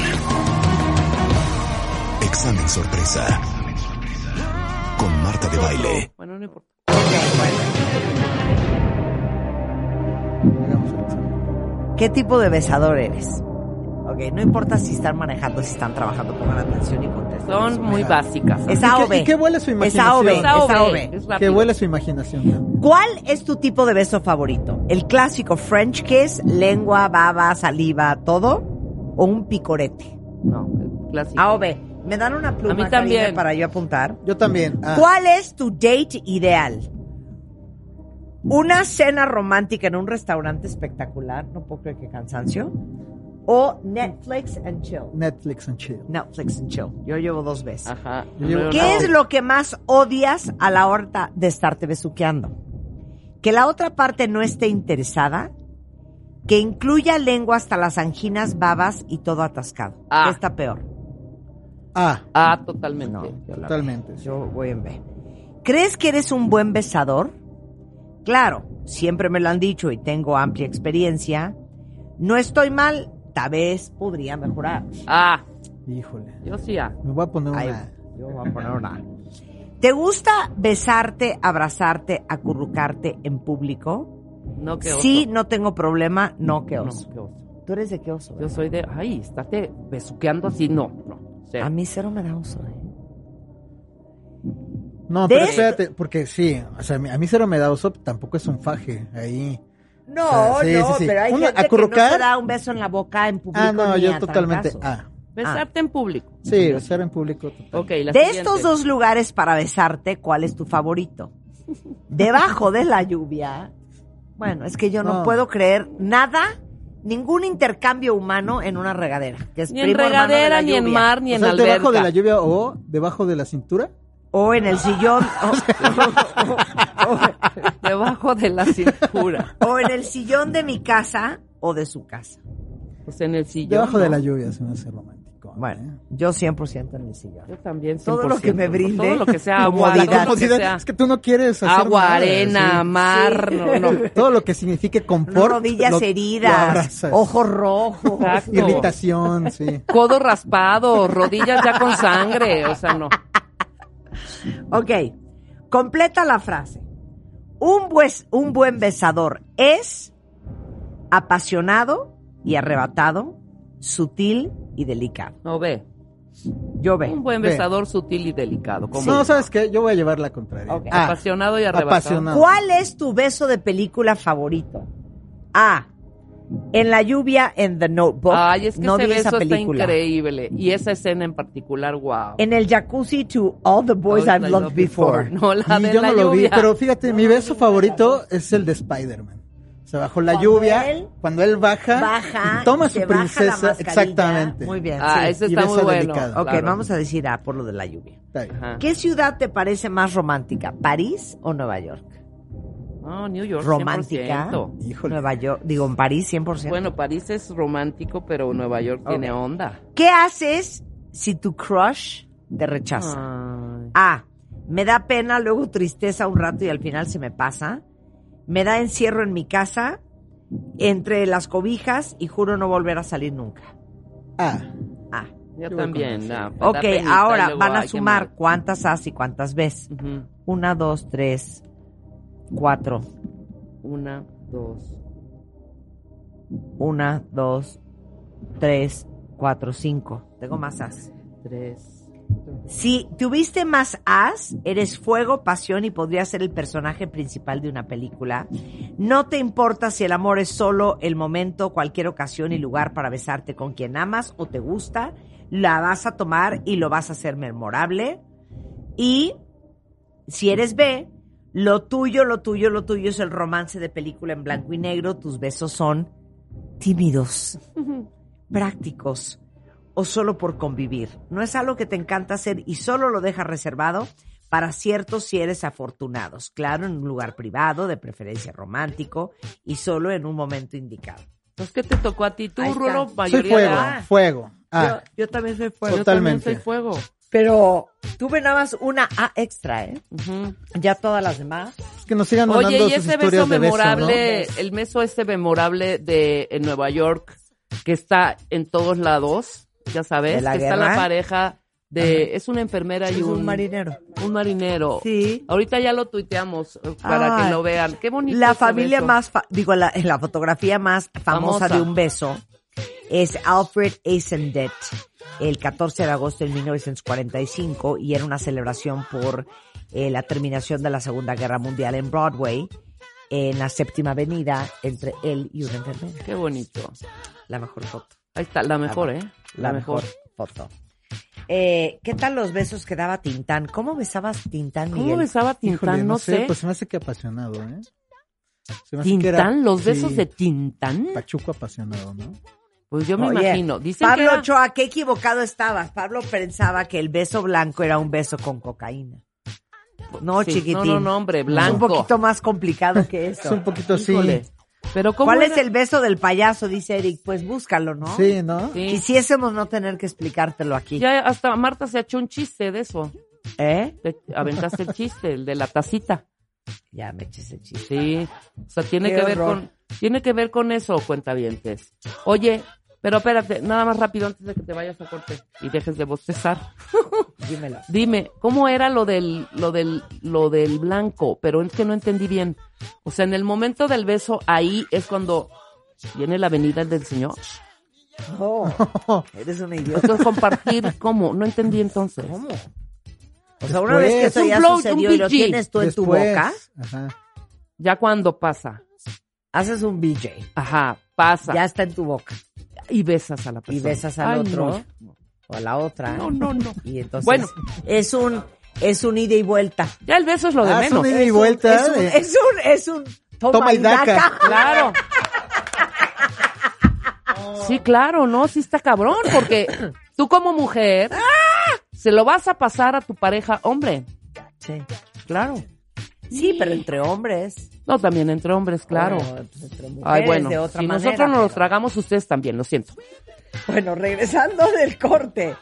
[SPEAKER 1] Examen sorpresa. Con Marta de baile.
[SPEAKER 6] Bueno, no importa.
[SPEAKER 5] ¿Qué tipo de besador eres? Ok, no importa si están manejando, si están trabajando, pongan atención y contesten.
[SPEAKER 6] Son muy básicas.
[SPEAKER 5] Es
[SPEAKER 7] Pues, ¿Y qué-
[SPEAKER 5] A o B.
[SPEAKER 7] y qué huele su
[SPEAKER 5] Es A o B,
[SPEAKER 7] imaginación?
[SPEAKER 5] es A o B.
[SPEAKER 6] Es
[SPEAKER 7] Que
[SPEAKER 6] rápido.
[SPEAKER 7] huele su imaginación también.
[SPEAKER 5] ¿Cuál es tu tipo de beso favorito? ¿El clásico French kiss, lengua, baba, saliva, todo? ¿O un picorete?
[SPEAKER 6] No, clásico.
[SPEAKER 5] A o B. ¿Me dan una pluma
[SPEAKER 6] A mí también.
[SPEAKER 5] Karina, para yo apuntar?
[SPEAKER 7] Yo también. Ah,
[SPEAKER 5] ¿Cuál es tu date ideal? ¿Una cena romántica en un restaurante espectacular? No puedo creer que cansancio. ¿O Netflix and chill?
[SPEAKER 7] Netflix and chill.
[SPEAKER 5] Netflix and chill. Yo llevo dos veces.
[SPEAKER 6] Ajá.
[SPEAKER 7] llevo-
[SPEAKER 5] ¿Qué es lo que más odias a la hora de estarte besuqueando? Que la otra parte no esté interesada, que incluya lengua hasta las anginas, babas y todo atascado.
[SPEAKER 6] Ah.
[SPEAKER 5] ¿Qué está peor?
[SPEAKER 7] Ah,
[SPEAKER 6] Ah, totalmente.
[SPEAKER 7] totalmente. sí.
[SPEAKER 5] Yo voy en B. ¿Crees que eres un buen besador? Claro, siempre me lo han dicho y tengo amplia experiencia. No estoy mal, tal vez podría mejorar.
[SPEAKER 6] Ah,
[SPEAKER 7] Híjole.
[SPEAKER 6] yo sí, ah.
[SPEAKER 7] Me voy a poner
[SPEAKER 5] Ay,
[SPEAKER 7] una.
[SPEAKER 5] yo voy a poner una. ¿Te gusta besarte, abrazarte, acurrucarte en público?
[SPEAKER 6] No, qué oso.
[SPEAKER 5] Sí, no tengo problema, no que
[SPEAKER 6] No,
[SPEAKER 5] oso.
[SPEAKER 6] qué oso.
[SPEAKER 5] Tú eres de qué oso.
[SPEAKER 6] Yo
[SPEAKER 5] ¿verdad?
[SPEAKER 6] soy de, ay, estarte besuqueando así, no, no. cero.
[SPEAKER 5] A mí cero me da oso. ¿eh?
[SPEAKER 7] No,
[SPEAKER 5] ¿De
[SPEAKER 7] pero
[SPEAKER 5] esto?
[SPEAKER 7] espérate, porque sí, o sea, a mí- a mí cero me da oso, tampoco es un faje ahí.
[SPEAKER 5] No,
[SPEAKER 7] Sí, sí,
[SPEAKER 5] no,
[SPEAKER 7] sí.
[SPEAKER 5] pero hay
[SPEAKER 7] Uno,
[SPEAKER 5] gente que no
[SPEAKER 7] acurrucar.
[SPEAKER 5] se da un beso en la boca en público.
[SPEAKER 7] Ah, no,
[SPEAKER 5] ni
[SPEAKER 7] yo
[SPEAKER 5] a
[SPEAKER 7] totalmente.
[SPEAKER 5] trancazos.
[SPEAKER 7] Ah,
[SPEAKER 6] Besarte en público.
[SPEAKER 7] sí, cero en público. total.
[SPEAKER 6] Ok, la
[SPEAKER 5] De
[SPEAKER 6] siguiente.
[SPEAKER 5] estos dos lugares para besarte, ¿cuál es tu [LAUGHS] favorito? Debajo de la lluvia. Bueno, es que yo no,
[SPEAKER 7] No.
[SPEAKER 5] puedo creer nada, ningún intercambio humano en una regadera. Que es
[SPEAKER 6] Ni en
[SPEAKER 5] primo hermano de
[SPEAKER 6] regadera,
[SPEAKER 5] la
[SPEAKER 6] ni en
[SPEAKER 5] lluvia.
[SPEAKER 6] mar, ni
[SPEAKER 7] O
[SPEAKER 6] en
[SPEAKER 7] sea,
[SPEAKER 6] alberca.
[SPEAKER 7] debajo de la lluvia o debajo de la cintura.
[SPEAKER 5] O en el
[SPEAKER 6] [LAUGHS]
[SPEAKER 5] sillón, o- o-
[SPEAKER 6] Debajo de la cintura.
[SPEAKER 5] o- o en el sillón de mi casa o de su casa.
[SPEAKER 6] Pues en el sillón.
[SPEAKER 7] Debajo de
[SPEAKER 6] ¿no?
[SPEAKER 7] la lluvia se me hace romántico. ¿eh?
[SPEAKER 5] Bueno, yo 100% en el sillón.
[SPEAKER 6] Yo también.
[SPEAKER 5] Todo lo que me
[SPEAKER 6] 100%,
[SPEAKER 5] brinde.
[SPEAKER 6] Todo lo que sea agua.
[SPEAKER 7] ¿eh?
[SPEAKER 5] Comodidad.
[SPEAKER 7] La
[SPEAKER 6] todo lo que
[SPEAKER 7] comodidad,
[SPEAKER 6] sea
[SPEAKER 7] es que tú no quieres hacer
[SPEAKER 6] agua,
[SPEAKER 7] nada,
[SPEAKER 6] arena,
[SPEAKER 7] sí.
[SPEAKER 6] mar. No, no.
[SPEAKER 7] Todo lo que signifique confort.
[SPEAKER 5] Rodillas
[SPEAKER 7] lo- lo
[SPEAKER 5] heridas,
[SPEAKER 7] abrazas.
[SPEAKER 5] ojos rojos.
[SPEAKER 6] Exacto.
[SPEAKER 7] Irritación, sí.
[SPEAKER 6] Codo raspado, rodillas ya con sangre. O sea, no.
[SPEAKER 5] Ok, completa la frase. Un, bues- un buen besador es apasionado y arrebatado, sutil y delicado.
[SPEAKER 6] No ve.
[SPEAKER 5] Yo
[SPEAKER 6] Un
[SPEAKER 5] ve.
[SPEAKER 6] buen
[SPEAKER 7] Ve.
[SPEAKER 6] besador sutil y delicado. Como
[SPEAKER 7] No, ¿sabes qué? Yo voy a llevar la contraria.
[SPEAKER 5] Ok.
[SPEAKER 7] Ah,
[SPEAKER 6] apasionado y arrebatado.
[SPEAKER 7] apasionado.
[SPEAKER 5] ¿Cuál es tu beso de película favorito? A. En la lluvia en The Notebook.
[SPEAKER 6] Ay, es que
[SPEAKER 5] no
[SPEAKER 6] ese
[SPEAKER 5] vi esa
[SPEAKER 6] beso está
[SPEAKER 5] película.
[SPEAKER 6] increíble. Y esa escena en particular, wow.
[SPEAKER 5] En el jacuzzi to All the Boys
[SPEAKER 6] All
[SPEAKER 5] I've Loved Before.
[SPEAKER 6] [LAUGHS] No, la
[SPEAKER 7] Y
[SPEAKER 6] de
[SPEAKER 7] yo
[SPEAKER 6] la
[SPEAKER 7] no lo vi,
[SPEAKER 6] lluvia.
[SPEAKER 7] pero fíjate, mi beso favorito es el de Spider-Man. Se bajó la
[SPEAKER 5] Cuando
[SPEAKER 7] lluvia,
[SPEAKER 5] él
[SPEAKER 7] cuando él baja,
[SPEAKER 5] Baja,
[SPEAKER 7] y toma a su
[SPEAKER 5] se baja la
[SPEAKER 7] princesa,
[SPEAKER 5] mascarilla.
[SPEAKER 7] exactamente.
[SPEAKER 5] Muy bien.
[SPEAKER 6] Ah,
[SPEAKER 5] sí.
[SPEAKER 6] ese
[SPEAKER 7] y
[SPEAKER 6] está
[SPEAKER 7] beso
[SPEAKER 6] muy bueno.
[SPEAKER 7] delicado.
[SPEAKER 5] Ok,
[SPEAKER 6] claro.
[SPEAKER 5] vamos a decir A por lo de la lluvia.
[SPEAKER 7] Está bien.
[SPEAKER 6] Ajá.
[SPEAKER 5] ¿Qué ciudad te parece más romántica? ¿París o Nueva York?
[SPEAKER 6] No, New York.
[SPEAKER 5] Romántica.
[SPEAKER 6] 100%.
[SPEAKER 7] Híjole.
[SPEAKER 5] Nueva York, digo, en París 100%.
[SPEAKER 6] Bueno, París es romántico, pero Nueva York tiene onda.
[SPEAKER 5] ¿Qué haces si tu crush te rechaza?
[SPEAKER 6] Ay.
[SPEAKER 5] A. Me da pena, luego tristeza un rato y al final se me pasa. Me da encierro en mi casa, entre las cobijas y juro no volver a salir nunca.
[SPEAKER 7] Ah,
[SPEAKER 5] A.
[SPEAKER 6] Yo
[SPEAKER 7] Yo voy
[SPEAKER 6] también. ah,
[SPEAKER 7] con
[SPEAKER 6] no, da
[SPEAKER 5] Ok,
[SPEAKER 6] penita y
[SPEAKER 5] ahora
[SPEAKER 6] luego,
[SPEAKER 5] van a
[SPEAKER 6] ay, qué
[SPEAKER 5] sumar
[SPEAKER 6] mal.
[SPEAKER 5] cuántas has y cuántas ves.
[SPEAKER 6] Ujú.
[SPEAKER 5] Una, dos, tres, cuatro.
[SPEAKER 6] Una, dos.
[SPEAKER 5] Una, dos, tres, cuatro, cinco. Tengo más as.
[SPEAKER 6] tres.
[SPEAKER 5] Si tuviste más as, eres fuego, pasión y podrías ser el personaje principal de una película. No te importa si el amor es solo el momento, cualquier ocasión y lugar para besarte con quien amas o te gusta. La vas a tomar y lo vas a hacer memorable. Y si eres B, lo tuyo, lo tuyo, lo tuyo es el romance de película en blanco y negro. Tus besos son tímidos, prácticos o solo por convivir. No es algo que te encanta hacer y solo lo dejas reservado para ciertos si eres afortunados. Claro, en un lugar privado, de preferencia romántico y solo en un momento indicado.
[SPEAKER 6] Entonces, Pues, ¿qué te tocó a ti? Tú,
[SPEAKER 5] Ahí está.
[SPEAKER 6] Rulo,
[SPEAKER 7] Soy
[SPEAKER 6] mayoría
[SPEAKER 7] fuego,
[SPEAKER 6] de edad.
[SPEAKER 7] fuego. Ah,
[SPEAKER 5] yo, yo también soy
[SPEAKER 6] Yo
[SPEAKER 5] fuego.
[SPEAKER 6] también
[SPEAKER 7] Totalmente.
[SPEAKER 6] soy fuego.
[SPEAKER 5] Pero tuve nada más una A extra, ¿eh?
[SPEAKER 6] Ujú.
[SPEAKER 5] Ya todas las demás.
[SPEAKER 7] es que nos sigan mandando
[SPEAKER 6] Oye, y
[SPEAKER 7] sus
[SPEAKER 6] ese
[SPEAKER 7] historias
[SPEAKER 6] beso
[SPEAKER 7] de beso, ¿no?
[SPEAKER 6] memorable, Este, el beso ese memorable de en Nueva York, que está en todos lados, ya
[SPEAKER 5] ¿De
[SPEAKER 6] sabes,
[SPEAKER 5] la
[SPEAKER 6] que está
[SPEAKER 5] guerra?
[SPEAKER 6] la pareja de, es una enfermera y
[SPEAKER 5] Es
[SPEAKER 6] un,
[SPEAKER 5] un marinero.
[SPEAKER 6] un marinero.
[SPEAKER 5] Sí.
[SPEAKER 6] Ahorita ya lo tuiteamos eh, para
[SPEAKER 5] Ay.
[SPEAKER 6] que lo vean. Qué bonito.
[SPEAKER 5] La
[SPEAKER 6] ese
[SPEAKER 5] familia
[SPEAKER 6] beso.
[SPEAKER 5] más, fa- digo, la, la fotografía más famosa,
[SPEAKER 6] Famosa.
[SPEAKER 5] de un beso es Alfred Eisendet, el 14 de agosto de 1945, y era una celebración por eh, la terminación de la Segunda Guerra Mundial en Broadway, en la séptima avenida, entre él y una enfermera.
[SPEAKER 6] Qué bonito.
[SPEAKER 5] La mejor foto.
[SPEAKER 6] Ahí está, la mejor, ¿eh?
[SPEAKER 5] La, mejor. foto. Eh, ¿Qué tal los besos que daba Tintán? ¿Cómo besabas Tintán,
[SPEAKER 6] ¿Cómo
[SPEAKER 5] Miguel?
[SPEAKER 6] besaba
[SPEAKER 7] Híjole,
[SPEAKER 6] Tintán? no, sé.
[SPEAKER 7] Pues se me hace que apasionado, ¿eh? Se me hace que era-
[SPEAKER 6] ¿Tintán? ¿Los
[SPEAKER 7] sí,
[SPEAKER 6] besos de Tintán?
[SPEAKER 7] Pachuco apasionado, ¿no?
[SPEAKER 6] Pues yo me
[SPEAKER 5] Oye,
[SPEAKER 6] imagino. Dicen que
[SPEAKER 5] Pablo
[SPEAKER 6] era-
[SPEAKER 5] Ochoa, qué equivocado estabas. Pablo pensaba que el beso blanco era un beso con cocaína. No,
[SPEAKER 6] Sí,
[SPEAKER 5] chiquitín.
[SPEAKER 6] No, no, no, hombre, blanco.
[SPEAKER 5] Es un poquito más complicado que
[SPEAKER 7] Es un
[SPEAKER 5] eso.
[SPEAKER 7] poquito así.
[SPEAKER 6] Híjole. Pero ¿cómo
[SPEAKER 5] ¿Cuál
[SPEAKER 6] era?
[SPEAKER 5] es el beso del payaso? Dice Eric. Pues búscalo, ¿no?
[SPEAKER 7] Sí, ¿no?
[SPEAKER 6] Sí.
[SPEAKER 5] Quisiésemos no tener que explicártelo aquí.
[SPEAKER 6] Ya hasta Marta se ha hecho un chiste de eso.
[SPEAKER 5] ¿Eh?
[SPEAKER 6] Te aventaste el chiste, el de la tacita.
[SPEAKER 5] Ya me eches el chiste.
[SPEAKER 6] Sí. O sea, tiene
[SPEAKER 5] Qué
[SPEAKER 6] que ver
[SPEAKER 5] horror.
[SPEAKER 6] con, tiene que ver con eso, cuentavientes. Oye, pero espérate, nada más rápido antes de que te vayas a corte y dejes de bostezar.
[SPEAKER 5] Dímelo.
[SPEAKER 6] Dime, ¿cómo era lo del, lo del, lo del blanco? Pero es que no entendí bien. O sea, en el momento del beso, ahí es cuando viene la venida del Señor. [LAUGHS]
[SPEAKER 5] No, Oh, eres una idiota.
[SPEAKER 6] Entonces, compartir, ¿cómo? No entendí entonces.
[SPEAKER 5] ¿Cómo? O sea, una
[SPEAKER 7] Después.
[SPEAKER 5] vez que eso
[SPEAKER 6] Es un
[SPEAKER 5] ya
[SPEAKER 6] blow,
[SPEAKER 5] sucedió
[SPEAKER 6] un
[SPEAKER 5] y lo
[SPEAKER 6] BG.
[SPEAKER 5] tienes tú en
[SPEAKER 7] Después,
[SPEAKER 5] tu boca,
[SPEAKER 7] Ajá.
[SPEAKER 6] Ya cuando pasa.
[SPEAKER 5] haces un BJ.
[SPEAKER 6] Ajá, pasa.
[SPEAKER 5] Ya está en tu boca.
[SPEAKER 6] Y besas a la persona.
[SPEAKER 5] Y besas al
[SPEAKER 6] Ay,
[SPEAKER 5] otro. O a la otra.
[SPEAKER 6] No, no, no. no.
[SPEAKER 5] Y entonces
[SPEAKER 6] Bueno.
[SPEAKER 5] es un es un ida y vuelta.
[SPEAKER 6] Ya el beso es lo de
[SPEAKER 7] Ah, es
[SPEAKER 6] menos.
[SPEAKER 7] un ida y
[SPEAKER 5] Es un-
[SPEAKER 7] vuelta. eh,
[SPEAKER 5] Es un,
[SPEAKER 7] de-
[SPEAKER 5] es un, es un toma, y daca.
[SPEAKER 6] [LAUGHS] Claro. Sí, claro, no, sí está cabrón,
[SPEAKER 5] [COUGHS]
[SPEAKER 6] porque tú como mujer
[SPEAKER 5] ¡Ah!
[SPEAKER 6] se lo vas a pasar a tu pareja hombre.
[SPEAKER 5] Sí.
[SPEAKER 6] Claro.
[SPEAKER 5] Sí, pero entre hombres.
[SPEAKER 6] No, también entre hombres, claro.
[SPEAKER 5] Bueno, pues, entre mujeres,
[SPEAKER 6] Ay, bueno,
[SPEAKER 5] de otra
[SPEAKER 6] si
[SPEAKER 5] manera,
[SPEAKER 6] nosotros nos los
[SPEAKER 5] pero-
[SPEAKER 6] tragamos, ustedes también, lo siento.
[SPEAKER 5] Bueno, regresando [LAUGHS] del corte.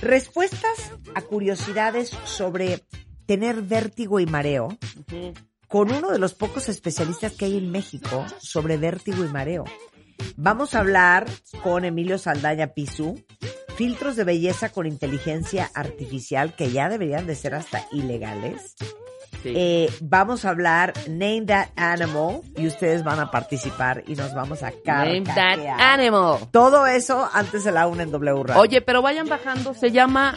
[SPEAKER 5] Respuestas a curiosidades sobre tener vértigo y mareo con uno de los pocos especialistas que hay en México sobre vértigo y mareo. Vamos a hablar con Emilio Saldaña Pisu, filtros de belleza con inteligencia artificial que ya deberían de ser hasta ilegales. Eh, vamos a hablar Name That Animal y ustedes van a participar y nos vamos a
[SPEAKER 6] Name that
[SPEAKER 5] carcajear.
[SPEAKER 6] animal.
[SPEAKER 5] Todo eso antes de la una en W Radio.
[SPEAKER 6] Oye, pero vayan bajando, se llama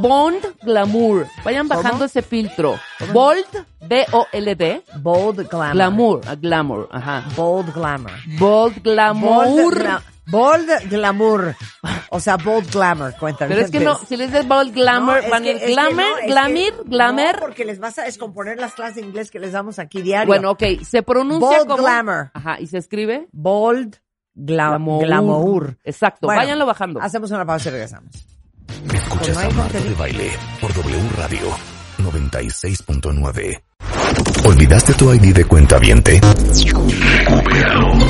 [SPEAKER 6] Bond Glamour. Vayan bajando ese filtro. Bold, B-O-L-D,
[SPEAKER 5] Bold Glamour.
[SPEAKER 6] Glamour, ah, Glamour, ajá.
[SPEAKER 5] Bold Glamour.
[SPEAKER 6] Bold Glamour.
[SPEAKER 5] Bold, gla- bold Glamour. O sea, Bold Glamour. Cuéntame.
[SPEAKER 6] Pero es que no, si les des Bold Glamour, van a Glamour, Glamour, Glamour.
[SPEAKER 5] porque les vas a descomponer las clases de inglés que les damos aquí diario.
[SPEAKER 6] Bueno, ok, se pronuncia
[SPEAKER 5] Bold
[SPEAKER 6] como...
[SPEAKER 5] Glamour.
[SPEAKER 6] Ajá, y se escribe...
[SPEAKER 5] Bold Glamour.
[SPEAKER 6] Exacto,
[SPEAKER 5] Bueno,
[SPEAKER 6] váyanlo bajando.
[SPEAKER 5] Hacemos una pausa y regresamos.
[SPEAKER 1] Escuchas
[SPEAKER 5] Como hay
[SPEAKER 1] a Marta de
[SPEAKER 5] contenido.
[SPEAKER 1] Baile por W Radio 96.9. ¿Olvidaste tu ID de cuenta viente?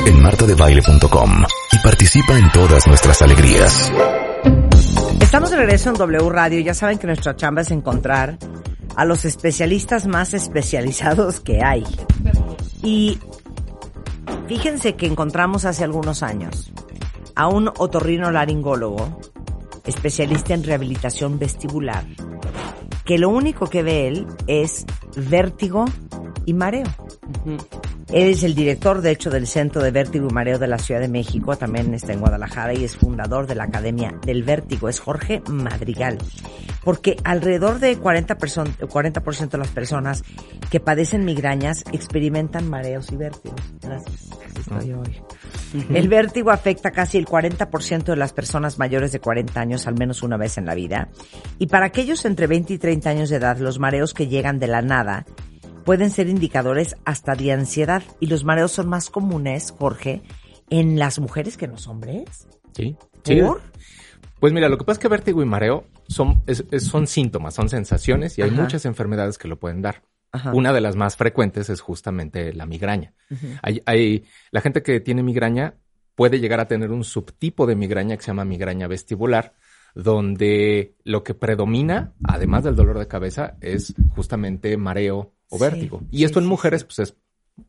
[SPEAKER 1] En martadebaile.com y participa en todas nuestras alegrías.
[SPEAKER 5] Estamos de regreso en W Radio. Ya saben que nuestra chamba es encontrar a los especialistas más especializados que hay. Y fíjense que encontramos hace algunos años a un otorrino laringólogo, especialista en rehabilitación vestibular, que lo único que ve él es vértigo y mareo.
[SPEAKER 6] Ujú.
[SPEAKER 5] Eres el director, de hecho, del Centro de Vértigo y Mareo de la Ciudad de México, también está en Guadalajara y es fundador de la Academia del Vértigo, es Jorge Madrigal. Porque alrededor de 40%, person- 40 de las personas que padecen migrañas experimentan mareos y vértigos. Gracias. Así estoy hoy. El vértigo afecta casi el 40% de las personas mayores de 40 años al menos una vez en la vida. Y para aquellos entre 20 y 30 años de edad, los mareos que llegan de la nada pueden ser indicadores hasta de ansiedad. Y los mareos son más comunes, Jorge, en las mujeres que en los hombres.
[SPEAKER 8] Sí. Sí.
[SPEAKER 5] ¿Por?
[SPEAKER 8] Pues mira, lo que pasa es que vértigo y mareo son, es- es- son síntomas, son sensaciones y hay
[SPEAKER 5] Ajá. Ah.
[SPEAKER 8] muchas enfermedades que lo pueden dar.
[SPEAKER 5] Ajá.
[SPEAKER 8] Una de las más frecuentes es justamente la migraña. hay, hay- la gente que tiene migraña puede llegar a tener un subtipo de migraña que se llama migraña vestibular, donde lo que predomina, además del dolor de cabeza, es justamente mareo o
[SPEAKER 5] Sí,
[SPEAKER 8] vértigo. Y
[SPEAKER 5] sí,
[SPEAKER 8] esto en
[SPEAKER 5] sí,
[SPEAKER 8] mujeres, pues es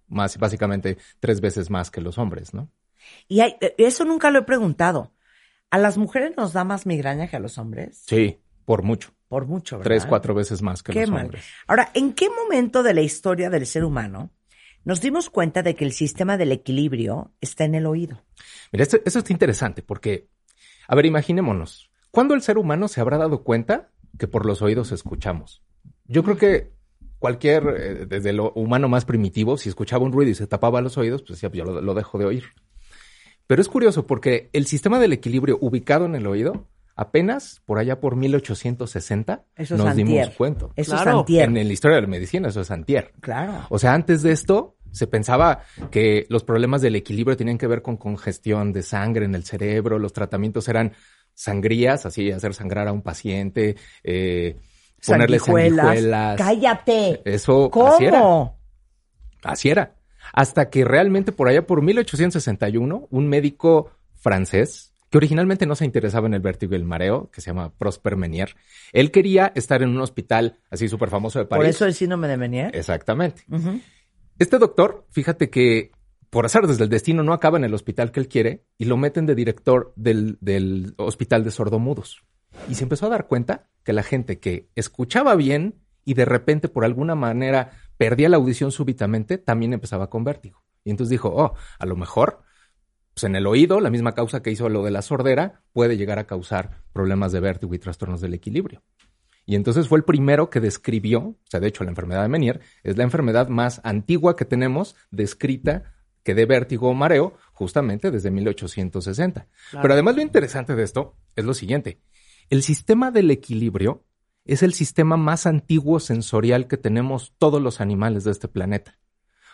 [SPEAKER 8] más básicamente tres veces más que los hombres, ¿no?
[SPEAKER 5] Y hay- eh, eso nunca lo he preguntado. ¿A las mujeres nos da más migraña que a los hombres?
[SPEAKER 8] Sí, por mucho.
[SPEAKER 5] Por mucho, ¿verdad?
[SPEAKER 8] Tres, cuatro veces más que
[SPEAKER 5] Qué
[SPEAKER 8] los
[SPEAKER 5] mal.
[SPEAKER 8] hombres.
[SPEAKER 5] Ahora, ¿en qué momento de la historia del ser humano nos dimos cuenta de que el sistema del equilibrio está en el oído?
[SPEAKER 8] Mira, esto, esto está interesante porque, a ver, imaginémonos, ¿cuándo el ser humano se habrá dado cuenta que por los oídos escuchamos? Yo creo que cualquier, eh, desde lo humano más primitivo, si escuchaba un ruido y se tapaba los oídos, pues decía, "Pues, yo lo, lo dejo de oír. Pero es curioso porque el sistema del equilibrio ubicado en el oído, apenas por allá por 1860,
[SPEAKER 5] Eso es
[SPEAKER 8] nos dimos
[SPEAKER 5] antier.
[SPEAKER 8] cuenta.
[SPEAKER 5] Eso es
[SPEAKER 6] Claro.
[SPEAKER 5] antier.
[SPEAKER 8] En la historia de la medicina, eso es antier.
[SPEAKER 5] Claro.
[SPEAKER 8] O sea, antes de esto se pensaba que los problemas del equilibrio tenían que ver con congestión de sangre en el cerebro, los tratamientos eran sangrías, así hacer sangrar a un paciente, eh, ponerle
[SPEAKER 5] Sanguijuelas.
[SPEAKER 8] sanguijuelas.
[SPEAKER 5] Cállate.
[SPEAKER 8] Eso así era.
[SPEAKER 5] ¿Cómo?
[SPEAKER 8] Así era. Hasta que realmente por allá por 1861, un médico francés que originalmente no se interesaba en el vértigo y el mareo, que se llama Prosper Menier, él quería estar en un hospital así súper famoso de París.
[SPEAKER 5] Por eso el síndrome de
[SPEAKER 8] Eh,
[SPEAKER 5] Menier.
[SPEAKER 8] Exactamente.
[SPEAKER 5] Ujú.
[SPEAKER 8] Este doctor, fíjate que por azar desde el destino no acaba en el hospital que él quiere y lo meten de director del, del hospital de sordomudos. Y se empezó a dar cuenta que la gente que escuchaba bien y de repente por alguna manera perdía la audición súbitamente, también empezaba con vértigo. Y entonces dijo, oh, a lo mejor pues en el oído, la misma causa que hizo lo de la sordera, puede llegar a causar problemas de vértigo y trastornos del equilibrio. Y entonces fue el primero que describió, o sea, de hecho la enfermedad de Menier es la enfermedad más antigua que tenemos descrita que dé vértigo o mareo, justamente desde 1860. Pero además lo interesante de esto es lo siguiente. El sistema del equilibrio es el sistema más antiguo sensorial que tenemos todos los animales de este planeta.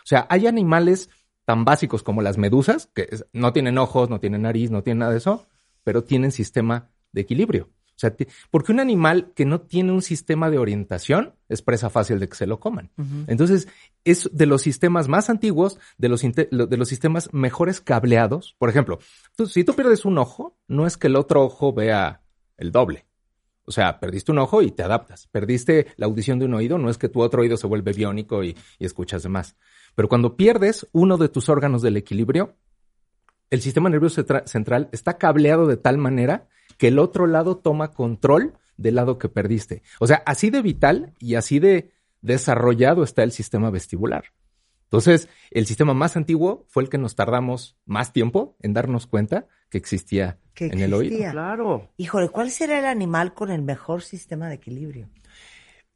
[SPEAKER 8] O sea, hay animales tan básicos como las medusas, que es- no tienen ojos, no tienen nariz, no tienen nada de eso, pero tienen sistema de equilibrio. O sea, ti- porque un animal que no tiene un sistema de orientación es presa fácil de que se lo coman. Entonces, es de los sistemas más antiguos, de los, inte- lo- de los sistemas mejores cableados. Por ejemplo, tú- si tú pierdes un ojo, no es que el otro ojo vea el doble. O sea, perdiste un ojo y te adaptas. Perdiste la audición de un oído, no es que tu otro oído se vuelve biónico y, y escuchas de más. Pero cuando pierdes uno de tus órganos del equilibrio, el sistema nervioso cetra- central está cableado de tal manera que el otro lado toma control del lado que perdiste. O sea, así de vital y así de desarrollado está el sistema vestibular. Entonces, el sistema más antiguo fue el que nos tardamos más tiempo en darnos cuenta que existía
[SPEAKER 5] Que
[SPEAKER 8] en el oído.
[SPEAKER 5] existía.
[SPEAKER 6] Claro.
[SPEAKER 5] Híjole, ¿cuál será el animal con el mejor sistema de equilibrio?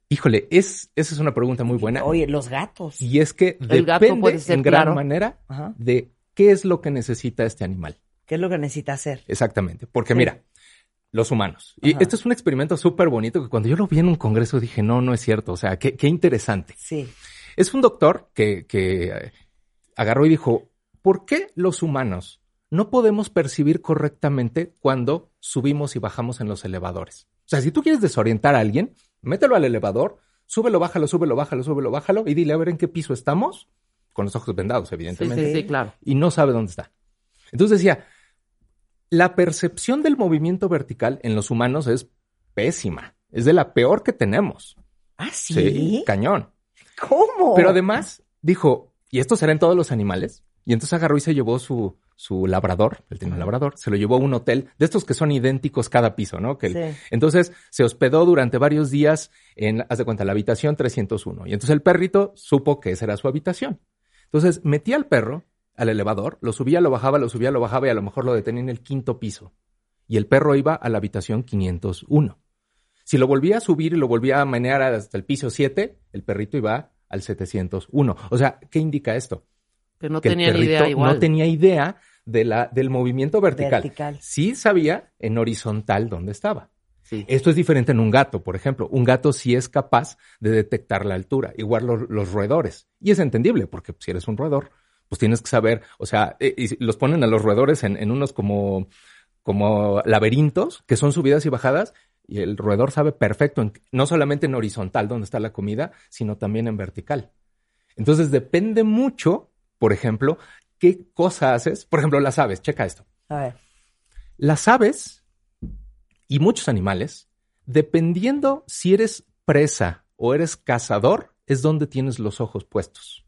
[SPEAKER 8] Híjole, es, esa es una pregunta muy buena.
[SPEAKER 5] Oye, los gatos.
[SPEAKER 8] Y es que
[SPEAKER 6] El gato
[SPEAKER 8] depende
[SPEAKER 6] puede ser,
[SPEAKER 8] en gran
[SPEAKER 6] claro.
[SPEAKER 8] manera
[SPEAKER 5] Ajá.
[SPEAKER 8] de qué es lo que necesita este animal.
[SPEAKER 5] ¿Qué es lo que necesita hacer?
[SPEAKER 8] Exactamente. Porque
[SPEAKER 5] Sí.
[SPEAKER 8] mira, los humanos. Y
[SPEAKER 5] Ajá.
[SPEAKER 8] este es un experimento súper bonito que cuando yo lo vi en un congreso dije, no, no es cierto. O sea, qué, qué interesante.
[SPEAKER 5] Sí.
[SPEAKER 8] Es un doctor que, que, eh, agarró y dijo, ¿por qué los humanos no podemos percibir correctamente cuando subimos y bajamos en los elevadores? O sea, si tú quieres desorientar a alguien, mételo al elevador, súbelo, bájalo, súbelo, bájalo, súbelo, bájalo y dile a ver en qué piso estamos, con los ojos vendados,
[SPEAKER 6] Sí,
[SPEAKER 8] evidentemente
[SPEAKER 6] sí, sí, claro.
[SPEAKER 8] y no sabe dónde está. Entonces decía, la percepción del movimiento vertical en los humanos es pésima, es de la peor que tenemos.
[SPEAKER 5] ¿Ah, sí?
[SPEAKER 8] Cañón.
[SPEAKER 5] ¿Cómo?
[SPEAKER 8] Pero además dijo, y esto será en todos los animales, Y entonces agarró y se llevó su, su labrador, él tenía un labrador, se lo llevó a un hotel, de estos que son idénticos cada piso, ¿no? Que el-
[SPEAKER 5] Sí.
[SPEAKER 8] Entonces se hospedó durante varios días en, haz de cuenta, la habitación 301. Y entonces el perrito supo que esa era su habitación. Entonces metía al perro al elevador, lo subía, lo bajaba, lo subía, lo bajaba y a lo mejor lo detenía en el quinto piso. Y el perro iba a la habitación 501. Si lo volvía a subir y lo volvía a menear hasta el piso 7, el perrito iba al 701. O sea, ¿qué indica esto?
[SPEAKER 6] Que no
[SPEAKER 8] que el
[SPEAKER 6] tenía ni idea
[SPEAKER 8] perrito
[SPEAKER 6] igual.
[SPEAKER 8] no tenía idea de la, del movimiento vertical.
[SPEAKER 5] Vertical.
[SPEAKER 8] Sí sabía en horizontal dónde estaba.
[SPEAKER 6] Sí.
[SPEAKER 8] Esto es diferente en un gato, por ejemplo. Un gato sí es capaz de detectar la altura, igual lo- los roedores. Y es entendible, porque si eres un roedor, pues tienes que saber, o sea, eh, y si- los ponen a los roedores en, en unos como, como laberintos, que son subidas y bajadas, y el roedor sabe perfecto, en- no solamente en horizontal, donde está la comida, sino también en vertical. Entonces depende mucho, por ejemplo, qué cosa haces. Por ejemplo, las aves, checa esto
[SPEAKER 5] A ver.
[SPEAKER 8] las aves y muchos animales, dependiendo si eres presa o eres cazador, es donde tienes los ojos puestos.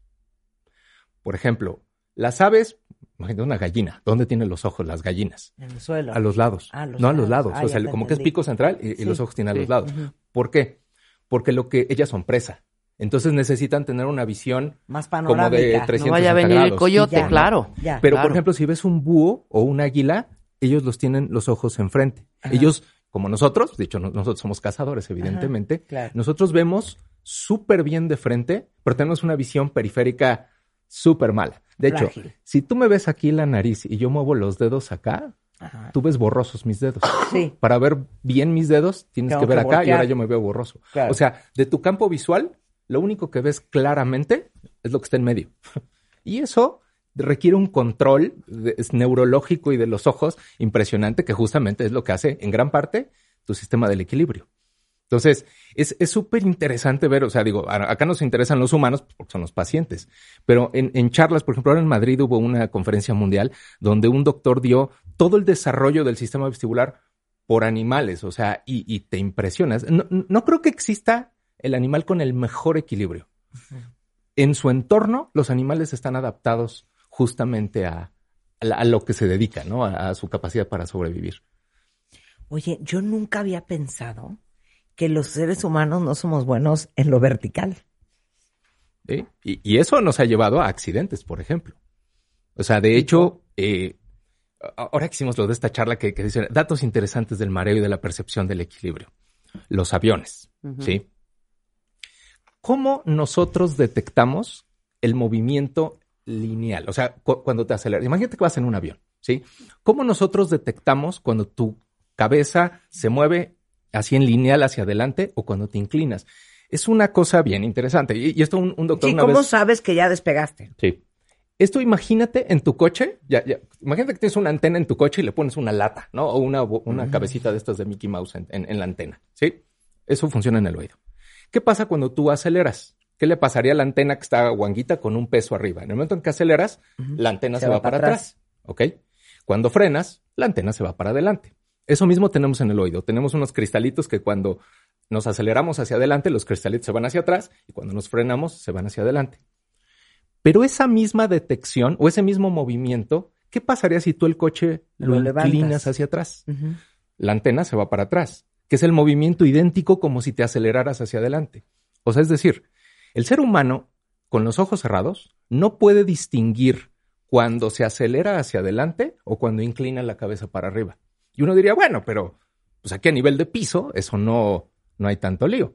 [SPEAKER 8] Por ejemplo, las aves, imagínate una gallina, ¿dónde tienen los ojos las gallinas?
[SPEAKER 5] En el suelo.
[SPEAKER 8] A los lados.
[SPEAKER 5] Ah, a los
[SPEAKER 8] no a los
[SPEAKER 5] lados.
[SPEAKER 8] lados.
[SPEAKER 5] Ah,
[SPEAKER 8] o
[SPEAKER 5] ya
[SPEAKER 8] sea,
[SPEAKER 5] te
[SPEAKER 8] como que es
[SPEAKER 5] entendí.
[SPEAKER 8] pico central y, y
[SPEAKER 5] Sí,
[SPEAKER 8] los ojos tienen a
[SPEAKER 6] sí.
[SPEAKER 8] los lados. ¿Por qué? Porque lo que ellas son presa. Entonces necesitan tener una visión
[SPEAKER 5] Más
[SPEAKER 8] como
[SPEAKER 5] panorámica.
[SPEAKER 8] de
[SPEAKER 6] No vaya
[SPEAKER 8] 360
[SPEAKER 6] a venir el
[SPEAKER 8] grados.
[SPEAKER 6] coyote,
[SPEAKER 5] Ya.
[SPEAKER 6] claro.
[SPEAKER 5] Ya.
[SPEAKER 8] Pero,
[SPEAKER 6] Claro.
[SPEAKER 8] por ejemplo, si ves un búho o un águila, ellos los tienen los ojos enfrente. Ellos, como nosotros, de hecho, no- nosotros somos cazadores, evidentemente,
[SPEAKER 5] claro.
[SPEAKER 8] nosotros vemos súper bien de frente, pero tenemos una visión periférica súper mala. De hecho,
[SPEAKER 5] Frágil.
[SPEAKER 8] si tú me ves aquí la nariz y yo muevo los dedos acá,
[SPEAKER 5] Ajá.
[SPEAKER 8] tú ves borrosos mis dedos.
[SPEAKER 5] Sí.
[SPEAKER 8] Para ver bien mis dedos, tienes
[SPEAKER 5] Tengo
[SPEAKER 8] que ver
[SPEAKER 5] que
[SPEAKER 8] acá y
[SPEAKER 5] voltear.
[SPEAKER 8] ahora yo me veo borroso.
[SPEAKER 5] Claro.
[SPEAKER 8] O sea, de tu campo visual, lo único que ves claramente es lo que está en medio. [LAUGHS] Y eso requiere un control de- es neurológico y de los ojos impresionante, que justamente es lo que hace en gran parte tu sistema del equilibrio. Entonces, es es súper interesante ver, o sea, digo, a- acá nos interesan los humanos porque son los pacientes, pero en, en charlas, por ejemplo, ahora en Madrid hubo una conferencia mundial donde un doctor dio todo el desarrollo del sistema vestibular por animales, o sea, y, y te impresionas. No, no creo que exista el animal con el mejor equilibrio. En su entorno, los animales están adaptados justamente a, a la- a lo que se dedica, ¿no? A, a su capacidad para sobrevivir.
[SPEAKER 5] Oye, yo nunca había pensado que los seres humanos no somos buenos en lo vertical.
[SPEAKER 8] ¿sí? Y, y eso nos ha llevado a accidentes, por ejemplo. O sea, de hecho, eh, a- ahora que hicimos lo de esta charla que, que dice datos interesantes del mareo y de la percepción del equilibrio. Los aviones,
[SPEAKER 6] Ujú.
[SPEAKER 8] ¿sí? ¿Cómo nosotros detectamos el movimiento lineal? O sea, cu- cuando te aceleras. Imagínate que vas en un avión, ¿sí? ¿Cómo nosotros detectamos cuando tu cabeza se mueve así en lineal hacia adelante o cuando te inclinas? Es una cosa bien interesante. Y, y esto un, un doctor
[SPEAKER 5] Sí,
[SPEAKER 8] una
[SPEAKER 5] ¿cómo
[SPEAKER 8] vez-
[SPEAKER 5] sabes que ya despegaste?
[SPEAKER 8] Sí. Esto imagínate en tu coche, ya, ya, imagínate que tienes una antena en tu coche y le pones una lata, ¿no? O una, bo- una cabecita de estas de Mickey Mouse en, en- en la antena, ¿sí? Eso funciona en el oído. ¿Qué pasa cuando tú aceleras? ¿Qué le pasaría a la antena que está guanguita con un peso arriba? En el momento en que aceleras, la antena se, va, para atrás. ¿ok? Cuando frenas, la antena se va para adelante. Eso mismo tenemos en el oído. Tenemos unos cristalitos que cuando nos aceleramos hacia adelante, los cristalitos se van hacia atrás y cuando nos frenamos, se van hacia adelante. Pero esa misma detección o ese mismo movimiento, ¿qué pasaría si tú el coche
[SPEAKER 5] Lo
[SPEAKER 8] lo,
[SPEAKER 5] levantas.
[SPEAKER 8] inclinas hacia atrás? La antena se va para atrás, que es el movimiento idéntico como si te aceleraras hacia adelante. O sea, es decir, el ser humano con los ojos cerrados no puede distinguir cuando se acelera hacia adelante o cuando inclina la cabeza para arriba. Y uno diría, bueno, pero pues aquí a nivel de piso eso no no hay tanto lío.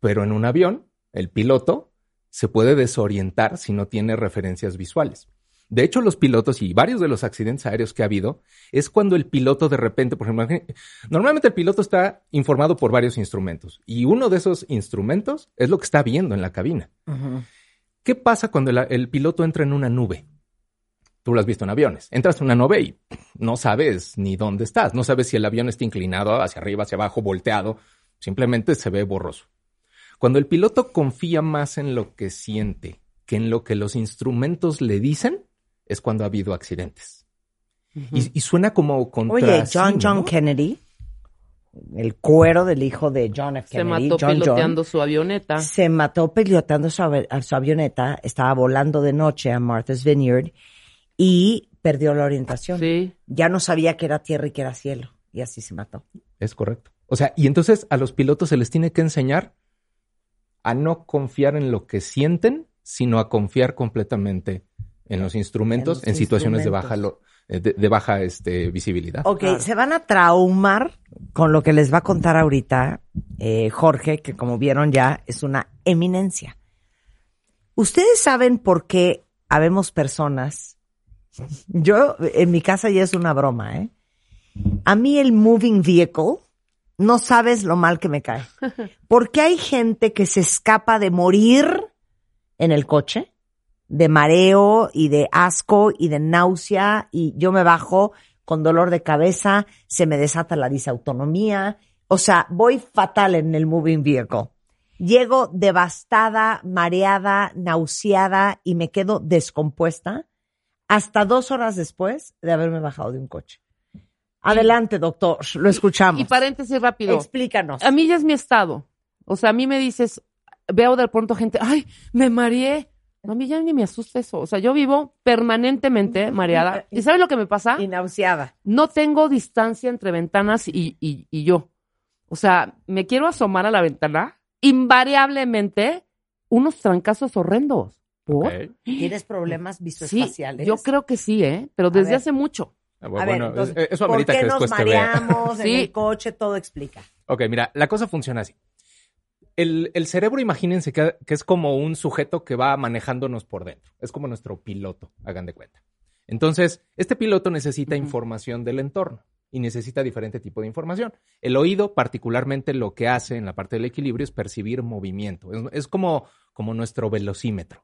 [SPEAKER 8] Pero en un avión, el piloto se puede desorientar si no tiene referencias visuales. De hecho, los pilotos y varios de los accidentes aéreos que ha habido es cuando el piloto de repente, por ejemplo, imagine- normalmente el piloto está informado por varios instrumentos y uno de esos instrumentos es lo que está viendo en la cabina. ¿Qué pasa cuando la- el piloto entra en una nube? Tú lo has visto en aviones. Entras en una nube y no sabes ni dónde estás. No sabes si el avión está inclinado hacia arriba, hacia abajo, volteado. Simplemente se ve borroso. Cuando el piloto confía más en lo que siente que en lo que los instrumentos le dicen, es cuando ha habido accidentes. y, y suena como contra...
[SPEAKER 5] Oye, John
[SPEAKER 8] sí,
[SPEAKER 5] John
[SPEAKER 8] ¿no?
[SPEAKER 5] Kennedy, el cuero del hijo de John F.
[SPEAKER 6] Se
[SPEAKER 5] Kennedy,
[SPEAKER 6] mató
[SPEAKER 5] John John,
[SPEAKER 6] piloteando su avioneta.
[SPEAKER 5] se mató pilotando su, ave- a su avioneta, estaba volando de noche a Martha's Vineyard y perdió la orientación.
[SPEAKER 6] Sí.
[SPEAKER 5] Ya no sabía que era tierra y que era cielo. Y así se mató.
[SPEAKER 8] Es correcto. O sea, y entonces a los pilotos se les tiene que enseñar a no confiar en lo que sienten, sino a confiar completamente en los instrumentos en,
[SPEAKER 5] En los
[SPEAKER 8] situaciones de
[SPEAKER 5] instrumentos.
[SPEAKER 8] baja lo- eh, de, de baja este, visibilidad.
[SPEAKER 5] Ok, se van a traumar con lo que les va a contar ahorita eh, Jorge, que como vieron ya es una eminencia. Ustedes saben por qué habemos personas. [LAUGHS] Yo, en mi casa ya es una broma, ¿eh? A mí el moving vehicle, no sabes lo mal que me cae. Porque hay gente que se escapa de morir en el coche, de mareo y de asco y de náusea, y yo me bajo con dolor de cabeza, se me desata la disautonomía. O sea, voy fatal en el moving vehicle. Llego devastada, mareada, nauseada y me quedo descompuesta hasta dos horas después de haberme bajado de un coche. Adelante, doctor, lo escuchamos.
[SPEAKER 6] Y paréntesis rápido.
[SPEAKER 5] Explícanos.
[SPEAKER 6] A mí ya es mi estado. O sea, a mí me dices, veo de pronto gente, ay, me mareé. No, a mí ya ni me asusta eso. O sea, yo vivo permanentemente
[SPEAKER 5] [LAUGHS]
[SPEAKER 6] mareada. ¿Y sabes lo que me pasa?
[SPEAKER 5] Y nauseada.
[SPEAKER 6] No tengo distancia entre ventanas y, y- y yo. O sea, me quiero asomar a la ventana, invariablemente, unos trancazos horrendos. ¿Por?
[SPEAKER 8] Ok.
[SPEAKER 5] ¿Tienes problemas
[SPEAKER 6] Sí,
[SPEAKER 5] visoespaciales?
[SPEAKER 6] yo creo que sí, ¿eh? Pero desde
[SPEAKER 5] ver.
[SPEAKER 6] hace mucho.
[SPEAKER 8] Ah,
[SPEAKER 5] A
[SPEAKER 8] bu-
[SPEAKER 5] ver,
[SPEAKER 8] bueno,
[SPEAKER 5] entonces,
[SPEAKER 8] es- eso
[SPEAKER 5] ¿por
[SPEAKER 8] amerita
[SPEAKER 5] qué
[SPEAKER 8] que
[SPEAKER 5] nos
[SPEAKER 8] después te vea.
[SPEAKER 5] mareamos en
[SPEAKER 6] Sí.
[SPEAKER 5] el coche? Todo explica.
[SPEAKER 8] Ok, mira, la cosa funciona así. El, el cerebro, imagínense que, que es como un sujeto que va manejándonos por dentro. Es como nuestro piloto, hagan de cuenta. Entonces, este piloto necesita
[SPEAKER 6] Ujú.
[SPEAKER 8] información del entorno y necesita diferente tipo de información. El oído, particularmente, lo que hace en la parte del equilibrio es percibir movimiento. Es, es como, como nuestro velocímetro.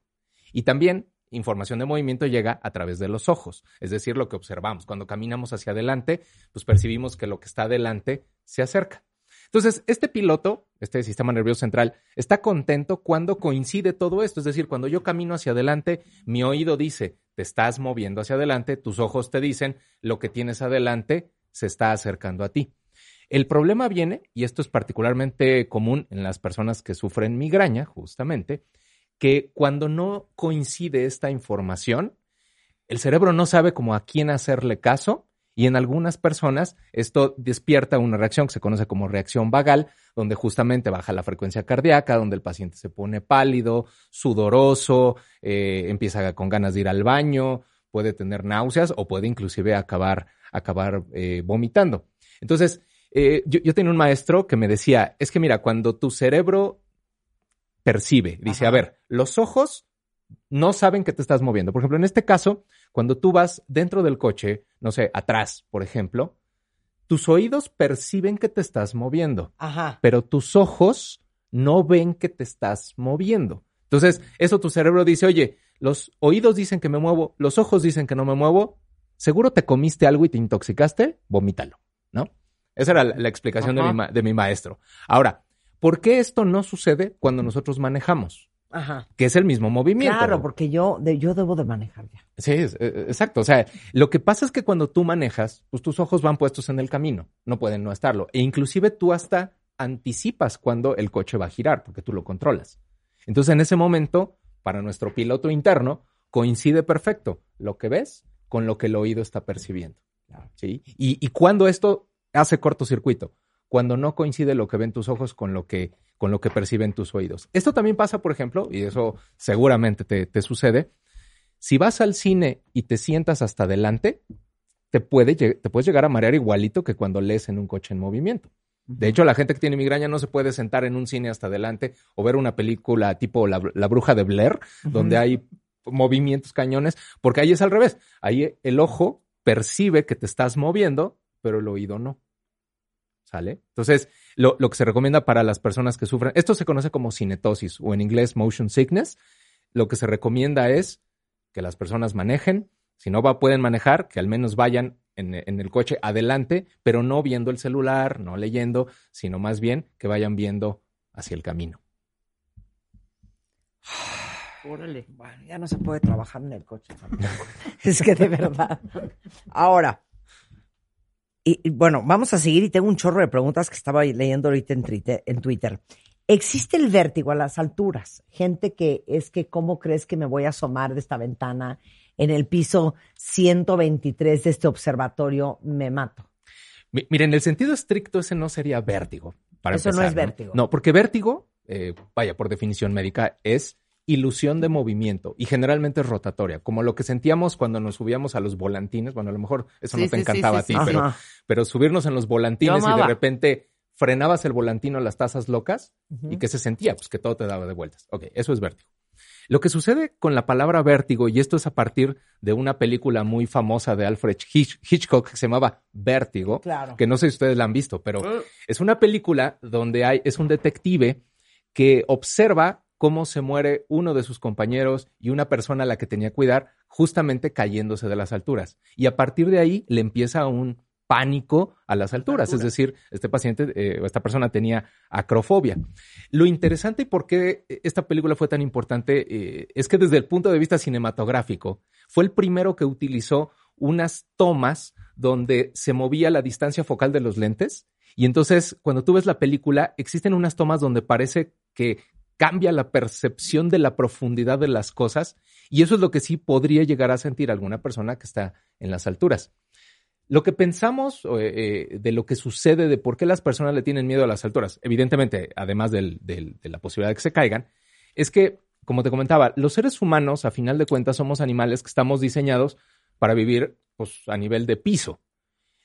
[SPEAKER 8] Y también información de movimiento llega a través de los ojos, es decir, lo que observamos. Cuando caminamos hacia adelante, pues percibimos que lo que está adelante se acerca. Entonces, este piloto, este sistema nervioso central, está contento cuando coincide todo esto. Es decir, cuando yo camino hacia adelante, mi oído dice, te estás moviendo hacia adelante, tus ojos te dicen, lo que tienes adelante se está acercando a ti. El problema viene, y esto es particularmente común en las personas que sufren migraña, justamente, que cuando no coincide esta información, el cerebro no sabe como a quién hacerle caso y en algunas personas esto despierta una reacción que se conoce como reacción vagal, donde justamente baja la frecuencia cardíaca, donde el paciente se pone pálido, sudoroso, eh, empieza con ganas de ir al baño, puede tener náuseas o puede inclusive acabar, acabar eh, vomitando. Entonces, eh, yo, yo tenía un maestro que me decía, es que mira, cuando tu cerebro percibe, dice, a ver, los ojos no saben que te estás moviendo. Por ejemplo, en este caso, cuando tú vas dentro del coche, no sé, atrás, por ejemplo, tus oídos perciben que te estás moviendo,
[SPEAKER 5] Ajá.
[SPEAKER 8] pero tus ojos no ven que te estás moviendo. Entonces, eso tu cerebro dice, oye, los oídos dicen que me muevo, los ojos dicen que no me muevo, seguro te comiste algo y te intoxicaste, vomítalo, ¿no? Esa era la, la explicación de
[SPEAKER 6] Ajá.
[SPEAKER 8] mi, ma- de mi maestro. Ahora, ¿por qué esto no sucede cuando nosotros manejamos?
[SPEAKER 5] Ajá.
[SPEAKER 8] Que es el mismo movimiento.
[SPEAKER 5] Claro, porque yo, de- yo debo de manejar ya.
[SPEAKER 8] Sí, es- eh, eh, exacto. O sea, lo que pasa es que cuando tú manejas, pues tus ojos van puestos en el camino, no pueden no estarlo. E inclusive tú hasta anticipas cuando el coche va a girar, porque tú lo controlas. Entonces, en ese momento, para nuestro piloto interno, coincide perfecto lo que ves con lo que el oído está percibiendo. ¿sí? Y, y cuando esto hace cortocircuito, cuando no coincide lo que ven tus ojos con lo que, con lo que perciben tus oídos. Esto también pasa, por ejemplo, y eso seguramente te- te sucede, si vas al cine y te sientas hasta adelante, te, puede, lle- te puedes llegar a marear igualito que cuando lees en un coche en movimiento. De hecho, la gente que tiene migraña no se puede sentar en un cine hasta adelante o ver una película tipo La, La Bruja de Blair, donde hay movimientos cañones, porque ahí es al revés. Ahí el ojo percibe que te estás moviendo, pero el oído no. ¿Sale? Entonces, lo, lo que se recomienda para las personas que sufren, esto se conoce como cinetosis o en inglés motion sickness. Lo que se recomienda es que las personas manejen. Si no va, pueden manejar, que al menos vayan en, en el coche adelante, pero no viendo el celular, no leyendo, sino más bien que vayan viendo hacia el camino.
[SPEAKER 6] Órale.
[SPEAKER 5] Bueno, ya no se puede trabajar en el coche. [LAUGHS] es que de verdad. Ahora. Y, y bueno, vamos a seguir y tengo un chorro de preguntas que estaba leyendo ahorita en, Twitter- en Twitter. ¿Existe el vértigo a las alturas? Gente que es que, ¿cómo crees que me voy a asomar de esta ventana? en el piso 123 de este observatorio me mato.
[SPEAKER 8] Mi- Mira, en el sentido estricto, ese no sería vértigo. Para
[SPEAKER 5] Eso no
[SPEAKER 8] empezar,
[SPEAKER 5] es vértigo.
[SPEAKER 8] No, porque vértigo, eh, vaya, por definición médica, es ilusión de movimiento y generalmente es rotatoria, como lo que sentíamos cuando nos subíamos a los volantines. Bueno, a lo mejor eso
[SPEAKER 6] Sí,
[SPEAKER 8] no te
[SPEAKER 6] sí, sí,
[SPEAKER 8] encantaba
[SPEAKER 6] sí,
[SPEAKER 8] a ti,
[SPEAKER 6] sí,
[SPEAKER 8] pero,
[SPEAKER 5] Ajá.
[SPEAKER 8] pero subirnos en los
[SPEAKER 6] Yo
[SPEAKER 8] volantines y de
[SPEAKER 6] amaba.
[SPEAKER 8] repente frenabas el volantino, las tazas locas y
[SPEAKER 5] Ujú.
[SPEAKER 8] que se sentía, pues que todo te daba de vueltas. Ok, eso es vértigo. Lo que sucede con la palabra vértigo, y esto es a partir de una película muy famosa de Alfred Hitch- Hitchcock que se llamaba Vértigo,
[SPEAKER 5] Claro.
[SPEAKER 8] que no sé si ustedes la han visto, pero es una película donde hay, es un detective que observa cómo se muere uno de sus compañeros y una persona a la que tenía que cuidar justamente cayéndose de las alturas. Y a partir de ahí le empieza un pánico a las alturas, es decir, este paciente, eh, esta persona tenía acrofobia. Lo interesante y por qué esta película fue tan importante eh, es que desde el punto de vista cinematográfico fue el primero que utilizó unas tomas donde se movía la distancia focal de los lentes y entonces cuando tú ves la película existen unas tomas donde parece que cambia la percepción de la profundidad de las cosas y eso es lo que sí podría llegar a sentir alguna persona que está en las alturas. Lo que pensamos o, eh, eh, de lo que sucede, de por qué las personas le tienen miedo a las alturas, evidentemente, además del- del- de la posibilidad de que se caigan, es que, como te comentaba, los seres humanos, a final de cuentas, somos animales que estamos diseñados para vivir pues, a nivel de piso.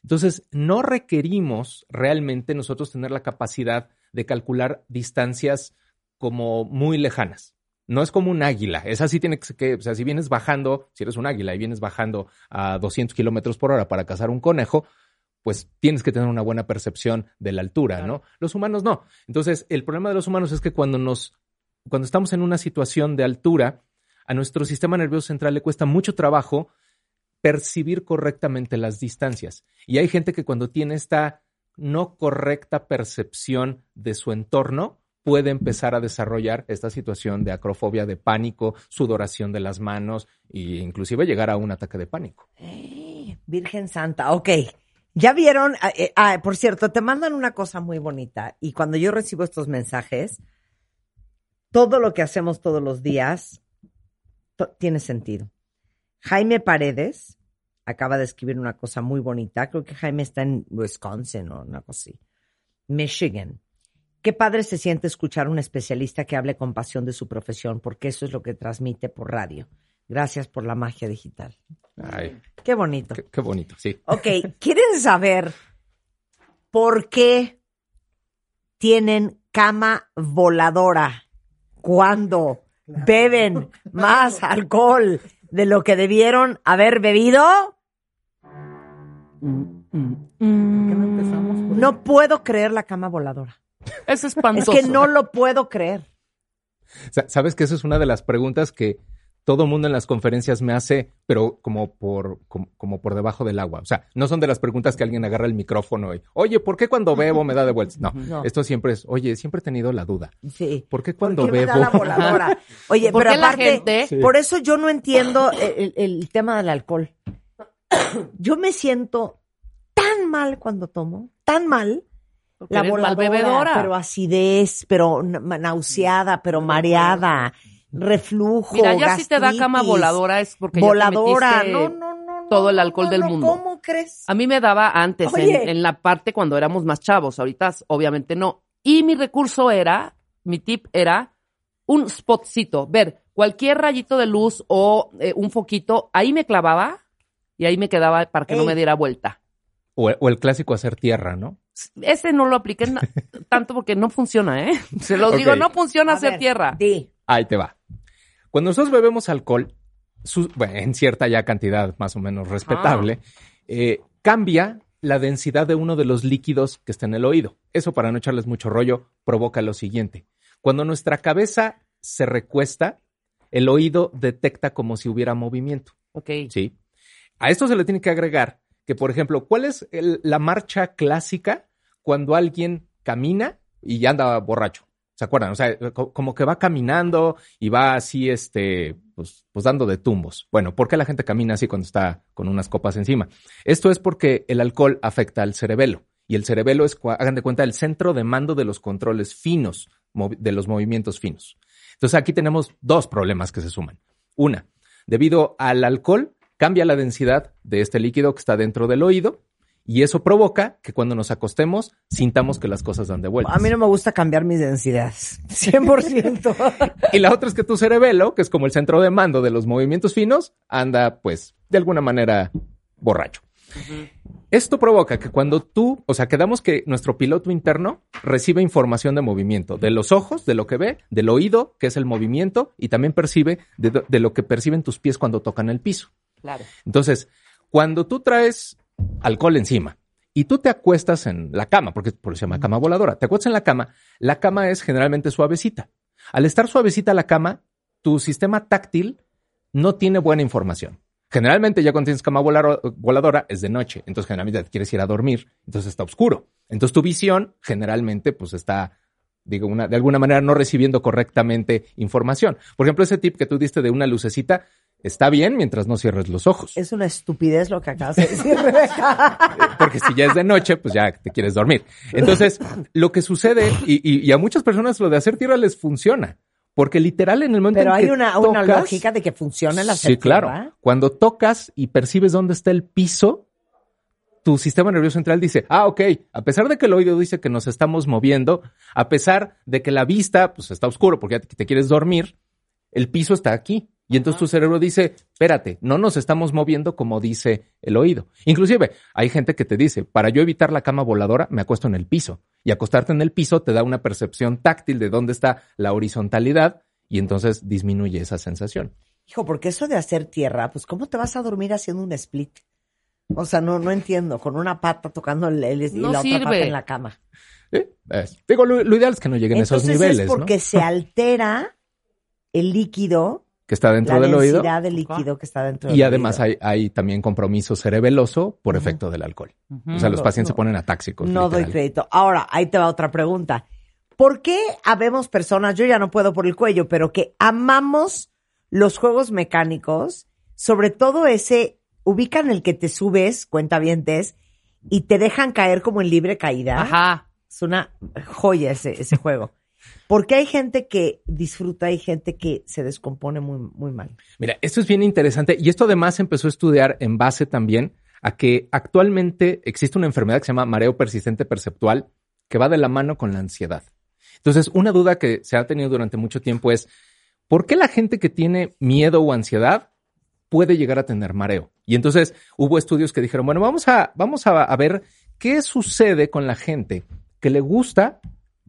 [SPEAKER 8] Entonces, no requerimos realmente nosotros tener la capacidad de calcular distancias como muy lejanas. No es como un águila, esa sí tiene que, que- o sea, si vienes bajando, si eres un águila y vienes bajando a 200 kilómetros por hora para cazar un conejo, pues tienes que tener una buena percepción de la altura, ¿no? Los humanos no. Entonces, el problema de los humanos es que cuando nos, cuando estamos en una situación de altura, a nuestro sistema nervioso central le cuesta mucho trabajo percibir correctamente las distancias. Y hay gente que cuando tiene esta no correcta percepción de su entorno, puede empezar a desarrollar esta situación de acrofobia, de pánico, sudoración de las manos e inclusive llegar a un ataque de pánico.
[SPEAKER 5] Eh, Virgen Santa, ok. Ya vieron, ah, eh, ah, por cierto, te mandan una cosa muy bonita y cuando yo recibo estos mensajes, todo lo que hacemos todos los días to- tiene sentido. Jaime Paredes acaba de escribir una cosa muy bonita, creo que Jaime está en Wisconsin o una cosa así, Michigan. Qué padre se siente escuchar a un especialista que hable con pasión de su profesión, porque eso es lo que transmite por radio. Gracias por la magia digital.
[SPEAKER 8] Ay,
[SPEAKER 5] Qué bonito.
[SPEAKER 8] qué, qué bonito, sí.
[SPEAKER 5] Ok, ¿quieren saber por qué tienen cama voladora cuando beben
[SPEAKER 6] [LAUGHS]
[SPEAKER 5] más alcohol de lo que debieron haber bebido?
[SPEAKER 6] no empezamos por ahí?
[SPEAKER 5] No puedo creer la cama voladora.
[SPEAKER 6] Mm. Es
[SPEAKER 5] Es
[SPEAKER 6] espantoso.
[SPEAKER 5] que no lo puedo creer.
[SPEAKER 8] Sa- Sabes que esa es una de las preguntas que todo mundo en las conferencias me hace, pero como por, como, como por debajo del agua. O sea, no son de las preguntas que alguien agarra el micrófono y, oye, ¿por qué cuando bebo me da de vueltas? No,
[SPEAKER 5] No.
[SPEAKER 8] esto siempre es, oye, siempre he tenido la duda.
[SPEAKER 5] Sí.
[SPEAKER 8] ¿Por qué
[SPEAKER 5] ¿Por
[SPEAKER 8] cuando
[SPEAKER 5] qué me
[SPEAKER 8] bebo?
[SPEAKER 5] da la voladora? Oye,
[SPEAKER 6] ¿Por
[SPEAKER 5] pero
[SPEAKER 6] qué la
[SPEAKER 5] aparte,
[SPEAKER 6] gente- Sí.
[SPEAKER 5] por eso yo no entiendo e-, el, el- el tema del alcohol. [COUGHS] Yo me siento tan mal cuando tomo, tan mal,
[SPEAKER 6] Porque
[SPEAKER 5] la
[SPEAKER 6] eres
[SPEAKER 5] voladora,
[SPEAKER 6] malbebedora.
[SPEAKER 5] pero acidez, pero na- ma- nauseada, pero mareada, reflujo,
[SPEAKER 6] Mira, ya si te da cama
[SPEAKER 5] gastritis,
[SPEAKER 6] voladora es porque ya te
[SPEAKER 5] voladora,
[SPEAKER 6] metiste-
[SPEAKER 5] no, no, no, no,
[SPEAKER 6] todo el alcohol
[SPEAKER 5] no,
[SPEAKER 6] del
[SPEAKER 5] no,
[SPEAKER 6] mundo.
[SPEAKER 5] ¿Cómo crees?
[SPEAKER 6] A mí me daba antes, en,
[SPEAKER 5] Oye.
[SPEAKER 6] en la parte cuando éramos más chavos, ahorita obviamente no. Y mi recurso era, mi tip era un spotcito, ver cualquier rayito de luz o eh, un foquito, ahí me clavaba y ahí me quedaba para que no
[SPEAKER 5] Ey.
[SPEAKER 6] me diera vuelta.
[SPEAKER 8] [LAUGHS] O, o el clásico hacer tierra, ¿no?
[SPEAKER 6] Ese no lo apliqué
[SPEAKER 5] [LAUGHS]
[SPEAKER 6] na- tanto porque no funciona, ¿eh? Se los
[SPEAKER 8] Ok.
[SPEAKER 6] digo, no funciona
[SPEAKER 5] A
[SPEAKER 6] hacer
[SPEAKER 5] ver,
[SPEAKER 6] tierra.
[SPEAKER 5] Di.
[SPEAKER 8] Ahí te va. Cuando nosotros bebemos alcohol, su- bueno, en cierta ya cantidad más o menos respetable,
[SPEAKER 5] Ah.
[SPEAKER 8] eh, cambia la densidad de uno de los líquidos que está en el oído. Eso, para no echarles mucho rollo, provoca lo siguiente. Cuando nuestra cabeza se recuesta, el oído detecta como si hubiera movimiento.
[SPEAKER 6] Ok.
[SPEAKER 8] Sí. A esto se le tiene que agregar que, por ejemplo, ¿cuál es el- la marcha clásica cuando alguien camina y ya anda borracho? ¿Se acuerdan? O sea, eh, co- como que va caminando y va así, este, pues, pues dando de tumbos. Bueno, ¿por qué la gente camina así cuando está con unas copas encima? Esto es porque el alcohol afecta al cerebelo. Y el cerebelo es, cua- hagan de cuenta, el centro de mando de los controles finos, movi- de los movimientos finos. Entonces aquí tenemos dos problemas que se suman. Una, Debido al alcohol, cambia la densidad de este líquido que está dentro del oído y eso provoca que cuando nos acostemos sintamos que las cosas dan de vuelta.
[SPEAKER 5] Pues, A mí no me gusta cambiar mis densidades. [LAUGHS] 100%.
[SPEAKER 8] Y la otra es que tu cerebelo, que es como el centro de mando de los movimientos finos, anda pues de alguna manera borracho. Esto provoca que cuando tú, o sea, quedamos que nuestro piloto interno recibe información de movimiento, de los ojos, de lo que ve, del oído, que es el movimiento, y también percibe de, de lo que perciben tus pies cuando tocan el piso.
[SPEAKER 6] Claro.
[SPEAKER 8] Entonces, cuando tú traes alcohol encima y tú te acuestas en la cama, porque por eso se llama cama voladora, te acuestas en la cama, la cama es generalmente suavecita. Al estar suavecita la cama, tu sistema táctil no tiene buena información. Generalmente ya cuando tienes cama volar- voladora es de noche, entonces generalmente te quieres ir a dormir, entonces está oscuro. Entonces tu visión generalmente pues está, digo, una, de alguna manera no recibiendo correctamente información. Por ejemplo, ese tip que tú diste de una lucecita está bien mientras no cierres los ojos.
[SPEAKER 5] Es una estupidez lo que acabas de decir, [LAUGHS] Rebeca.
[SPEAKER 8] porque si ya es de noche, pues ya te quieres dormir. Entonces, lo que sucede, y, y- y a muchas personas lo de hacer tierra les funciona, porque literal en el momento
[SPEAKER 5] Pero
[SPEAKER 8] en
[SPEAKER 5] hay
[SPEAKER 8] que
[SPEAKER 5] una, una
[SPEAKER 8] tocas-
[SPEAKER 5] lógica de que funciona la
[SPEAKER 8] Sí, claro. Cuando tocas y percibes dónde está el piso, tu sistema nervioso central dice, ah, ok, a pesar de que el oído dice que nos estamos moviendo, a pesar de que la vista pues está oscuro porque ya te, te quieres dormir, el piso está aquí. Y entonces tu cerebro dice, espérate, no nos estamos moviendo como dice el oído. Inclusive hay gente que te dice, para yo evitar la cama voladora, me acuesto en el piso. Y acostarte en el piso te da una percepción táctil de dónde está la horizontalidad y entonces disminuye esa sensación.
[SPEAKER 5] Hijo, porque eso de hacer tierra, pues ¿cómo te vas a dormir haciendo un split? O sea, no, no entiendo, con una pata tocando el, el- y
[SPEAKER 6] No
[SPEAKER 5] la otra pata
[SPEAKER 6] sirve.
[SPEAKER 5] en la cama.
[SPEAKER 8] Sí, es. Digo, lo, lo ideal es que no lleguen a esos
[SPEAKER 5] Entonces
[SPEAKER 8] niveles,
[SPEAKER 5] es
[SPEAKER 8] ¿no?
[SPEAKER 5] porque se altera el líquido,
[SPEAKER 8] Que está dentro
[SPEAKER 5] la
[SPEAKER 8] del oído.
[SPEAKER 5] densidad del líquido que está dentro del
[SPEAKER 8] Y además
[SPEAKER 5] oído.
[SPEAKER 8] hay, hay también compromiso cerebeloso por efecto del alcohol. O sea, los
[SPEAKER 5] No,
[SPEAKER 8] pacientes
[SPEAKER 5] no.
[SPEAKER 8] se ponen atáxicos.
[SPEAKER 5] No doy
[SPEAKER 8] literal.
[SPEAKER 5] crédito. Ahora, ahí te va otra pregunta. ¿Por qué habemos personas, yo ya no puedo por el cuello, pero que amamos los juegos mecánicos, sobre todo ese, ubican el que te subes, cuentavientes, y te dejan caer como en libre caída?
[SPEAKER 6] Ajá.
[SPEAKER 5] Es una joya ese, ese juego. Porque hay gente que disfruta y gente que se descompone muy, muy mal.
[SPEAKER 8] Mira, esto es bien interesante y esto además se empezó a estudiar en base también a que actualmente existe una enfermedad que se llama mareo persistente perceptual que va de la mano con la ansiedad. Entonces, una duda que se ha tenido durante mucho tiempo es, ¿por qué la gente que tiene miedo o ansiedad puede llegar a tener mareo? Y entonces hubo estudios que dijeron, bueno, vamos a, vamos a, a ver qué sucede con la gente que le gusta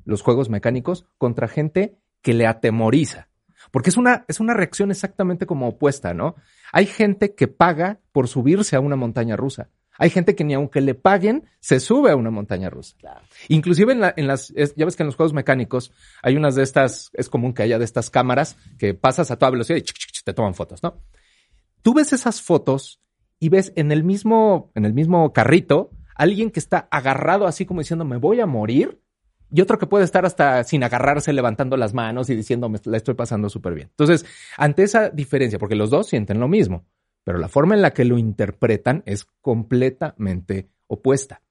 [SPEAKER 8] los juegos mecánicos contra gente que le atemoriza. Porque es una, es una reacción exactamente como opuesta, ¿no? Hay gente que paga por subirse a una montaña rusa. Hay gente que ni aunque le paguen, se sube a una montaña rusa. Inclusive en, la- en las, es- ya ves que en los juegos mecánicos hay unas de estas, es común que haya de estas cámaras que pasas a toda velocidad y chic, chic, chic, te toman fotos, ¿no? Tú ves esas fotos y ves en el mismo, en el mismo carrito, alguien que está agarrado así como diciendo, me voy a morir, y otro que puede estar hasta sin agarrarse, levantando las manos y diciendo, me la estoy pasando súper bien. Entonces, ante esa diferencia, porque los dos sienten lo mismo, pero la forma en la que lo interpretan es completamente opuesta.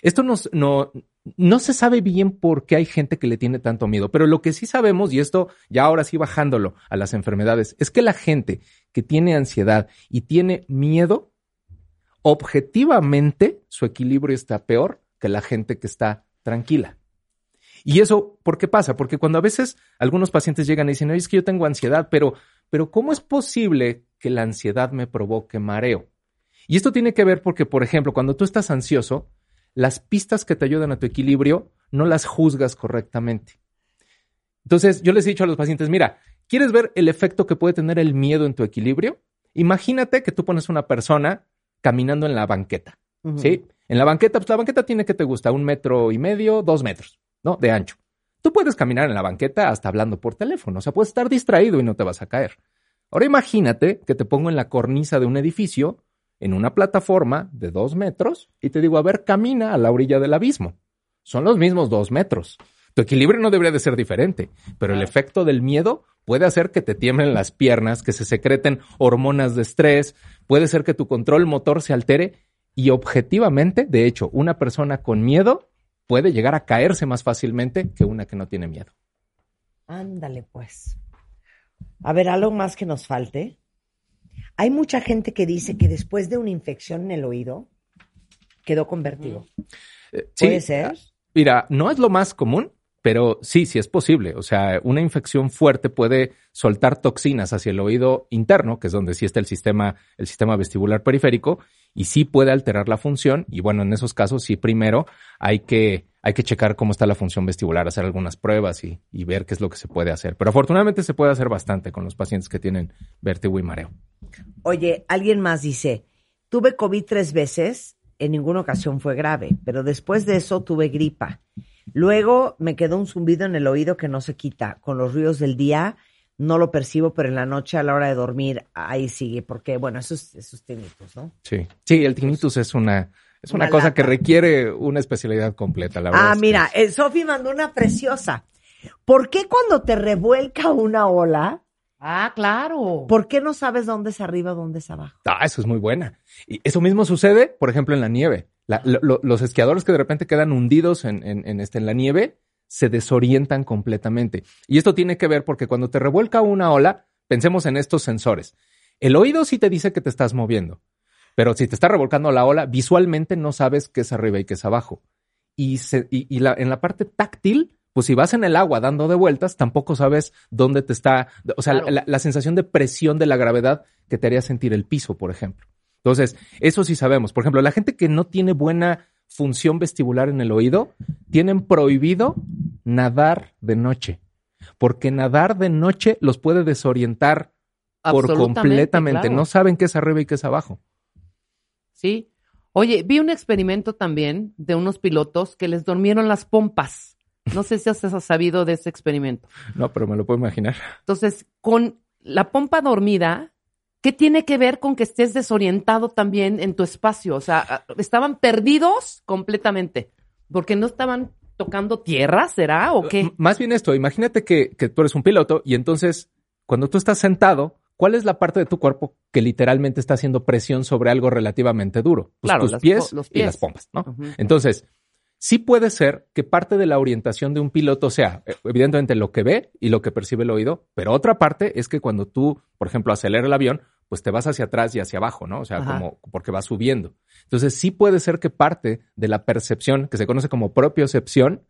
[SPEAKER 8] Esto nos, no, no se sabe bien por qué hay gente que le tiene tanto miedo, pero lo que sí sabemos, y esto ya ahora sí bajándolo a las enfermedades, es que la gente que tiene ansiedad y tiene miedo, objetivamente su equilibrio está peor que la gente que está tranquila. Y eso, ¿por qué pasa? Porque cuando a veces algunos pacientes llegan y dicen, oye, es que yo tengo ansiedad, pero, pero ¿cómo es posible que la ansiedad me provoque mareo? Y esto tiene que ver porque, por ejemplo, cuando tú estás ansioso, las pistas que te ayudan a tu equilibrio no las juzgas correctamente. Entonces, yo les he dicho a los pacientes, mira, ¿quieres ver el efecto que puede tener el miedo en tu equilibrio? Imagínate que tú pones una persona caminando en la banqueta.
[SPEAKER 5] Ujú.
[SPEAKER 8] ¿sí? En la banqueta, pues la banqueta tiene que te gusta un metro y medio, dos metros, ¿no? De ancho. Tú puedes caminar en la banqueta hasta hablando por teléfono, o sea, puedes estar distraído y no te vas a caer. Ahora imagínate que te pongo en la cornisa de un edificio, en una plataforma de dos metros, y te digo, a ver, camina a la orilla del abismo. Son los mismos dos metros. Tu equilibrio no debería de ser diferente, pero el efecto del miedo puede hacer que te tiemblen las piernas, que se secreten hormonas de estrés, puede ser que tu control motor se altere y objetivamente, de hecho, una persona con miedo puede llegar a caerse más fácilmente que una que no tiene miedo.
[SPEAKER 5] Ándale, pues. A ver, algo más que nos falte. Hay mucha gente que dice que después de una infección en el oído quedó convertido.
[SPEAKER 8] Eh, sí,
[SPEAKER 5] ¿Puede ser?
[SPEAKER 8] Mira, no es lo más común, pero sí, sí es posible. O sea, una infección fuerte puede soltar toxinas hacia el oído interno, que es donde sí está el sistema, el sistema vestibular periférico, y sí puede alterar la función. Y bueno, en esos casos sí primero hay que, hay que checar cómo está la función vestibular, hacer algunas pruebas y, y ver qué es lo que se puede hacer. Pero afortunadamente se puede hacer bastante con los pacientes que tienen vértigo y mareo.
[SPEAKER 5] Oye, alguien más dice, tuve COVID tres veces, en ninguna ocasión fue grave, pero después de eso tuve gripa. Luego me quedó un zumbido en el oído que no se quita. Con los ruidos del día no lo percibo, pero en la noche a la hora de dormir ahí sigue, porque bueno, esos, esos tinnitus, ¿no?
[SPEAKER 8] Sí. Sí, el tinnitus es una, es una,
[SPEAKER 5] Una
[SPEAKER 8] cosa
[SPEAKER 5] lata.
[SPEAKER 8] que requiere una especialidad completa, la verdad.
[SPEAKER 5] Ah,
[SPEAKER 8] es que
[SPEAKER 5] mira, eh, Sofi mandó una preciosa. ¿Por qué cuando te revuelca una ola,
[SPEAKER 6] Ah, claro.
[SPEAKER 5] por qué no sabes dónde es arriba, dónde es abajo?
[SPEAKER 8] Ah, eso es muy buena. Y eso mismo sucede, por ejemplo, en la nieve. La- lo- lo- los esquiadores que de repente quedan hundidos en, en- en este, en la nieve se desorientan completamente. Y esto tiene que ver porque cuando te revuelca una ola, pensemos en estos sensores. El oído sí te dice que te estás moviendo, pero si te está revolcando la ola, visualmente no sabes qué es arriba y qué es abajo. Y, se- y- y la- en la parte táctil, pues si vas en el agua dando de vueltas, tampoco sabes dónde te está, o sea,
[SPEAKER 6] Claro.
[SPEAKER 8] la- la sensación de presión de la gravedad que te haría sentir el piso, por ejemplo. Entonces, eso sí sabemos. Por ejemplo, la gente que no tiene buena función vestibular en el oído, tienen prohibido nadar de noche, porque nadar de noche los puede desorientar por
[SPEAKER 6] Absolutamente,
[SPEAKER 8] completamente.
[SPEAKER 6] claro.
[SPEAKER 8] No saben qué es arriba y qué es abajo.
[SPEAKER 6] Sí. Oye, vi un experimento también de unos pilotos que les durmieron las pompas. No sé si has [LAUGHS] has sabido de ese experimento.
[SPEAKER 8] No, pero me lo puedo imaginar.
[SPEAKER 6] Entonces, con la pompa dormida, ¿qué tiene que ver con que estés desorientado también en tu espacio? O sea, a- estaban perdidos completamente, porque no estaban tocando tierra, ¿será?
[SPEAKER 5] Uh,
[SPEAKER 6] ¿O [LAUGHS] qué?
[SPEAKER 8] M- Más bien esto, imagínate que, que tú eres un piloto y entonces cuando tú estás sentado, ¿cuál es la parte de tu cuerpo que literalmente está haciendo presión sobre algo relativamente duro? Pues
[SPEAKER 6] Claro,
[SPEAKER 8] tus
[SPEAKER 6] las
[SPEAKER 8] pies,
[SPEAKER 6] po- los
[SPEAKER 8] y
[SPEAKER 6] pies.
[SPEAKER 8] las pompas, ¿no?
[SPEAKER 6] Ujú.
[SPEAKER 8] Entonces, sí puede ser que parte de la orientación de un piloto sea, eh, evidentemente, lo que ve y lo que percibe el oído, pero otra parte es que cuando tú, por ejemplo, acelera el avión, pues te vas hacia atrás y hacia abajo, ¿no? O sea,
[SPEAKER 6] Ajá.
[SPEAKER 8] como porque va subiendo. Entonces, sí puede ser que parte de la percepción, que se conoce como propiocepción,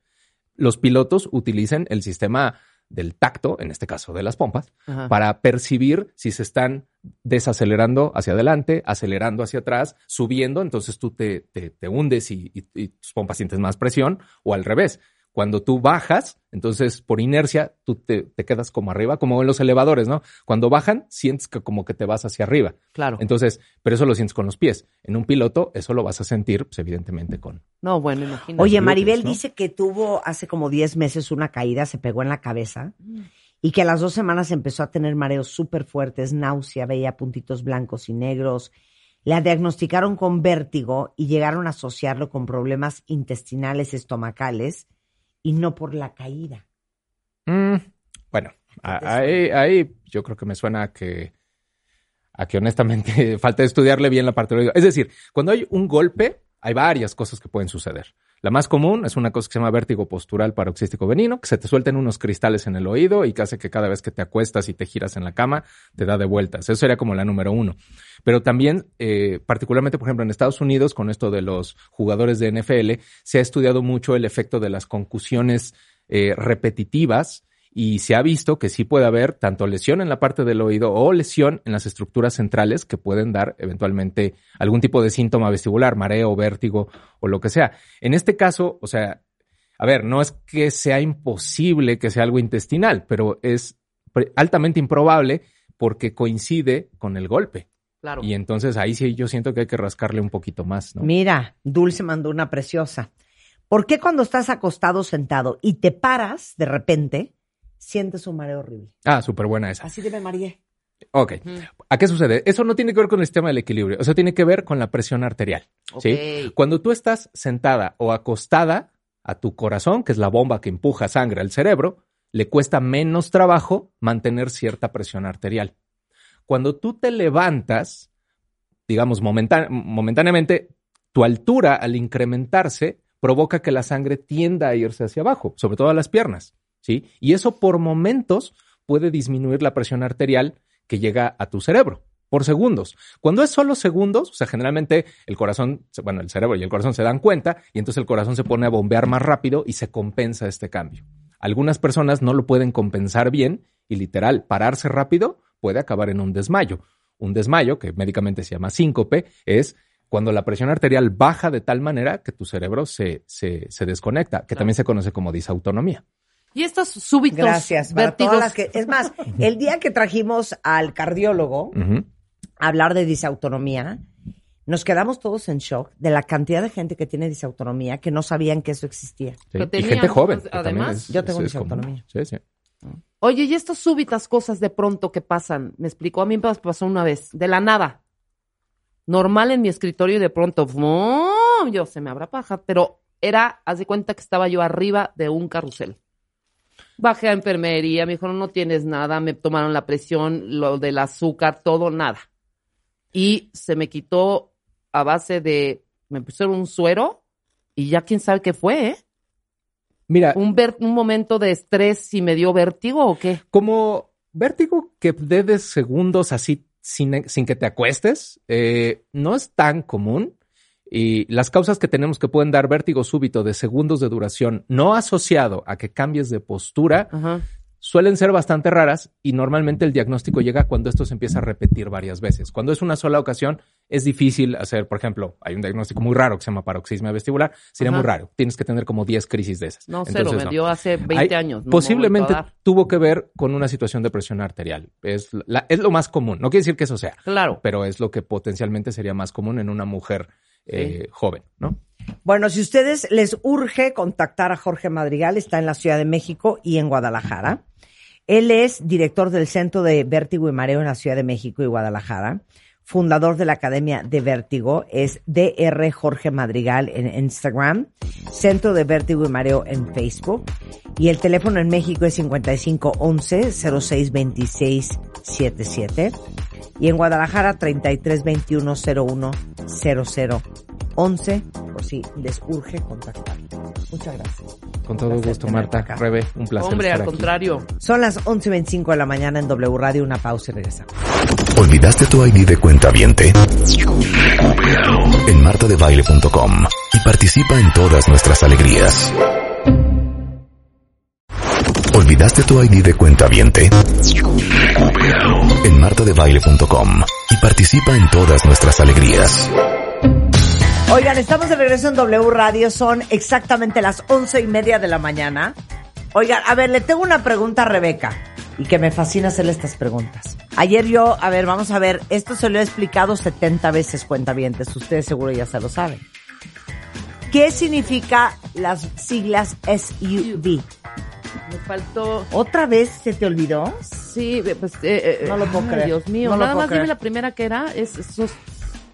[SPEAKER 8] los pilotos utilicen el sistema del tacto, en este caso de las pompas,
[SPEAKER 6] Ajá.
[SPEAKER 8] para percibir si se están desacelerando hacia adelante, acelerando hacia atrás, subiendo, entonces tú te, te- te hundes y, y- y tus pompas sientes más presión, o al revés. Cuando tú bajas, entonces por inercia tú te, te quedas como arriba, como en los elevadores, ¿no? Cuando bajan, sientes que como que te vas hacia arriba.
[SPEAKER 6] Claro.
[SPEAKER 8] Entonces, pero eso lo sientes con los pies. En un piloto, eso lo vas a sentir, pues evidentemente con.
[SPEAKER 6] No, bueno, imagínate.
[SPEAKER 5] Oye,
[SPEAKER 8] pilotos,
[SPEAKER 5] Maribel
[SPEAKER 8] ¿no?
[SPEAKER 5] dice que tuvo hace como 10 meses una caída, se pegó en la cabeza
[SPEAKER 6] Mm.
[SPEAKER 5] y que a las dos semanas empezó a tener mareos súper fuertes, náusea, veía puntitos blancos y negros. La diagnosticaron con vértigo y llegaron a asociarlo con problemas intestinales, estomacales y no por la caída.
[SPEAKER 8] Mm, bueno, a- ahí, ahí yo creo que me suena a que, a que honestamente [LAUGHS] falta estudiarle bien la parte del oído. Es decir, cuando hay un golpe, hay varias cosas que pueden suceder. La más común es una cosa que se llama vértigo postural paroxístico benigno, que se te suelten unos cristales en el oído y que hace que cada vez que te acuestas y te giras en la cama, te da de vueltas. Eso sería como la número uno. Pero también, eh, particularmente, por ejemplo, en Estados Unidos, con esto de los jugadores de NFL, se ha estudiado mucho el efecto de las concusiones eh, repetitivas y se ha visto que sí puede haber tanto lesión en la parte del oído o lesión en las estructuras centrales que pueden dar eventualmente algún tipo de síntoma vestibular, mareo, vértigo o lo que sea. En este caso, o sea, a ver, no es que sea imposible que sea algo intestinal, pero es pre- altamente improbable porque coincide con el golpe.
[SPEAKER 6] Claro.
[SPEAKER 8] Y entonces ahí sí yo siento que hay que rascarle un poquito más, ¿no?
[SPEAKER 5] Mira, Dulce mandó una preciosa. ¿Por qué cuando estás acostado sentado y te paras de repente, sientes un mareo horrible?
[SPEAKER 8] Ah, súper buena esa.
[SPEAKER 5] Así de me mareé.
[SPEAKER 8] Ok.
[SPEAKER 6] Ujú.
[SPEAKER 8] ¿A qué sucede? Eso no tiene que ver con el sistema del equilibrio, eso tiene que ver con la presión arterial. ¿sí?
[SPEAKER 6] Ok.
[SPEAKER 8] Cuando tú estás sentada o acostada a tu corazón, que es la bomba que empuja sangre al cerebro, le cuesta menos trabajo mantener cierta presión arterial. Cuando tú te levantas, digamos momentá- momentáneamente, tu altura al incrementarse provoca que la sangre tienda a irse hacia abajo, sobre todo a las piernas, ¿sí? Y eso por momentos puede disminuir la presión arterial que llega a tu cerebro. por segundos. Cuando es solo segundos, o sea, generalmente el corazón, se- bueno, el cerebro y el corazón se dan cuenta y entonces el corazón se pone a bombear más rápido y se compensa este cambio. Algunas personas no lo pueden compensar bien y literal, pararse rápido puede acabar en un desmayo. Un desmayo, que médicamente se llama síncope, es cuando la presión arterial baja de tal manera que tu cerebro se, se, se desconecta, que también se conoce como disautonomía.
[SPEAKER 6] Y estos súbitos
[SPEAKER 5] Gracias. Para
[SPEAKER 6] vértigos-
[SPEAKER 5] todas las que, es más, el día que trajimos al cardiólogo
[SPEAKER 8] Ujú.
[SPEAKER 5] a hablar de disautonomía, nos quedamos todos en shock de la cantidad de gente que tiene disautonomía que no sabían que eso existía.
[SPEAKER 8] Sí.
[SPEAKER 6] Que
[SPEAKER 8] Y
[SPEAKER 6] teníamos,
[SPEAKER 8] gente joven. que
[SPEAKER 6] además,
[SPEAKER 8] también es-
[SPEAKER 5] yo tengo
[SPEAKER 8] es- es
[SPEAKER 5] disautonomía.
[SPEAKER 8] común. Sí, sí.
[SPEAKER 6] Oye, y estas súbitas cosas de pronto que pasan, me explicó, a mí me pasó una vez, de la nada. Normal en mi escritorio y de pronto, ¡fum! yo se me habrá paja, pero era, haz de cuenta que estaba yo arriba de un carrusel. Bajé a enfermería, me dijeron, no tienes nada, me tomaron la presión, lo del azúcar, todo, nada. Y se me quitó a base de, me pusieron un suero y ya quién sabe qué fue, ¿eh?
[SPEAKER 8] Mira,
[SPEAKER 6] Un, ver- un momento de estrés y me dio vértigo o qué.
[SPEAKER 8] como vértigo que debes segundos así sin, sin que te acuestes, eh, no es tan común. Y las causas que tenemos que pueden dar vértigo súbito de segundos de duración no asociado a que cambies de postura
[SPEAKER 6] Ajá.
[SPEAKER 8] suelen ser bastante raras y normalmente el diagnóstico llega cuando esto se empieza a repetir varias veces. Cuando es una sola ocasión, es difícil hacer, por ejemplo, hay un diagnóstico muy raro que se llama paroxismo vestibular, sería
[SPEAKER 6] Ajá.
[SPEAKER 8] muy raro, tienes que tener como 10 crisis de esas.
[SPEAKER 6] No, cero,
[SPEAKER 8] Entonces,
[SPEAKER 6] me
[SPEAKER 8] no.
[SPEAKER 6] dio hace 20
[SPEAKER 8] Hay-
[SPEAKER 6] años. no me
[SPEAKER 8] Posiblemente
[SPEAKER 6] ha vuelto a dar.
[SPEAKER 8] tuvo que ver con una situación de presión arterial. Es, la- es lo más común, no quiere decir que eso sea,
[SPEAKER 6] Claro.
[SPEAKER 8] pero es lo que potencialmente sería más común en una mujer eh, joven, ¿no?
[SPEAKER 5] Bueno, si ustedes les urge contactar a Jorge Madrigal, está en la Ciudad de México y en Guadalajara. Él es director del Centro de Vértigo y Mareo en la Ciudad de México y Guadalajara, fundador de la Academia de Vértigo, es DR Jorge Madrigal en Instagram, Centro de Vértigo y Mareo en Facebook, y el teléfono en México es 5511 062677 y en Guadalajara 3321 01 00 11 por si les urge contactar. Muchas gracias.
[SPEAKER 8] Con todo
[SPEAKER 5] Placer
[SPEAKER 8] gusto,
[SPEAKER 5] tenerte
[SPEAKER 8] Marta.
[SPEAKER 5] acá.
[SPEAKER 8] Rebe, un placer.
[SPEAKER 6] Hombre,
[SPEAKER 8] estar
[SPEAKER 6] al
[SPEAKER 8] aquí.
[SPEAKER 6] contrario.
[SPEAKER 5] Son las 11.25 de la mañana en W Radio, una pausa y regresamos.
[SPEAKER 1] ¿Olvidaste tu ID de cuenta viente? En martadebaile.com y participa en todas nuestras alegrías. ¿Olvidaste tu ID de cuenta viente? En martadebaile.com y participa en todas nuestras alegrías.
[SPEAKER 5] Oigan, estamos de regreso en W Radio, son exactamente las once y media de la mañana. Oigan, a ver, le tengo una pregunta a Rebeca y que me fascina hacerle estas preguntas. Ayer yo, a ver, vamos a ver, esto se lo he explicado 70 veces, cuentavientes, ustedes seguro ya se lo saben. ¿Qué significa las siglas SUV?
[SPEAKER 6] Me faltó.
[SPEAKER 5] ¿Otra vez se te olvidó?
[SPEAKER 6] Sí, pues. eh, eh,
[SPEAKER 5] No lo puedo
[SPEAKER 6] ay,
[SPEAKER 5] creer.
[SPEAKER 6] Dios mío.
[SPEAKER 5] No lo
[SPEAKER 6] Nada
[SPEAKER 5] puedo
[SPEAKER 6] más dime
[SPEAKER 5] creer.
[SPEAKER 6] la primera que era. Es sos-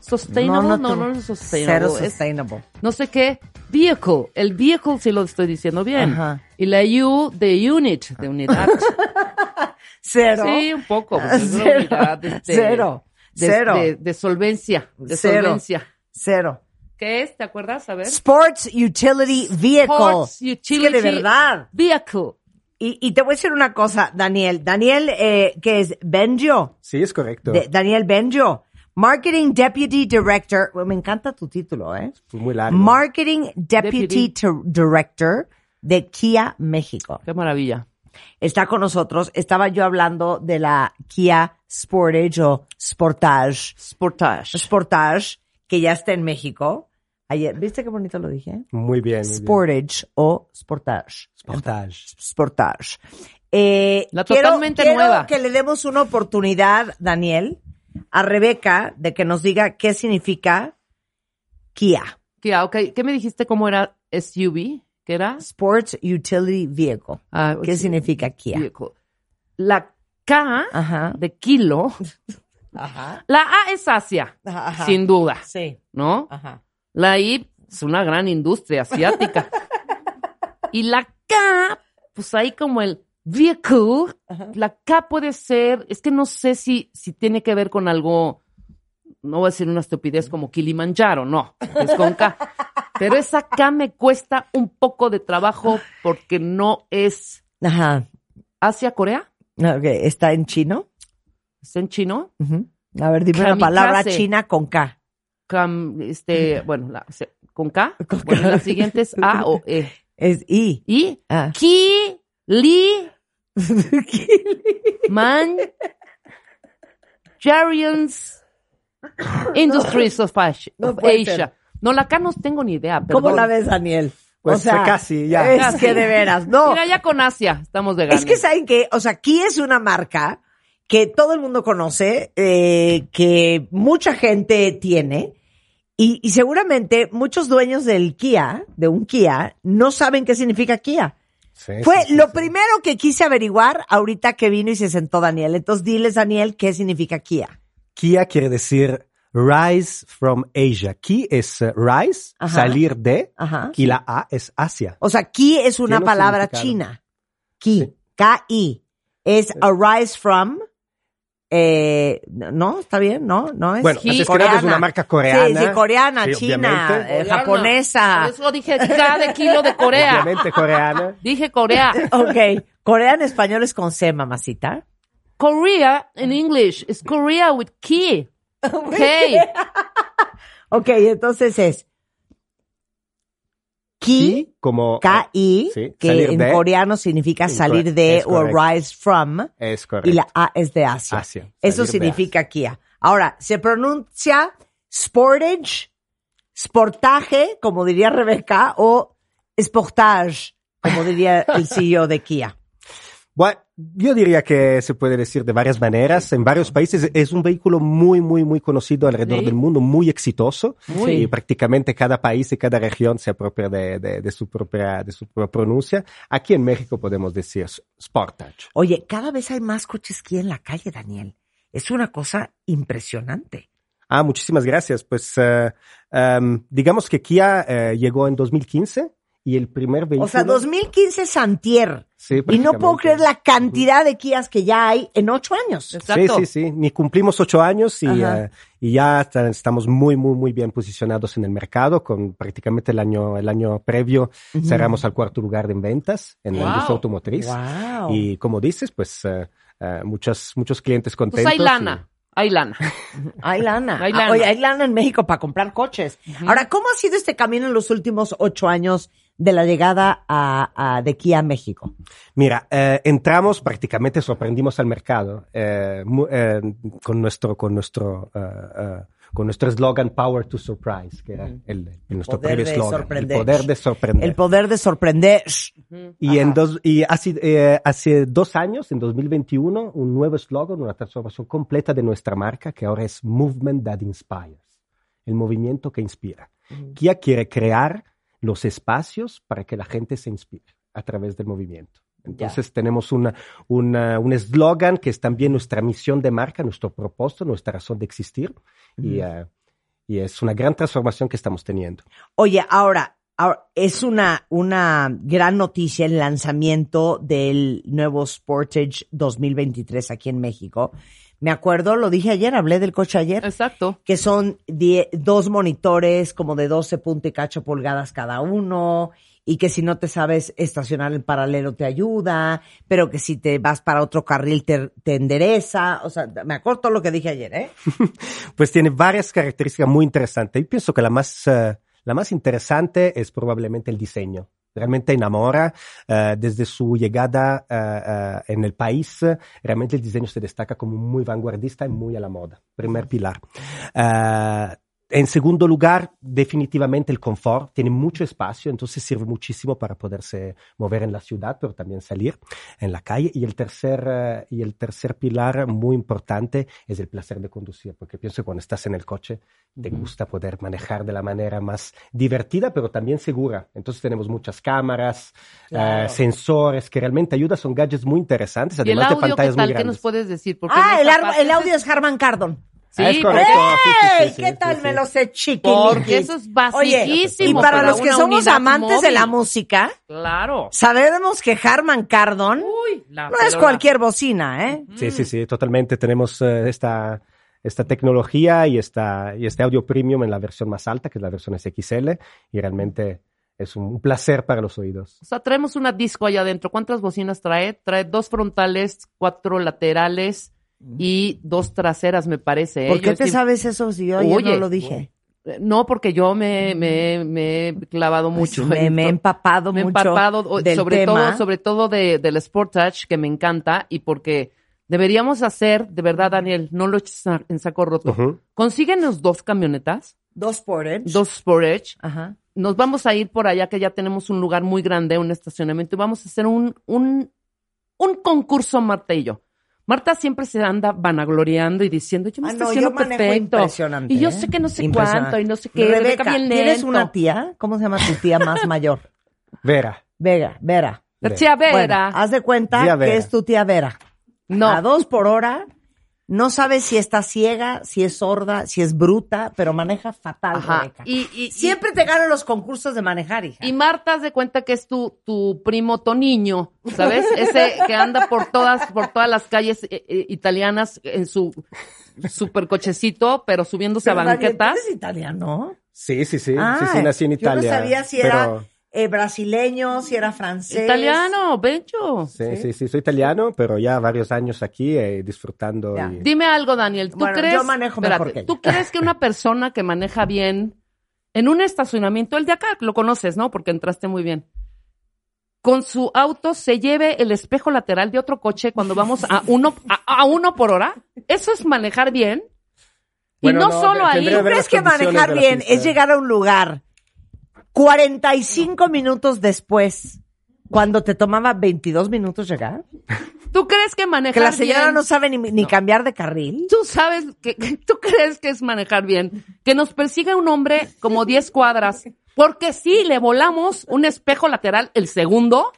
[SPEAKER 6] sustainable. No, no,
[SPEAKER 5] tú.
[SPEAKER 6] no, es sustainable.
[SPEAKER 5] Cero
[SPEAKER 6] es
[SPEAKER 5] sustainable.
[SPEAKER 6] no sé qué. Vehicle. El vehicle sí lo estoy diciendo bien.
[SPEAKER 5] Ajá.
[SPEAKER 6] Y la U de unit, de unidad.
[SPEAKER 5] [LAUGHS] Cero.
[SPEAKER 6] Sí, un poco. porque es una
[SPEAKER 5] Cero.
[SPEAKER 6] unidad,
[SPEAKER 5] [LAUGHS]
[SPEAKER 6] este,
[SPEAKER 5] Cero.
[SPEAKER 6] de-
[SPEAKER 5] Cero.
[SPEAKER 6] De, de solvencia. De
[SPEAKER 5] Cero.
[SPEAKER 6] solvencia.
[SPEAKER 5] Cero.
[SPEAKER 6] ¿Qué es? ¿Te acuerdas? A ver.
[SPEAKER 5] Sports Utility Vehicle.
[SPEAKER 6] ¿Eh? Sports
[SPEAKER 5] Es que de
[SPEAKER 6] Utility-
[SPEAKER 5] verdad.
[SPEAKER 6] Vehicle.
[SPEAKER 5] Y, y te voy a decir una cosa, Daniel. Daniel, eh, que es Benjo.
[SPEAKER 7] Sí, es correcto.
[SPEAKER 5] De- Daniel Benjo. Marketing Deputy Director. Bueno, me encanta tu título, ¿eh?
[SPEAKER 7] Fue muy largo.
[SPEAKER 5] Marketing Deputy,
[SPEAKER 6] Deputy.
[SPEAKER 5] T- Director de Kia México.
[SPEAKER 6] Qué maravilla.
[SPEAKER 5] Está con nosotros. Estaba yo hablando de la Kia Sportage o Sportage.
[SPEAKER 6] Sportage.
[SPEAKER 5] Sportage, que ya está en México. Ayer, ¿viste qué bonito lo dije?
[SPEAKER 7] muy bien. muy bien.
[SPEAKER 5] Sportage o Sportage.
[SPEAKER 7] Sportage.
[SPEAKER 5] Sportage. Eh,
[SPEAKER 6] La
[SPEAKER 5] quiero-
[SPEAKER 6] totalmente
[SPEAKER 5] quiero
[SPEAKER 6] nueva.
[SPEAKER 5] que le demos una oportunidad, Daniel, a Rebeca de que nos diga qué significa Kia,
[SPEAKER 6] Kia, ok. ¿Qué me dijiste cómo era SUV? ¿Qué era?
[SPEAKER 5] Sports Utility Vehicle.
[SPEAKER 6] Ah,
[SPEAKER 5] ¿Qué
[SPEAKER 6] sí,
[SPEAKER 5] significa Kia?
[SPEAKER 6] vehicle. La K
[SPEAKER 5] Ajá.
[SPEAKER 6] de kilo.
[SPEAKER 5] Ah. Ajá.
[SPEAKER 6] La A es Asia,
[SPEAKER 5] Ajá.
[SPEAKER 6] sin duda,
[SPEAKER 5] Sí.
[SPEAKER 6] ¿no?
[SPEAKER 5] Ajá.
[SPEAKER 6] La I es una gran
[SPEAKER 5] [LAUGHS]
[SPEAKER 6] industria asiática. y la K, pues ahí como el vehicle, la K puede ser, es que no sé si, si tiene que ver con algo, no voy a decir una estupidez como Kilimanjaro, no, es con K. Pero esa K me cuesta un poco de trabajo porque no es
[SPEAKER 5] Ajá.
[SPEAKER 6] Asia, Corea,
[SPEAKER 5] Ok, ¿Está en chino?
[SPEAKER 6] está en chino.
[SPEAKER 5] Ujú. A ver, dime una
[SPEAKER 6] Kamikaze.
[SPEAKER 5] palabra china con K.
[SPEAKER 6] Cam- este, bueno, la- se- con K.
[SPEAKER 5] Con
[SPEAKER 6] Bueno,
[SPEAKER 5] K.
[SPEAKER 6] la siguiente es A o E.
[SPEAKER 5] Es I.
[SPEAKER 6] Y
[SPEAKER 5] Ah.
[SPEAKER 6] Ki Li Man Jarians Industries of, Asia-
[SPEAKER 5] No
[SPEAKER 6] of
[SPEAKER 5] puede ser.
[SPEAKER 6] Asia. No, la K no tengo ni idea.
[SPEAKER 5] [LAUGHS] ¿Cómo
[SPEAKER 6] perdón.
[SPEAKER 5] la ves, Daniel?
[SPEAKER 9] Pues, casi, ya.
[SPEAKER 5] Es
[SPEAKER 6] Casi.
[SPEAKER 5] que de veras, no.
[SPEAKER 6] Mira, ya con Asia estamos de gane.
[SPEAKER 5] Es que saben que, o sea, aquí es una marca que todo el mundo conoce, eh, que mucha gente tiene. Y, y seguramente muchos dueños del Kia, de un Kia, no saben qué significa Kia. Fue lo primero que quise averiguar ahorita que vino y se sentó Daniel. Entonces, diles, Daniel, qué significa Kia.
[SPEAKER 8] Kia quiere decir rise from Asia. Ki es eh, rise,
[SPEAKER 5] Ajá.
[SPEAKER 8] salir de,
[SPEAKER 5] Ajá.
[SPEAKER 8] y la A es Asia.
[SPEAKER 5] O sea, Ki es una
[SPEAKER 8] Tiene un
[SPEAKER 5] palabra
[SPEAKER 8] significado.
[SPEAKER 5] china. Ki, K-I. Es arise from. eh, no, está bien, no, no es.
[SPEAKER 8] Bueno,
[SPEAKER 6] Ki,
[SPEAKER 8] estás creando pues, una marca coreana.
[SPEAKER 5] Sí, sí, coreana,
[SPEAKER 8] Sí,
[SPEAKER 5] china,
[SPEAKER 8] obviamente.
[SPEAKER 5] eh,
[SPEAKER 6] Coreana.
[SPEAKER 5] japonesa.
[SPEAKER 6] Por eso dije K de kilo de Corea.
[SPEAKER 8] Obviamente coreana.
[SPEAKER 6] Dije Corea.
[SPEAKER 5] Ok, coreana en español es con C, mamacita.
[SPEAKER 6] Korea in English is Korea with
[SPEAKER 5] [LAUGHS]
[SPEAKER 6] Ki. K.
[SPEAKER 5] Ok, entonces es Ki,
[SPEAKER 8] Ki como
[SPEAKER 5] K-I,
[SPEAKER 8] Sí,
[SPEAKER 5] que
[SPEAKER 8] salir
[SPEAKER 5] en
[SPEAKER 8] de.
[SPEAKER 5] coreano significa
[SPEAKER 8] Sí,
[SPEAKER 5] salir
[SPEAKER 8] corre-
[SPEAKER 5] de
[SPEAKER 8] es
[SPEAKER 5] o
[SPEAKER 8] correcto.
[SPEAKER 5] rise from.
[SPEAKER 8] es
[SPEAKER 5] Y
[SPEAKER 8] correcto.
[SPEAKER 5] la A es de Asia.
[SPEAKER 8] Asia,
[SPEAKER 5] Eso
[SPEAKER 8] salir de
[SPEAKER 5] significa Kia. Ahora, se pronuncia sportage, sportaje, como diría Rebeca, o sportage, como diría
[SPEAKER 8] [LAUGHS]
[SPEAKER 5] el CEO de Kia.
[SPEAKER 8] Bueno, yo diría que se puede decir de varias maneras. En varios países es un vehículo muy, muy, muy conocido alrededor
[SPEAKER 6] Sí.
[SPEAKER 8] del mundo, muy exitoso.
[SPEAKER 6] Muy.
[SPEAKER 8] Y prácticamente cada país y cada región se apropia de, de- de su propia, de su propia pronuncia. Aquí en México podemos decir Sportage.
[SPEAKER 5] Oye, cada vez hay más coches Kia en la calle, Daniel. Es una cosa impresionante.
[SPEAKER 8] Ah, muchísimas gracias. Pues eh, em, digamos que Kia eh, llegó en 2015 y el primer vehículo...
[SPEAKER 5] O sea, 2015 Santier.
[SPEAKER 8] Sí,
[SPEAKER 5] Y no puedo
[SPEAKER 8] prácticamente.
[SPEAKER 5] creer la cantidad de Kias que ya hay en ocho años.
[SPEAKER 6] Exacto.
[SPEAKER 8] Sí, sí, sí. Ni cumplimos ocho años y,
[SPEAKER 5] Ajá.
[SPEAKER 8] eh, y ya está- estamos muy, muy, muy bien posicionados en el mercado. Con prácticamente el año, el año previo cerramos al cuarto lugar en ventas en
[SPEAKER 6] Wow.
[SPEAKER 8] la industria automotriz.
[SPEAKER 5] Wow.
[SPEAKER 8] Y como dices, pues eh, eh, muchas, muchos clientes contentos.
[SPEAKER 6] Pues hay lana. Hay
[SPEAKER 8] [LAUGHS]
[SPEAKER 6] lana.
[SPEAKER 5] Hay lana.
[SPEAKER 6] Hay lana.
[SPEAKER 5] Ah, Oye, hay lana en México para comprar coches. Ahora, ¿cómo ha sido este camino en los últimos ocho años de la llegada a, a- de Kia a México?
[SPEAKER 8] y- mira, eh, entramos, prácticamente sorprendimos al mercado eh, mu- eh, con nuestro, con nuestro, eh, eh, con nuestro eslogan Power to Surprise, que era el, el- nuestro
[SPEAKER 5] Poder
[SPEAKER 8] previo
[SPEAKER 5] de
[SPEAKER 8] eslogan. El
[SPEAKER 5] sorprender.
[SPEAKER 8] poder de sorprender.
[SPEAKER 5] El poder de sorprender.
[SPEAKER 8] Y en dos, y hace, eh, hace dos años, en 2021, un nuevo eslogan, una transformación completa de nuestra marca, que ahora es Movement That Inspires, el movimiento que inspira. Kia quiere crear los espacios para que la gente se inspire a través del movimiento. Entonces tenemos una, una- un eslogan que es también nuestra misión de marca, nuestro propósito, nuestra razón de existir. y, eh, y es una gran transformación que estamos teniendo.
[SPEAKER 5] Oye, ahora, ahora, es una, una gran noticia el lanzamiento del nuevo Sportage 2023 aquí en México. Me acuerdo, lo dije ayer, hablé del coche
[SPEAKER 6] Ah,
[SPEAKER 5] ayer,
[SPEAKER 6] Exacto.
[SPEAKER 5] que son die- dos monitores como de 12 punto y cacho pulgadas cada uno, y que si no te sabes estacionar en paralelo te ayuda, pero que si te vas para otro carril te, te endereza. O sea, me acuerdo todo lo que dije ayer, ¿eh?
[SPEAKER 8] Pues tiene varias características muy interesantes. Yo pienso que la más, eh, la más interesante es probablemente el diseño. Realmente enamora eh, desde su llegada eh, eh, en el país. eh, Realmente el diseño se destaca como muy vanguardista y muy a la moda. Primer pilar. Eh, en segundo lugar, definitivamente el confort. Tiene mucho espacio, entonces sirve muchísimo para poderse mover en la ciudad, pero también salir en la calle. Y el tercer, eh, y el tercer pilar muy importante es el placer de conducir, porque pienso que cuando estás en el coche te gusta poder manejar de la manera más divertida, pero también segura. Entonces tenemos muchas cámaras, eh,
[SPEAKER 5] Claro.
[SPEAKER 8] sensores que realmente ayudan. Son gadgets muy interesantes,
[SPEAKER 6] Y el
[SPEAKER 8] además de
[SPEAKER 6] audio, ¿qué
[SPEAKER 8] pantallas muy
[SPEAKER 6] tal? ¿Qué nos
[SPEAKER 8] grandes.
[SPEAKER 6] puedes decir? Porque
[SPEAKER 5] Ah,
[SPEAKER 6] no
[SPEAKER 5] el,
[SPEAKER 6] está
[SPEAKER 5] arma-
[SPEAKER 6] fácil.
[SPEAKER 5] el audio es Harman Cardon.
[SPEAKER 6] Sí,
[SPEAKER 8] Ah, es
[SPEAKER 6] porque-
[SPEAKER 8] correcto. Sí, sí,
[SPEAKER 5] ¡Ey!
[SPEAKER 8] sí,
[SPEAKER 5] ¿Qué
[SPEAKER 8] sí,
[SPEAKER 5] tal
[SPEAKER 8] sí.
[SPEAKER 5] me lo sé, chiqui?
[SPEAKER 6] Porque eso es
[SPEAKER 5] Y
[SPEAKER 6] basiquísimo.
[SPEAKER 5] para los que
[SPEAKER 6] una
[SPEAKER 5] somos
[SPEAKER 6] unidad
[SPEAKER 5] amantes de la
[SPEAKER 6] móvil.
[SPEAKER 5] música,
[SPEAKER 6] Claro.
[SPEAKER 5] sabemos que Harman Kardon
[SPEAKER 6] Uy, la
[SPEAKER 5] no es
[SPEAKER 6] pelona.
[SPEAKER 5] cualquier bocina, ¿eh?
[SPEAKER 8] Sí, sí, sí, totalmente. Tenemos eh, esta, esta tecnología y, esta, y este audio premium en la versión más alta, que es la versión SXL, y realmente es un, un placer para los oídos.
[SPEAKER 6] O sea, traemos una disco allá adentro. ¿Cuántas bocinas trae? Trae dos frontales, cuatro laterales y dos traseras, me parece. ¿eh?
[SPEAKER 5] ¿Por qué
[SPEAKER 6] Yo
[SPEAKER 5] te
[SPEAKER 6] sí-
[SPEAKER 5] sabes eso si yo ayer no
[SPEAKER 6] Oye.
[SPEAKER 5] lo dije?
[SPEAKER 6] Eh, No, porque yo me, me, me he clavado mucho.
[SPEAKER 5] Pues me,
[SPEAKER 6] en
[SPEAKER 5] me he
[SPEAKER 6] to-
[SPEAKER 5] empapado
[SPEAKER 6] me he
[SPEAKER 5] mucho
[SPEAKER 6] empapado, o-
[SPEAKER 5] del
[SPEAKER 6] sobre
[SPEAKER 5] tema.
[SPEAKER 6] todo, sobre todo de, del Sportage, que me encanta, y porque deberíamos hacer, de verdad, Daniel, no lo eches a- en saco roto.
[SPEAKER 10] Ujú.
[SPEAKER 6] Consíguenos dos camionetas,
[SPEAKER 5] Dos ¿eh? porridge.
[SPEAKER 6] dos Sportage.
[SPEAKER 5] Ajá.
[SPEAKER 6] Nos vamos a ir por allá, que ya tenemos un lugar muy grande, un estacionamiento, y vamos a hacer un, un, un concurso, Marta y yo. Marta siempre se anda vanagloriando y diciendo, yo me
[SPEAKER 5] Ah, no,
[SPEAKER 6] estaciono
[SPEAKER 5] yo manejo
[SPEAKER 6] perfecto.
[SPEAKER 5] impresionante.
[SPEAKER 6] Y yo
[SPEAKER 5] ¿eh?
[SPEAKER 6] sé que no sé
[SPEAKER 5] Impresionante.
[SPEAKER 6] cuánto, y no sé qué.
[SPEAKER 5] Rebeca,
[SPEAKER 6] Rebeca, bien
[SPEAKER 5] ¿tienes
[SPEAKER 6] lento.
[SPEAKER 5] una tía? ¿Cómo se llama tu tía
[SPEAKER 6] [LAUGHS]
[SPEAKER 5] más mayor?
[SPEAKER 10] Vera.
[SPEAKER 5] Vega, Vera.
[SPEAKER 6] La tía Vera.
[SPEAKER 5] Bueno, haz de cuenta
[SPEAKER 10] Tía Vera.
[SPEAKER 5] que es tu tía Vera.
[SPEAKER 6] no.
[SPEAKER 5] A dos por hora. No sabes si está ciega, si es sorda, si es bruta, pero maneja fatal,
[SPEAKER 6] Ajá.
[SPEAKER 5] Rebeca.
[SPEAKER 6] Y, y,
[SPEAKER 5] Siempre te ganan los concursos de manejar, hija.
[SPEAKER 6] y, y Marta haz de cuenta que es tu, tu primo Toniño, ¿sabes? Ese que anda por todas, por todas las calles eh, eh, italianas en su super cochecito, pero subiéndose
[SPEAKER 5] Pero,
[SPEAKER 6] a
[SPEAKER 5] Daniel, ¿tú
[SPEAKER 6] banquetas.
[SPEAKER 5] eres italiano?
[SPEAKER 10] Sí, sí, sí.
[SPEAKER 5] Ah,
[SPEAKER 10] sí, sí, nací en Italia.
[SPEAKER 5] Yo no sabía si
[SPEAKER 10] pero-
[SPEAKER 5] era eh, brasileño, si era francés.
[SPEAKER 6] Italiano, Bencho.
[SPEAKER 10] Sí, sí, sí, soy italiano, pero ya varios años aquí eh, disfrutando.
[SPEAKER 5] Ya.
[SPEAKER 10] y-
[SPEAKER 6] Dime algo, Daniel. ¿Tú
[SPEAKER 5] Bueno,
[SPEAKER 6] crees?
[SPEAKER 5] yo manejo mejor que ella.
[SPEAKER 6] ¿Tú crees que una persona que maneja bien en un estacionamiento, el de acá lo conoces, ¿no? Porque entraste muy bien. Con su auto se lleve el espejo lateral de otro coche cuando vamos a uno a, a uno por hora. Eso es manejar bien. Y
[SPEAKER 10] Bueno,
[SPEAKER 6] no,
[SPEAKER 10] no,
[SPEAKER 6] solo
[SPEAKER 10] te-
[SPEAKER 6] ahí.
[SPEAKER 10] tendría
[SPEAKER 5] ¿Tú
[SPEAKER 10] ver
[SPEAKER 5] crees
[SPEAKER 10] las
[SPEAKER 5] que
[SPEAKER 10] condiciones
[SPEAKER 5] manejar
[SPEAKER 10] de la
[SPEAKER 5] bien
[SPEAKER 10] pista.
[SPEAKER 5] es llegar a un lugar 45 minutos después cuando te tomaba 22 minutos llegar?
[SPEAKER 6] ¿Tú crees que manejar
[SPEAKER 5] Que la señora
[SPEAKER 6] bien?
[SPEAKER 5] no sabe ni, ni cambiar de carril.
[SPEAKER 6] Tú sabes que que- tú crees que es manejar bien. Que nos persiga un hombre como 10 cuadras. Porque sí, le volamos un espejo lateral el segundo,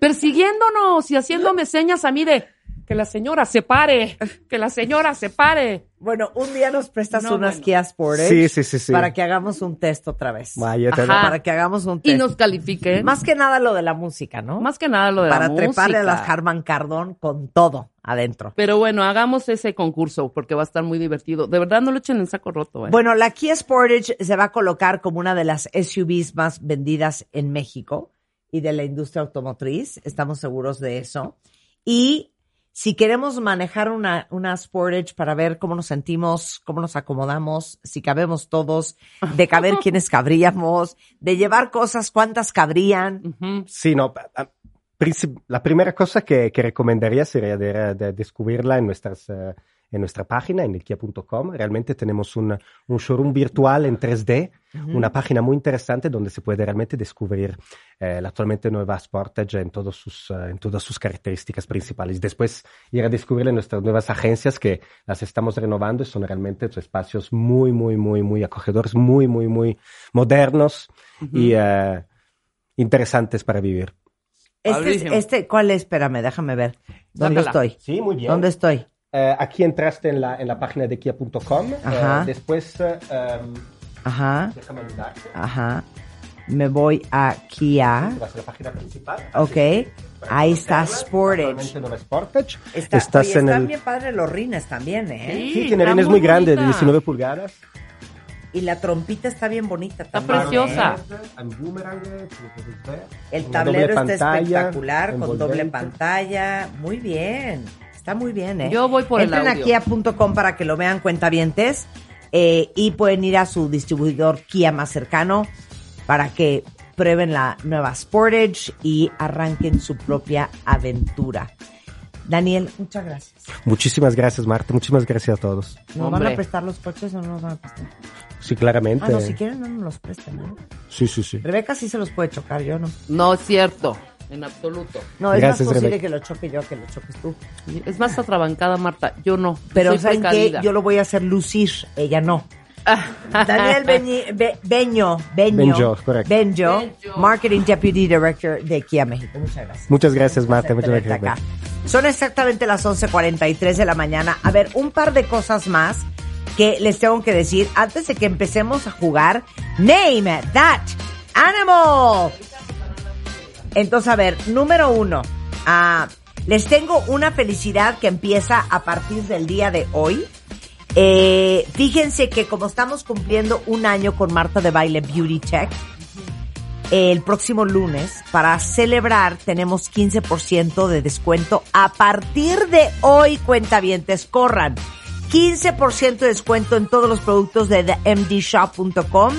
[SPEAKER 6] persiguiéndonos y haciéndome señas a mí de que la señora se pare, que la señora se pare.
[SPEAKER 5] Bueno, un día nos prestas
[SPEAKER 6] No,
[SPEAKER 5] unas
[SPEAKER 6] bueno.
[SPEAKER 5] Kia Sportage
[SPEAKER 10] Sí, sí, sí, sí.
[SPEAKER 5] para que hagamos un test otra vez.
[SPEAKER 10] Vaya, te-
[SPEAKER 6] Ajá.
[SPEAKER 5] Para que hagamos un
[SPEAKER 6] Y
[SPEAKER 5] test.
[SPEAKER 6] nos califiquen. Más,
[SPEAKER 5] Más que nada lo de la música, ¿no?
[SPEAKER 6] que nada lo de
[SPEAKER 5] para
[SPEAKER 6] la
[SPEAKER 5] treparle a
[SPEAKER 6] música.
[SPEAKER 5] las Harman Cardón con todo adentro.
[SPEAKER 6] Pero bueno, hagamos ese concurso porque va a estar muy divertido. De verdad, no lo echen en saco roto. ¿eh?
[SPEAKER 5] Bueno, la Kia Sportage se va a colocar como una de las SUVs más vendidas en México y de la industria automotriz, estamos seguros de eso. Y si queremos manejar una, una Sportage para ver cómo nos sentimos, cómo nos acomodamos, si cabemos todos, de
[SPEAKER 6] [LAUGHS]
[SPEAKER 5] caber quiénes cabríamos, de llevar cosas, cuántas cabrían.
[SPEAKER 6] Ujú.
[SPEAKER 10] Sí, no. pa- pa- princip- La primera cosa que, que recomendaría sería de, de descubrirla en, nuestras, eh, en nuestra página, en elkia.com. Realmente tenemos un, un showroom virtual en 3D, una página muy interesante donde se puede realmente descubrir eh, la actualmente nueva Sportage en, todos sus, eh, en todas sus características principales. Después ir a descubrir en nuestras nuevas agencias que las estamos renovando y son realmente pues, espacios muy, muy, muy, muy acogedores, muy, muy, muy modernos y... eh, interesantes para vivir.
[SPEAKER 5] Este, es-
[SPEAKER 6] Padrísimo.
[SPEAKER 5] este, ¿cuál es? Espérame, déjame ver. ¿Dónde
[SPEAKER 6] Sácala.
[SPEAKER 5] estoy?
[SPEAKER 10] Sí, muy bien.
[SPEAKER 5] ¿Dónde estoy?
[SPEAKER 10] Eh, aquí entraste en la, en la página de kia.com.
[SPEAKER 5] Ajá.
[SPEAKER 10] Eh, después, eh, em,
[SPEAKER 5] Ajá,
[SPEAKER 10] déjame ayudarte.
[SPEAKER 5] ajá. Me voy a Kia.
[SPEAKER 10] Vas a la página principal.
[SPEAKER 5] Ok, ahí está
[SPEAKER 10] Actualmente
[SPEAKER 5] Sportage.
[SPEAKER 10] no es Sportage.
[SPEAKER 5] Está,
[SPEAKER 10] Estás
[SPEAKER 5] oye,
[SPEAKER 10] en
[SPEAKER 5] están
[SPEAKER 10] el-
[SPEAKER 5] bien padres los rines también, ¿eh?
[SPEAKER 10] Sí, tiene
[SPEAKER 6] está
[SPEAKER 10] rines muy grande, de
[SPEAKER 6] bonita.
[SPEAKER 10] 19 pulgadas.
[SPEAKER 5] Y la trompita está bien bonita
[SPEAKER 6] Está
[SPEAKER 5] también.
[SPEAKER 6] preciosa.
[SPEAKER 5] ¿eh?
[SPEAKER 10] En boomerang, eh, si lo puedes ver.
[SPEAKER 5] El
[SPEAKER 10] Una
[SPEAKER 5] tablero
[SPEAKER 10] doble
[SPEAKER 5] está
[SPEAKER 10] pantalla,
[SPEAKER 5] espectacular, con doble
[SPEAKER 10] envolvente.
[SPEAKER 5] pantalla. Muy bien, está muy bien, ¿eh?
[SPEAKER 6] Yo voy por el
[SPEAKER 5] Entren
[SPEAKER 6] audio.
[SPEAKER 5] aquí a .com para que lo vean cuentavientes eh, y pueden ir a su distribuidor Kia más cercano para que prueben la nueva Sportage y arranquen su propia aventura. Daniel, muchas gracias.
[SPEAKER 10] Muchísimas gracias, Marta. Muchísimas gracias a todos.
[SPEAKER 5] ¿Nos van
[SPEAKER 6] Hombre.
[SPEAKER 5] a prestar los coches o no nos van a prestar?
[SPEAKER 10] Sí, claramente.
[SPEAKER 5] Ah, no, si quieren no nos los prestan. ¿no?
[SPEAKER 10] Sí, sí, sí.
[SPEAKER 5] Rebeca sí se los puede chocar, yo no.
[SPEAKER 6] No es cierto, en absoluto.
[SPEAKER 5] No, es
[SPEAKER 10] Gracias,
[SPEAKER 5] más posible
[SPEAKER 10] Rebeca.
[SPEAKER 5] que lo choque yo que lo choques tú.
[SPEAKER 6] Es más atrabancada, Marta. Yo no.
[SPEAKER 5] Pero
[SPEAKER 6] Soy
[SPEAKER 5] ¿saben qué?
[SPEAKER 6] precavida.
[SPEAKER 5] Yo lo voy a hacer lucir, ella
[SPEAKER 6] [LAUGHS]
[SPEAKER 5] no. Daniel Beñi- Be- Beño, Beño,
[SPEAKER 10] Benjo, correcto.
[SPEAKER 5] Benjo, Marketing Deputy Director de Kia México. Muchas gracias.
[SPEAKER 10] Muchas gracias,
[SPEAKER 5] Un placer
[SPEAKER 10] Marta. Muchas
[SPEAKER 5] tenerte
[SPEAKER 10] gracias.
[SPEAKER 5] acá. Son exactamente las 11.43 de la mañana. A ver, un par de cosas más que les tengo que decir antes de que empecemos a jugar Name That Animal. Entonces, a ver, número uno. ah, les tengo una felicidad que empieza a partir del día de hoy. Eh, fíjense que como estamos cumpliendo un año con Marta de Baile Beauty Check, el próximo lunes para celebrar tenemos 15% de descuento a partir de hoy, cuentavientes, corran. 15% de descuento en todos los productos de themdshop.com,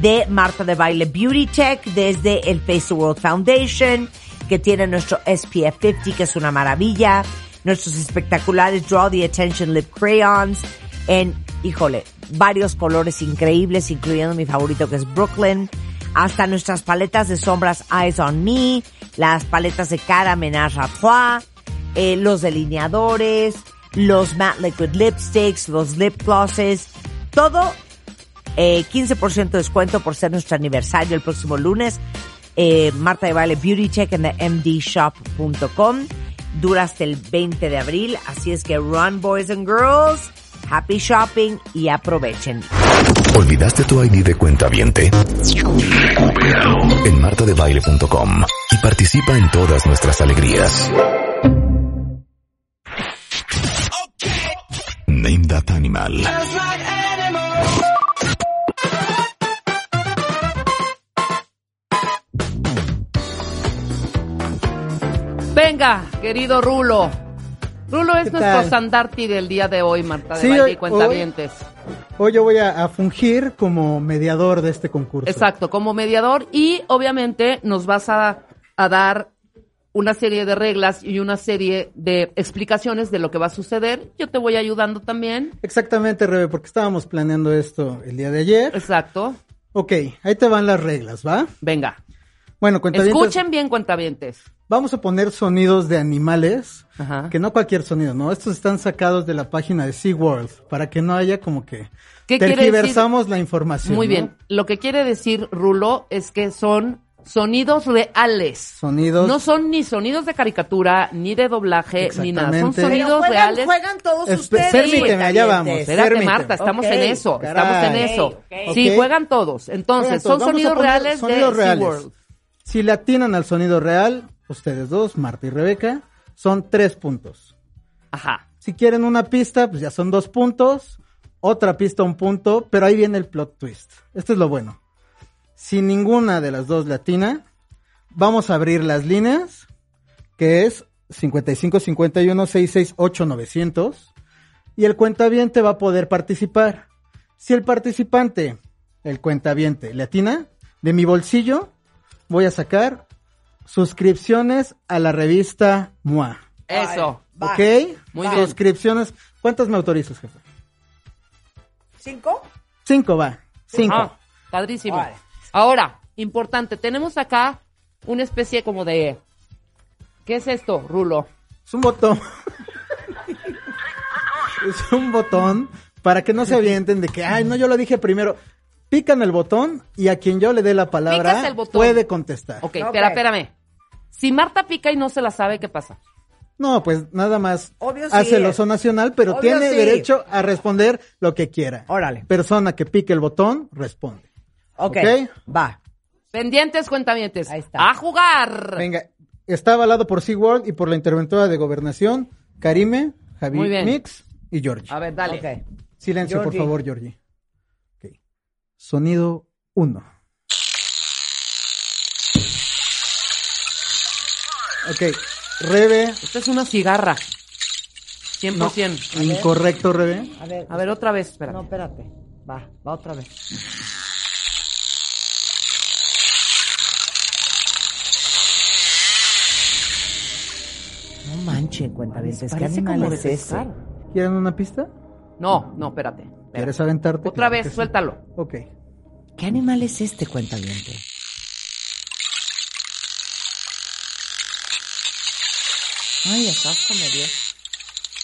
[SPEAKER 5] de Marta de Baile Beauty Tech, desde el Face the World Foundation, que tiene nuestro SPF 50, que es una maravilla, nuestros espectaculares Draw the Attention Lip Crayons, en, híjole, varios colores increíbles, incluyendo mi favorito que es Brooklyn, hasta nuestras paletas de sombras Eyes on Me, las paletas de cara Menage à Trois, eh, los delineadores, los matte liquid lipsticks, los lip glosses, todo eh, 15% de descuento por ser nuestro aniversario el próximo lunes. Eh, Marta de Baile Beauty Check en mdshop.com. Dura hasta el 20 de abril, así es que run boys and girls, happy shopping y aprovechen.
[SPEAKER 1] ¿Olvidaste tu ID de cuenta viente? En martadebaile.com y participa en todas nuestras alegrías. Name That Animal.
[SPEAKER 6] Venga, querido Rulo. Rulo es
[SPEAKER 7] ¿Qué
[SPEAKER 6] nuestro
[SPEAKER 7] tal?
[SPEAKER 6] estandarte del día de hoy, Marta de
[SPEAKER 7] Sí,
[SPEAKER 6] Baile
[SPEAKER 7] hoy-
[SPEAKER 6] y Cuentavientes.
[SPEAKER 7] Hoy yo voy a, a fungir como mediador de este concurso.
[SPEAKER 6] Exacto, como mediador y obviamente nos vas a, a dar una serie de reglas y una serie de explicaciones de lo que va a suceder. Yo te voy ayudando también.
[SPEAKER 7] Exactamente, Rebe, porque estábamos planeando esto el día de ayer.
[SPEAKER 6] Exacto.
[SPEAKER 7] Ok, ahí te van las reglas, ¿va?
[SPEAKER 6] Venga.
[SPEAKER 7] Bueno, cuentavientes,
[SPEAKER 6] Escuchen bien, cuentavientes.
[SPEAKER 7] vamos a poner sonidos de animales,
[SPEAKER 6] Ajá.
[SPEAKER 7] que no cualquier sonido, ¿no? Estos están sacados de la página de SeaWorld, para que no haya como que
[SPEAKER 6] ¿Qué quiere
[SPEAKER 7] tergiversamos la información.
[SPEAKER 6] Muy
[SPEAKER 7] ¿no?
[SPEAKER 6] bien. Lo que quiere decir Rulo es que son sonidos reales.
[SPEAKER 7] Sonidos.
[SPEAKER 6] No son ni sonidos de caricatura, ni de doblaje, ni nada. Son
[SPEAKER 7] Exactamente.
[SPEAKER 6] sonidos
[SPEAKER 5] Pero juegan,
[SPEAKER 6] reales.
[SPEAKER 5] juegan todos
[SPEAKER 7] Espe-
[SPEAKER 5] ustedes.
[SPEAKER 7] permíteme, allá vamos. ¿eh?
[SPEAKER 5] cuentavientes.
[SPEAKER 6] Espérate,
[SPEAKER 7] Permíteme.
[SPEAKER 6] Marta, estamos
[SPEAKER 5] Ok,
[SPEAKER 6] en eso,
[SPEAKER 7] caray.
[SPEAKER 6] estamos en eso.
[SPEAKER 5] Ok,
[SPEAKER 7] ok.
[SPEAKER 6] Sí,
[SPEAKER 7] Ok.
[SPEAKER 6] juegan todos. Entonces,
[SPEAKER 7] Entonces,
[SPEAKER 6] son
[SPEAKER 7] vamos a
[SPEAKER 6] sonidos
[SPEAKER 7] poner
[SPEAKER 6] reales
[SPEAKER 7] sonidos
[SPEAKER 6] de
[SPEAKER 7] reales.
[SPEAKER 6] SeaWorld.
[SPEAKER 7] Si le atinan al sonido real, ustedes dos, Marta y Rebeca, son tres puntos.
[SPEAKER 6] Ajá.
[SPEAKER 7] Si quieren una pista, pues ya son dos puntos. Otra pista, un punto. Pero ahí viene el plot twist. Esto es lo bueno. Si ninguna de las dos latina, vamos a abrir las líneas, que es 55 51 668 900. Y el cuentaviente va a poder participar. Si el participante, el cuentaviente, latina, de mi bolsillo, voy a sacar suscripciones a la revista MOA.
[SPEAKER 6] Eso.
[SPEAKER 5] Va.
[SPEAKER 7] ¿Ok?
[SPEAKER 6] Muy bien.
[SPEAKER 7] Suscripciones. ¿Cuántas me autorizas, jefe?
[SPEAKER 5] ¿Cinco?
[SPEAKER 7] Cinco, va. Cinco.
[SPEAKER 6] Ah, padrísimo.
[SPEAKER 5] Vale.
[SPEAKER 6] Ahora, importante, tenemos acá una especie como de ¿Qué es esto, Rulo?
[SPEAKER 7] Es un botón. es un botón para que no se avienten de que, ay, no, yo lo dije primero. Pican el botón y a quien yo le dé la
[SPEAKER 6] Picas
[SPEAKER 7] palabra
[SPEAKER 6] el botón.
[SPEAKER 7] puede contestar.
[SPEAKER 6] Ok,
[SPEAKER 5] Ok.
[SPEAKER 6] espera, espérame. Si Marta pica y no se la sabe, ¿qué pasa?
[SPEAKER 7] No, pues nada más
[SPEAKER 5] Obvio sí.
[SPEAKER 7] hace el oso nacional, pero
[SPEAKER 5] Obvio
[SPEAKER 7] tiene
[SPEAKER 5] sí.
[SPEAKER 7] derecho a responder lo que quiera.
[SPEAKER 5] Órale.
[SPEAKER 7] Persona que pique el botón, responde.
[SPEAKER 5] Ok.
[SPEAKER 7] Ok.
[SPEAKER 5] Va.
[SPEAKER 6] Pendientes, cuentamientes.
[SPEAKER 5] Ahí está.
[SPEAKER 6] A jugar.
[SPEAKER 7] Venga, está avalado por SeaWorld y por la interventora de gobernación, Karime, Javi
[SPEAKER 6] Muy bien.
[SPEAKER 7] Mix y Georgie.
[SPEAKER 6] A ver, dale.
[SPEAKER 5] Ok.
[SPEAKER 7] Silencio,
[SPEAKER 5] Georgie.
[SPEAKER 7] por favor, Georgie. Ok. Sonido 1. Ok, Rebe.
[SPEAKER 6] Esta es una cigarra. 100%.
[SPEAKER 7] Incorrecto, Rebe.
[SPEAKER 5] A ver.
[SPEAKER 6] A ver, otra vez, espera.
[SPEAKER 5] No, espérate. Va, va otra vez. No manchen, cuentavientes. ¿Qué
[SPEAKER 6] Parece como
[SPEAKER 5] animal es
[SPEAKER 6] de
[SPEAKER 5] ese?
[SPEAKER 6] pescar.
[SPEAKER 7] ¿Quieren una pista?
[SPEAKER 6] No, no, espérate. espérate.
[SPEAKER 7] ¿Quieres aventarte?
[SPEAKER 6] Otra
[SPEAKER 7] Claro que
[SPEAKER 6] vez,
[SPEAKER 7] sí.
[SPEAKER 6] suéltalo.
[SPEAKER 7] Ok.
[SPEAKER 5] ¿Qué animal es este, cuentaviente? Ay, estás como Dios.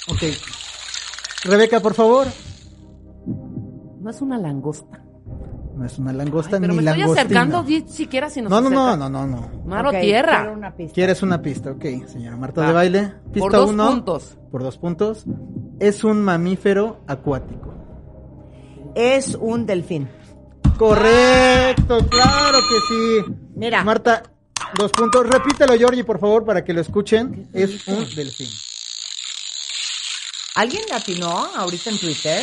[SPEAKER 7] Ok. Rebeca, por favor.
[SPEAKER 6] No es una langosta.
[SPEAKER 7] No es una langosta
[SPEAKER 6] Ay, pero
[SPEAKER 7] ni
[SPEAKER 6] me estoy
[SPEAKER 7] langostina.
[SPEAKER 6] acercando ni siquiera si nos
[SPEAKER 7] No, no, no,
[SPEAKER 6] acerca.
[SPEAKER 7] no, no, no.
[SPEAKER 6] Mar o tierra.
[SPEAKER 7] ¿Quieres una pista? Ok, señora Marta
[SPEAKER 6] Va.
[SPEAKER 7] de Baile. Pista
[SPEAKER 6] Ah, Por dos
[SPEAKER 7] uno,
[SPEAKER 6] puntos.
[SPEAKER 7] Por dos puntos. Es un mamífero acuático.
[SPEAKER 5] Es un delfín.
[SPEAKER 7] Correcto, claro que sí.
[SPEAKER 5] Mira.
[SPEAKER 7] Marta, dos puntos. Repítelo, Georgie, por favor, para que lo escuchen. Es un delfín.
[SPEAKER 5] ¿Alguien latinó ahorita en Twitter?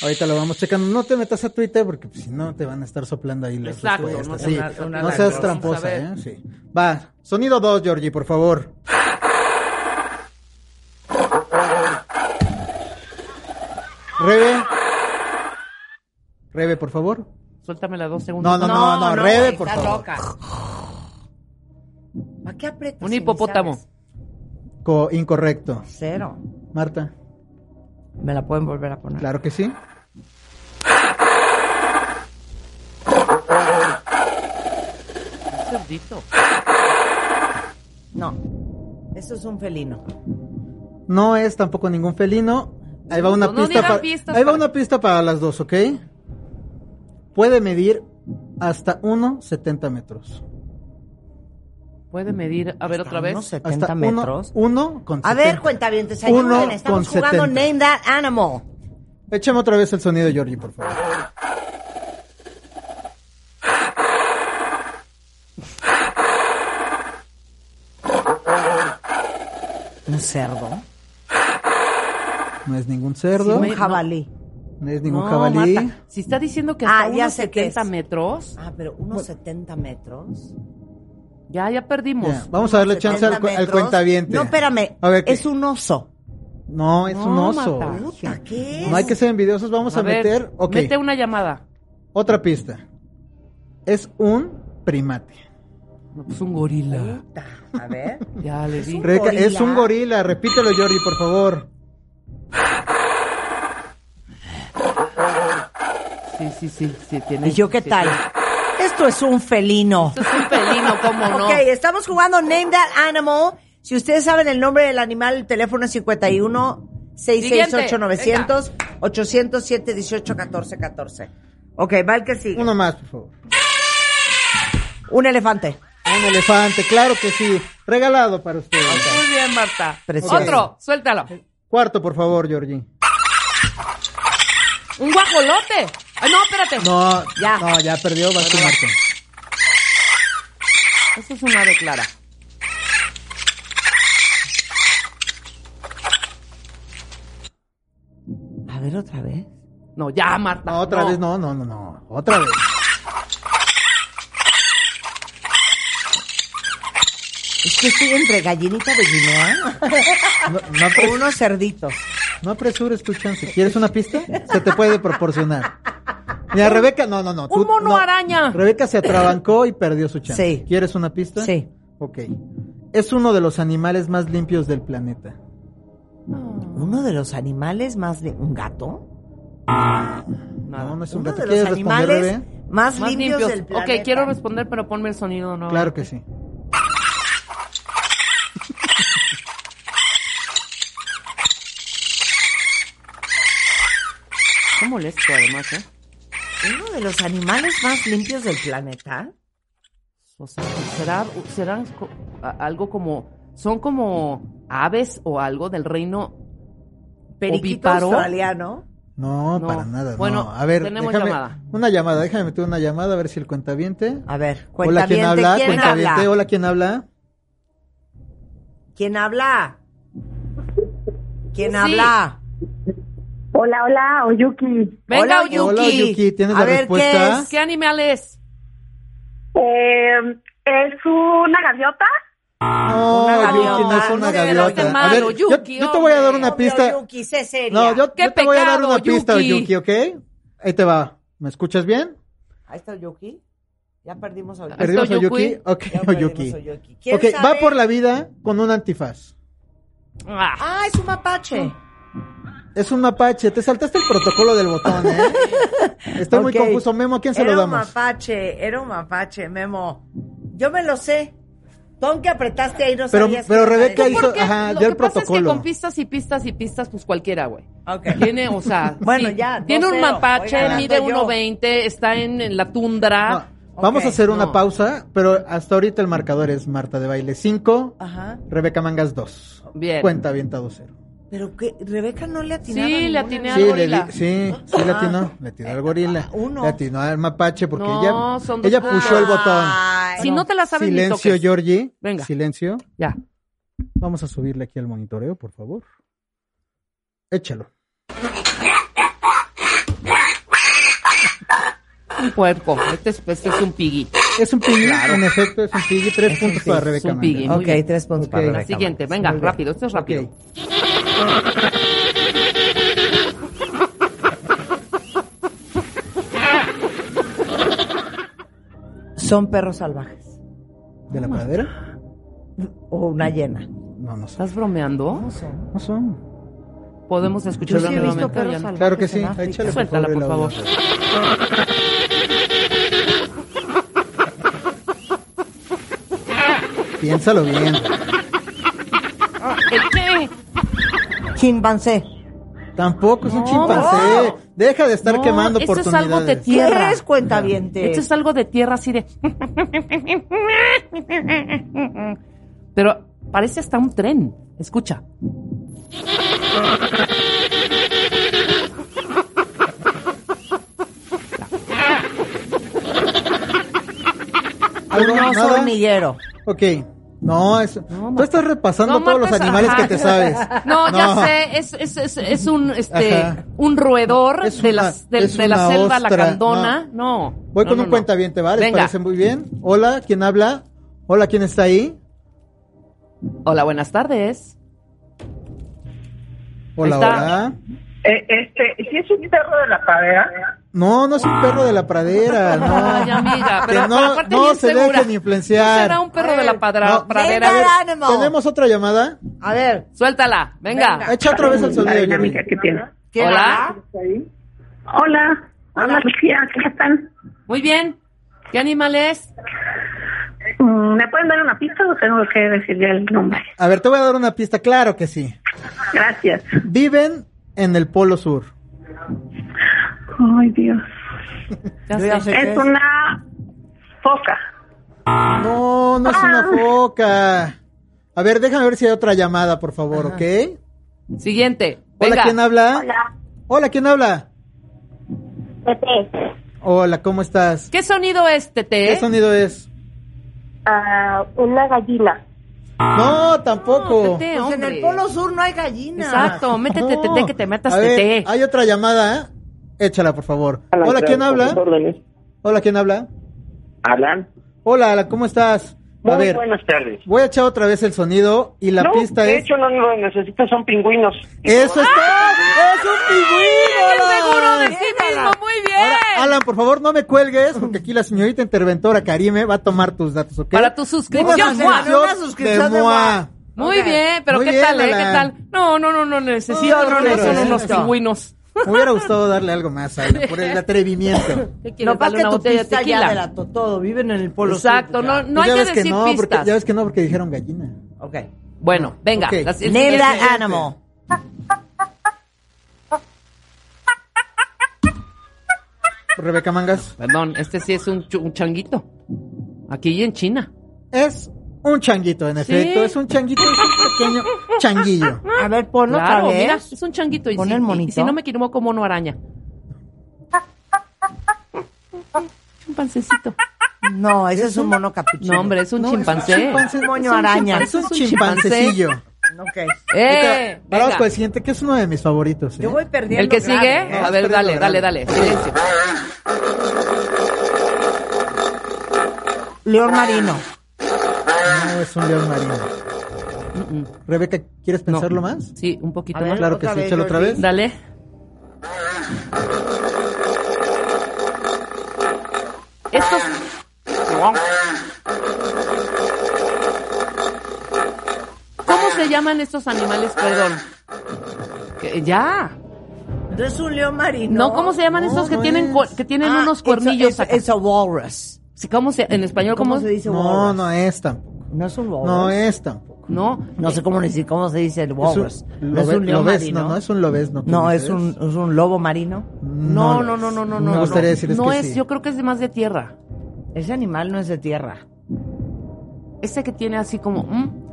[SPEAKER 7] Ahorita lo vamos checando. No te metas a Twitter porque pues, si no te van a estar soplando ahí las
[SPEAKER 6] Exacto,
[SPEAKER 7] respuestas.
[SPEAKER 6] no
[SPEAKER 7] Sí,
[SPEAKER 6] seas una- una
[SPEAKER 7] no
[SPEAKER 6] lacra.
[SPEAKER 7] seas tramposa, ¿eh?
[SPEAKER 6] Vamos
[SPEAKER 7] Sí. Va, sonido 2, Georgie, por favor. Rebe. Rebe, por favor.
[SPEAKER 6] Suéltamela dos segundos.
[SPEAKER 7] No, no, no, no, Rebe, por
[SPEAKER 5] estás
[SPEAKER 7] favor.
[SPEAKER 5] loca. ¿Para qué aprietas?
[SPEAKER 6] Un
[SPEAKER 5] si ni
[SPEAKER 6] hipopótamo.
[SPEAKER 5] sabes?
[SPEAKER 7] Co- incorrecto.
[SPEAKER 5] Cero.
[SPEAKER 7] Marta,
[SPEAKER 5] Me la pueden volver a poner.
[SPEAKER 7] claro que sí.
[SPEAKER 6] Un cerdito.
[SPEAKER 5] No. Eso es un felino.
[SPEAKER 7] No es tampoco ningún felino. Ahí va una
[SPEAKER 6] No, no
[SPEAKER 7] pista
[SPEAKER 6] digan
[SPEAKER 7] para.
[SPEAKER 6] pistas
[SPEAKER 7] Ahí va
[SPEAKER 6] para-
[SPEAKER 7] una pista para las dos, ¿ok? Puede medir hasta 1,70 metros.
[SPEAKER 6] Puede medir, a ver otra
[SPEAKER 5] Unos
[SPEAKER 6] vez.
[SPEAKER 5] 70
[SPEAKER 7] hasta
[SPEAKER 5] metros.
[SPEAKER 7] 1 con
[SPEAKER 5] A
[SPEAKER 7] 70.
[SPEAKER 5] ver, cuentavientes,
[SPEAKER 7] Uno
[SPEAKER 5] ayuden. Estamos
[SPEAKER 7] con
[SPEAKER 5] jugando
[SPEAKER 7] 70.
[SPEAKER 5] Name That Animal.
[SPEAKER 7] Échame otra vez el sonido, Georgie, por favor.
[SPEAKER 5] Un cerdo.
[SPEAKER 7] No es ningún cerdo,
[SPEAKER 5] Un jabalí.
[SPEAKER 7] no es ningún
[SPEAKER 6] No,
[SPEAKER 7] jabalí.
[SPEAKER 6] Marta, si está diciendo que
[SPEAKER 5] Ah,
[SPEAKER 6] hasta
[SPEAKER 5] ya
[SPEAKER 6] unos
[SPEAKER 5] sé qué
[SPEAKER 6] 70
[SPEAKER 5] es.
[SPEAKER 6] metros,
[SPEAKER 5] Ah, pero unos 70 metros.
[SPEAKER 6] ya, ya perdimos.
[SPEAKER 7] Ya, Vamos a darle
[SPEAKER 5] Unos
[SPEAKER 7] chance al,
[SPEAKER 5] 70
[SPEAKER 7] cu- al
[SPEAKER 5] metros.
[SPEAKER 7] cuentaviente.
[SPEAKER 5] No, espérame.
[SPEAKER 7] A ver, ¿qué?
[SPEAKER 5] es un oso.
[SPEAKER 7] No, es un
[SPEAKER 6] No,
[SPEAKER 7] oso.
[SPEAKER 6] Marta.
[SPEAKER 5] Puta, ¿qué es?
[SPEAKER 7] No hay que ser envidiosos, vamos a,
[SPEAKER 6] ver,
[SPEAKER 7] meter... Ok,
[SPEAKER 6] mete una llamada.
[SPEAKER 7] otra pista. Es un primate.
[SPEAKER 6] No, pues un gorila.
[SPEAKER 5] Puta, A ver.
[SPEAKER 6] Ya le di.
[SPEAKER 7] Rebeca, es un gorila, repítelo, Georgie, por favor.
[SPEAKER 6] Sí, sí, sí, sí, tiene.
[SPEAKER 5] ¿Y yo qué
[SPEAKER 6] sí,
[SPEAKER 5] tal?
[SPEAKER 6] tiene-
[SPEAKER 5] Esto es un felino.
[SPEAKER 6] Esto es un pelino, ¿cómo no?
[SPEAKER 5] Ok, estamos jugando Name That Animal. Si ustedes saben el nombre del animal, el teléfono es 51 668 900 807 18 14 14. Ok, va el que sigue.
[SPEAKER 7] Uno más, por favor.
[SPEAKER 5] Un elefante.
[SPEAKER 7] Un elefante, claro que sí. Regalado para ustedes.
[SPEAKER 6] Muy bien, Marta.
[SPEAKER 5] Precioso.
[SPEAKER 6] Otro, suéltalo.
[SPEAKER 7] Cuarto, por favor, Georgie.
[SPEAKER 6] Un guajolote. Ay, no, espérate.
[SPEAKER 7] No,
[SPEAKER 5] Ya.
[SPEAKER 7] ya. no, ya perdió, va a ser Marta.
[SPEAKER 6] Eso es una ave clara.
[SPEAKER 5] A ver otra vez.
[SPEAKER 6] No, ya, Marta.
[SPEAKER 7] No, otra vez, no, no, no, no. Otra vez.
[SPEAKER 5] Es que estoy entre gallinita de Guinea
[SPEAKER 7] No, no
[SPEAKER 5] o
[SPEAKER 7] apres-
[SPEAKER 5] unos cerditos.
[SPEAKER 7] no apresures tu chance. ¿Quieres una pista? Se te puede proporcionar. Mira, Rebeca, no, no, no.
[SPEAKER 6] Un mono
[SPEAKER 7] no.
[SPEAKER 6] araña.
[SPEAKER 7] Rebeca se atrabancó y perdió su chance.
[SPEAKER 5] Sí.
[SPEAKER 7] ¿Quieres una pista?
[SPEAKER 5] Sí.
[SPEAKER 7] Ok. Es uno de los animales más limpios del planeta.
[SPEAKER 5] Uno de los animales más de un gato.
[SPEAKER 6] Nada.
[SPEAKER 7] No, no es un
[SPEAKER 5] Uno
[SPEAKER 7] gato.
[SPEAKER 5] de
[SPEAKER 7] ¿Quieres
[SPEAKER 5] los
[SPEAKER 7] responder,
[SPEAKER 5] animales
[SPEAKER 7] Rebe?
[SPEAKER 5] más,
[SPEAKER 6] Más
[SPEAKER 5] limpios,
[SPEAKER 6] limpios.
[SPEAKER 5] del planeta.
[SPEAKER 6] ok, quiero responder, pero ponme el sonido, ¿no?
[SPEAKER 7] Claro que sí.
[SPEAKER 6] Qué molesto, además, ¿eh?
[SPEAKER 5] Uno de los animales más limpios del planeta.
[SPEAKER 6] O sea, ¿será, serán co- a- algo como. Son como aves o algo del reino.
[SPEAKER 5] Periquito
[SPEAKER 6] Ovíparo.
[SPEAKER 5] australiano.
[SPEAKER 7] No,
[SPEAKER 6] No.
[SPEAKER 7] para nada.
[SPEAKER 6] Bueno,
[SPEAKER 7] no. a ver,
[SPEAKER 6] tenemos
[SPEAKER 7] déjame,
[SPEAKER 6] llamada.
[SPEAKER 7] Una llamada, déjame meter una llamada a ver si el cuentaviente.
[SPEAKER 5] A ver,
[SPEAKER 7] Hola,
[SPEAKER 5] cuentaviente,
[SPEAKER 7] ¿quién habla?
[SPEAKER 5] ¿quién
[SPEAKER 7] Cuentaviente,
[SPEAKER 5] habla?
[SPEAKER 7] Hola, ¿quién habla?
[SPEAKER 5] ¿Quién habla? ¿Quién
[SPEAKER 6] Sí.
[SPEAKER 5] habla?
[SPEAKER 11] Hola, hola, Oyuki.
[SPEAKER 6] Venga,
[SPEAKER 5] Hola,
[SPEAKER 6] Oyu.
[SPEAKER 7] Hola, Yuki, ¿tienes
[SPEAKER 5] A
[SPEAKER 7] la
[SPEAKER 5] ver, ¿qué
[SPEAKER 7] respuesta?
[SPEAKER 5] es?
[SPEAKER 6] ¿Qué animal es?
[SPEAKER 11] Eh, ¿Es una gaviota?
[SPEAKER 7] No,
[SPEAKER 5] Ah, Una
[SPEAKER 7] Yuki, no es
[SPEAKER 5] gaviota.
[SPEAKER 7] una
[SPEAKER 5] No te
[SPEAKER 7] gaviota.
[SPEAKER 6] veas
[SPEAKER 7] A ver,
[SPEAKER 6] malo,
[SPEAKER 7] yo,
[SPEAKER 6] Yuki,
[SPEAKER 7] yo te voy a dar una
[SPEAKER 5] Obvio,
[SPEAKER 7] pista.
[SPEAKER 5] Yuki, sé seria.
[SPEAKER 7] No, yo,
[SPEAKER 6] ¡Qué
[SPEAKER 7] yo te voy a dar
[SPEAKER 6] pecado,
[SPEAKER 7] una pista,
[SPEAKER 6] Yuki!
[SPEAKER 7] Yuki, ¿ok? Ahí te va. ¿Me escuchas bien?
[SPEAKER 5] Ahí está Yuki. Ya perdimos a Yuki.
[SPEAKER 6] Ahí está
[SPEAKER 7] ¿Perdimos a Yuki?
[SPEAKER 6] Yuki.
[SPEAKER 7] Ok,
[SPEAKER 5] Ya perdimos
[SPEAKER 7] Yuki.
[SPEAKER 5] a Yuki. ¿Quién
[SPEAKER 7] Ok,
[SPEAKER 5] sabe?
[SPEAKER 7] va por la vida con un antifaz.
[SPEAKER 6] Ah,
[SPEAKER 5] Ah, es un mapache.
[SPEAKER 7] Es un mapache, te saltaste el protocolo del
[SPEAKER 5] [LAUGHS]
[SPEAKER 7] botón, ¿eh? Estoy muy
[SPEAKER 5] Ok.
[SPEAKER 7] confuso. Memo, ¿a quién se
[SPEAKER 5] era
[SPEAKER 7] lo
[SPEAKER 5] un
[SPEAKER 7] damos?
[SPEAKER 5] mapache, era un mapache, Memo. Yo me lo sé. Con que apretaste ahí no
[SPEAKER 7] Pero-
[SPEAKER 5] sabías.
[SPEAKER 7] pero
[SPEAKER 5] qué
[SPEAKER 7] Rebeca
[SPEAKER 5] era.
[SPEAKER 7] hizo-
[SPEAKER 6] porque
[SPEAKER 7] ajá,
[SPEAKER 6] lo
[SPEAKER 7] dio
[SPEAKER 6] que
[SPEAKER 7] el
[SPEAKER 6] pasa es que
[SPEAKER 7] protocolo.
[SPEAKER 6] con pistas y pistas y pistas, pues cualquiera, güey.
[SPEAKER 5] Ok.
[SPEAKER 6] Tiene, o sea,
[SPEAKER 5] [LAUGHS] Bueno,
[SPEAKER 6] sí,
[SPEAKER 5] ya,
[SPEAKER 6] tiene un
[SPEAKER 5] 2-0.
[SPEAKER 6] mapache,
[SPEAKER 5] Oigan,
[SPEAKER 6] mide
[SPEAKER 5] ando yo.
[SPEAKER 6] 1.20, está en, en la tundra.
[SPEAKER 7] No, Vamos
[SPEAKER 5] ok,
[SPEAKER 7] a hacer una
[SPEAKER 6] no.
[SPEAKER 7] pausa, pero hasta ahorita el marcador es Marta de Baile 5,
[SPEAKER 5] Ajá.
[SPEAKER 7] Rebeca Mangas 2.
[SPEAKER 6] Bien.
[SPEAKER 7] Cuenta avienta 2-0.
[SPEAKER 5] Pero que Rebeca no le atinaba.
[SPEAKER 6] Sí, le
[SPEAKER 5] ninguna.
[SPEAKER 6] atiné al
[SPEAKER 7] Sí, le
[SPEAKER 6] gorila. Ah.
[SPEAKER 7] di- sí, sí, le atinó. Le atinó al gorila.
[SPEAKER 5] uno.
[SPEAKER 7] Le atinó al mapache porque
[SPEAKER 6] No,
[SPEAKER 7] ella,
[SPEAKER 6] son dos
[SPEAKER 7] ella
[SPEAKER 6] puntos.
[SPEAKER 7] puso el botón.
[SPEAKER 5] Ay,
[SPEAKER 6] Si no te la sabes, ni
[SPEAKER 7] Silencio,
[SPEAKER 6] toques.
[SPEAKER 7] Georgie.
[SPEAKER 6] Venga.
[SPEAKER 7] Silencio.
[SPEAKER 6] Ya.
[SPEAKER 7] Vamos a subirle aquí al monitoreo, por favor. Échalo.
[SPEAKER 6] un puerco. Este es, este es un piggy.
[SPEAKER 7] Es un piggy, en efecto, es un piggy. Tres puntos para
[SPEAKER 6] Es
[SPEAKER 7] Rebeca.
[SPEAKER 6] un piggy. Muy
[SPEAKER 7] Mangas.
[SPEAKER 5] Ok, este
[SPEAKER 6] bien.
[SPEAKER 5] tres puntos para
[SPEAKER 7] Ok.
[SPEAKER 5] Rebeca.
[SPEAKER 6] Siguiente, venga,
[SPEAKER 5] Muy bien.
[SPEAKER 6] rápido. Esto es
[SPEAKER 7] Ok.
[SPEAKER 6] rápido.
[SPEAKER 5] Son perros salvajes.
[SPEAKER 7] ¿De la pradera?
[SPEAKER 5] O una hiena.
[SPEAKER 7] No, no son.
[SPEAKER 6] ¿Estás bromeando?
[SPEAKER 7] No son.
[SPEAKER 6] Podemos
[SPEAKER 5] Yo
[SPEAKER 6] escucharlo
[SPEAKER 5] sí he visto
[SPEAKER 6] nuevamente.
[SPEAKER 5] perros
[SPEAKER 6] Oigan.
[SPEAKER 5] salvajes.
[SPEAKER 7] Claro que sí.
[SPEAKER 5] en África.
[SPEAKER 7] Échale por
[SPEAKER 6] Suéltala,
[SPEAKER 7] favor, el
[SPEAKER 6] por
[SPEAKER 7] audio.
[SPEAKER 6] favor.
[SPEAKER 7] Piénsalo bien.
[SPEAKER 6] ¿El qué?
[SPEAKER 5] Chimpancé.
[SPEAKER 7] Tampoco es un chimpancé. Deja de estar
[SPEAKER 6] No,
[SPEAKER 7] quemando
[SPEAKER 6] esto es algo
[SPEAKER 7] oportunidades.
[SPEAKER 6] de
[SPEAKER 5] ¿Qué
[SPEAKER 6] tierra.
[SPEAKER 5] eres, cuentaviente?
[SPEAKER 6] Esto es algo de tierra así de. [LAUGHS] Pero parece hasta un tren. Escucha.
[SPEAKER 7] ¿Algo?
[SPEAKER 5] Un oso
[SPEAKER 7] ¿Nada?
[SPEAKER 5] hormiguero.
[SPEAKER 7] Ok. No, es... tú
[SPEAKER 6] Marta.
[SPEAKER 7] estás repasando
[SPEAKER 6] No,
[SPEAKER 7] todos los
[SPEAKER 6] Marta, es-
[SPEAKER 7] animales que
[SPEAKER 6] ajá.
[SPEAKER 7] te sabes.
[SPEAKER 6] [LAUGHS] No, ya sé, es, es, es, es un este
[SPEAKER 7] Ajá.
[SPEAKER 6] un roedor
[SPEAKER 7] Es
[SPEAKER 6] de,
[SPEAKER 7] una-
[SPEAKER 6] las, de,
[SPEAKER 7] es
[SPEAKER 6] de la
[SPEAKER 7] una
[SPEAKER 6] selva
[SPEAKER 7] ostra,
[SPEAKER 6] lacandona. No.
[SPEAKER 7] Voy
[SPEAKER 6] no,
[SPEAKER 7] con
[SPEAKER 6] no,
[SPEAKER 7] un
[SPEAKER 6] no.
[SPEAKER 7] cuenta bien, te va, les
[SPEAKER 6] Venga.
[SPEAKER 7] parece muy bien. Hola, ¿quién habla? Hola, ¿quién está ahí?
[SPEAKER 6] Hola, buenas tardes.
[SPEAKER 7] Hola,
[SPEAKER 6] Ahí está.
[SPEAKER 7] hola.
[SPEAKER 11] Eh, este, ¿sí es un perro de la pradera?
[SPEAKER 7] No, no es un perro de
[SPEAKER 6] [LAUGHS]
[SPEAKER 7] la pradera,
[SPEAKER 6] Ay,
[SPEAKER 7] no.
[SPEAKER 6] amiga,
[SPEAKER 7] Ah. Que
[SPEAKER 6] pero,
[SPEAKER 7] no-
[SPEAKER 6] pero aparte
[SPEAKER 7] no
[SPEAKER 6] bien
[SPEAKER 7] se
[SPEAKER 6] segura.
[SPEAKER 7] dejen influenciar.
[SPEAKER 6] ¿No será un perro de la padra-
[SPEAKER 7] No.
[SPEAKER 5] Venga,
[SPEAKER 6] pradera? A ver,
[SPEAKER 5] Animal.
[SPEAKER 7] ¿Tenemos otra llamada?
[SPEAKER 5] A ver,
[SPEAKER 6] Suéltala, venga.
[SPEAKER 7] Echa otra vez el
[SPEAKER 11] La
[SPEAKER 7] sonido.
[SPEAKER 11] dinámica
[SPEAKER 7] Yuri.
[SPEAKER 11] que tiene.
[SPEAKER 5] ¿quién
[SPEAKER 6] Hola.
[SPEAKER 5] habla?
[SPEAKER 11] Hola. Hola, Lucía, ¿cómo están?
[SPEAKER 6] Muy bien. ¿Qué animal es?
[SPEAKER 11] Mm, ¿Me pueden dar una pista o tengo que decirle el nombre?
[SPEAKER 7] A ver, te voy a dar una pista, claro que sí.
[SPEAKER 11] Gracias.
[SPEAKER 7] Viven en el Polo Sur.
[SPEAKER 11] Ay, Dios.
[SPEAKER 6] Ya
[SPEAKER 5] Yo ya
[SPEAKER 6] sé.
[SPEAKER 5] sé qué
[SPEAKER 11] Es
[SPEAKER 5] es.
[SPEAKER 11] una foca.
[SPEAKER 7] No, no es
[SPEAKER 11] Ah.
[SPEAKER 7] una foca. A ver, déjame ver si hay otra llamada, por favor, ¿ok?
[SPEAKER 6] Siguiente.
[SPEAKER 7] Hola,
[SPEAKER 6] Venga.
[SPEAKER 7] ¿quién habla? Hola. ¿quién habla?
[SPEAKER 11] Pepe.
[SPEAKER 7] Hola, ¿cómo estás?
[SPEAKER 6] ¿Qué sonido es, Tete?
[SPEAKER 7] ¿Qué sonido es?
[SPEAKER 11] Ah, una gallina.
[SPEAKER 7] No, tampoco.
[SPEAKER 6] No, Tete,
[SPEAKER 5] Pues en
[SPEAKER 6] hombre.
[SPEAKER 5] el Polo Sur no hay gallinas.
[SPEAKER 6] Exacto, métete,
[SPEAKER 7] No.
[SPEAKER 6] Tete, que te metas,
[SPEAKER 7] A ver,
[SPEAKER 6] Tete.
[SPEAKER 7] Hay otra llamada, ¿eh? Échala, por favor. Hola, ¿quién habla? Hola, ¿quién habla?
[SPEAKER 12] Alan,
[SPEAKER 7] Hola, Alan, ¿cómo estás? A
[SPEAKER 12] muy
[SPEAKER 7] ver,
[SPEAKER 12] buenas tardes.
[SPEAKER 7] voy a echar otra vez el sonido y la
[SPEAKER 12] no,
[SPEAKER 7] pista
[SPEAKER 12] de
[SPEAKER 7] es...
[SPEAKER 12] hecho no lo necesitas, son pingüinos.
[SPEAKER 7] ¡Eso está! ¡Es un pingüino!
[SPEAKER 6] ¡Qué ¡Ah! seguro de
[SPEAKER 7] Alan!
[SPEAKER 6] sí mismo! ¡Muy bien!
[SPEAKER 7] Ahora, Alan, por favor, no me cuelgues, porque aquí la señorita interventora Karime va a tomar tus datos, ¿ok?
[SPEAKER 6] Para tu suscripción,
[SPEAKER 7] Una
[SPEAKER 6] Mua.
[SPEAKER 7] suscripción
[SPEAKER 5] Una suscripción de
[SPEAKER 7] Mua.
[SPEAKER 5] Mua.
[SPEAKER 6] Muy
[SPEAKER 5] Ok.
[SPEAKER 6] bien, pero
[SPEAKER 7] Muy
[SPEAKER 6] ¿qué
[SPEAKER 7] bien,
[SPEAKER 6] tal, eh? ¿Qué
[SPEAKER 7] Alan.
[SPEAKER 6] tal? No, no, no, no, necesito.
[SPEAKER 7] No,
[SPEAKER 6] No,
[SPEAKER 7] no,
[SPEAKER 6] no,
[SPEAKER 7] no,
[SPEAKER 6] son
[SPEAKER 7] no,
[SPEAKER 6] unos
[SPEAKER 7] eso.
[SPEAKER 6] pingüinos.
[SPEAKER 7] Me hubiera gustado darle algo más, Alan, por el atrevimiento.
[SPEAKER 6] ¿Qué quieres?
[SPEAKER 5] No para
[SPEAKER 6] ¿Darle
[SPEAKER 5] que
[SPEAKER 6] una
[SPEAKER 5] tu
[SPEAKER 6] botella de
[SPEAKER 5] pista ya
[SPEAKER 6] tequila?
[SPEAKER 5] delató todo. Viven en el Polo
[SPEAKER 6] Exacto,
[SPEAKER 5] Sur.
[SPEAKER 6] no,
[SPEAKER 5] ya.
[SPEAKER 6] no
[SPEAKER 7] Pues ya
[SPEAKER 6] hay que
[SPEAKER 7] ves
[SPEAKER 6] decir
[SPEAKER 7] no, porque,
[SPEAKER 6] pistas.
[SPEAKER 7] ya ves que no, porque dijeron gallina.
[SPEAKER 5] Ok.
[SPEAKER 6] Bueno, venga.
[SPEAKER 7] Ok.
[SPEAKER 6] la- el
[SPEAKER 5] Name
[SPEAKER 6] siguiente. Este
[SPEAKER 5] that animal.
[SPEAKER 7] Rebeca Mangas.
[SPEAKER 6] Perdón, este sí es un, chu- un changuito. Aquí en China.
[SPEAKER 7] Es un changuito, en efecto. Es un changuito, es un pequeño changuillo.
[SPEAKER 5] A ver, ponlo
[SPEAKER 6] claro,
[SPEAKER 5] otra vez.
[SPEAKER 6] mira, es un changuito. Y
[SPEAKER 5] Pon
[SPEAKER 6] si,
[SPEAKER 5] el
[SPEAKER 6] y- y
[SPEAKER 5] monito.
[SPEAKER 6] si no me equivoco, mono araña. Un pancecito.
[SPEAKER 5] No, ese es un mono capuchino.
[SPEAKER 6] No, hombre, es un chimpancé.
[SPEAKER 5] chimpancé. Un moño araña.
[SPEAKER 7] Es un chimpancecillo.
[SPEAKER 5] Ok.
[SPEAKER 6] ¡Eh!
[SPEAKER 7] Ahora pues, vamos
[SPEAKER 6] venga.
[SPEAKER 7] con el siguiente, que es uno de mis favoritos. ¿eh?
[SPEAKER 5] Yo voy perdiendo.
[SPEAKER 6] El que
[SPEAKER 5] grave,
[SPEAKER 6] sigue,
[SPEAKER 5] ¿eh?
[SPEAKER 6] a ver, dale, dale, dale. Silencio.
[SPEAKER 5] León marino.
[SPEAKER 7] No, es un león marino. Rebeca, ¿quieres
[SPEAKER 6] No.
[SPEAKER 7] pensarlo más?
[SPEAKER 6] Sí, un poquito
[SPEAKER 5] A ver,
[SPEAKER 6] más.
[SPEAKER 7] Claro que
[SPEAKER 5] otra
[SPEAKER 7] sí,
[SPEAKER 5] vez,
[SPEAKER 7] échalo otra
[SPEAKER 5] Jordi.
[SPEAKER 7] vez.
[SPEAKER 6] Dale. Estos. ¿Cómo se llaman estos animales? Perdón. Que- Ya.
[SPEAKER 5] No es un león marino.
[SPEAKER 6] No, ¿cómo se llaman
[SPEAKER 7] No,
[SPEAKER 6] estos que
[SPEAKER 7] no
[SPEAKER 6] tienen
[SPEAKER 7] es.
[SPEAKER 6] cua- que tienen
[SPEAKER 5] Ah,
[SPEAKER 6] unos
[SPEAKER 5] it's a-
[SPEAKER 6] cuernillos
[SPEAKER 5] it's-
[SPEAKER 6] acá?
[SPEAKER 5] it's a walrus.
[SPEAKER 6] Sí, ¿Cómo se en español
[SPEAKER 5] ¿Cómo,
[SPEAKER 6] cómo,
[SPEAKER 5] se dice
[SPEAKER 7] No,
[SPEAKER 5] walrus?
[SPEAKER 7] no es tampoco.
[SPEAKER 5] No es un walrus.
[SPEAKER 7] No es tampoco.
[SPEAKER 6] No.
[SPEAKER 5] No sé cómo decir cómo se dice el
[SPEAKER 7] Es un,
[SPEAKER 5] walrus. no es
[SPEAKER 7] lobe-
[SPEAKER 5] un león
[SPEAKER 7] lobes,
[SPEAKER 5] marino.
[SPEAKER 7] no, no es un lobesno. ¿qué
[SPEAKER 5] No, es
[SPEAKER 7] dices?
[SPEAKER 5] un, es un lobo marino.
[SPEAKER 6] No, no,
[SPEAKER 7] lo es.
[SPEAKER 6] no, no, no, no.
[SPEAKER 7] Me gustaría decirles
[SPEAKER 6] no
[SPEAKER 7] que
[SPEAKER 6] es,
[SPEAKER 7] sí.
[SPEAKER 6] yo creo que es de más de tierra.
[SPEAKER 5] Ese animal no es de tierra.
[SPEAKER 6] Ese que tiene así como. ¿mm?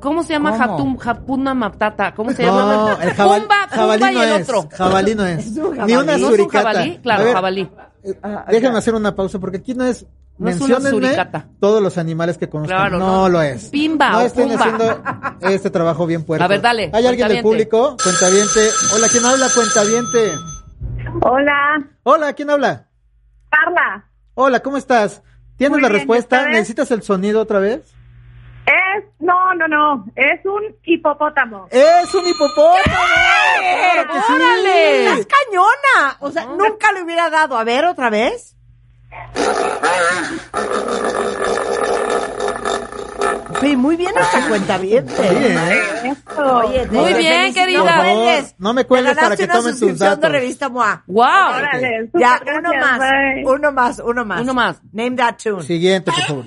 [SPEAKER 6] ¿Cómo se llama
[SPEAKER 5] ¿Cómo?
[SPEAKER 6] Hatum, Japuna Matata? ¿Cómo se llama?
[SPEAKER 7] No, el jabal,
[SPEAKER 6] Pumba,
[SPEAKER 7] jabalí
[SPEAKER 6] Pumba y
[SPEAKER 7] no
[SPEAKER 6] el
[SPEAKER 7] es.
[SPEAKER 6] otro.
[SPEAKER 7] Jabalí no es.
[SPEAKER 5] Es un jabalí.
[SPEAKER 7] Ni una
[SPEAKER 6] ¿No es un
[SPEAKER 7] suricata.
[SPEAKER 6] jabalí? Claro,
[SPEAKER 7] A ver,
[SPEAKER 6] jabalí.
[SPEAKER 7] eh,
[SPEAKER 5] Ah,
[SPEAKER 7] Déjenme
[SPEAKER 5] ya.
[SPEAKER 7] hacer una pausa porque aquí no es.
[SPEAKER 6] No es una
[SPEAKER 7] menciónenme
[SPEAKER 6] suricata.
[SPEAKER 7] todos los animales que conozco.
[SPEAKER 6] Claro,
[SPEAKER 7] no,
[SPEAKER 6] no.
[SPEAKER 7] lo es.
[SPEAKER 6] Pimba
[SPEAKER 7] No
[SPEAKER 6] o
[SPEAKER 7] estén
[SPEAKER 6] pumba.
[SPEAKER 7] haciendo este trabajo bien puerco.
[SPEAKER 6] A ver, dale,
[SPEAKER 7] ¿Hay alguien
[SPEAKER 6] cuentaviente.
[SPEAKER 7] del público? Cuentaviente. Hola, ¿quién habla? Cuentaviente.
[SPEAKER 11] Hola.
[SPEAKER 7] Hola, ¿quién habla?
[SPEAKER 11] Carla.
[SPEAKER 7] Hola, ¿cómo estás? ¿Tienes
[SPEAKER 11] Muy
[SPEAKER 7] la
[SPEAKER 11] bien, ¿y
[SPEAKER 7] respuesta?
[SPEAKER 11] ustedes?
[SPEAKER 7] ¿Necesitas el sonido otra vez?
[SPEAKER 11] Es, no, no, no, es un hipopótamo.
[SPEAKER 7] ¡Es un hipopótamo!
[SPEAKER 5] ¡Eh!
[SPEAKER 7] ¡Claro que sí!
[SPEAKER 5] ¡Órale! ¡Estás cañona! O sea, nunca le hubiera dado. A ver, otra vez. Sí, muy bien esta cuenta bien.
[SPEAKER 7] ¿eh?
[SPEAKER 11] Eso.
[SPEAKER 5] Oye, te-
[SPEAKER 13] Muy
[SPEAKER 5] te
[SPEAKER 13] bien,
[SPEAKER 5] felicito,
[SPEAKER 13] querida.
[SPEAKER 5] No cuelgues.
[SPEAKER 7] No me cuelgues
[SPEAKER 5] Te ganaste
[SPEAKER 7] para que
[SPEAKER 5] una
[SPEAKER 7] tomen tus
[SPEAKER 5] suscripción de
[SPEAKER 7] datos.
[SPEAKER 5] revista MOA.
[SPEAKER 6] ¡Wow!
[SPEAKER 11] Órale, súper
[SPEAKER 5] Ya,
[SPEAKER 11] gracias,
[SPEAKER 5] uno más.
[SPEAKER 11] bye.
[SPEAKER 5] Uno más, uno más.
[SPEAKER 6] Uno más.
[SPEAKER 5] Name that tune.
[SPEAKER 7] Siguiente, por favor.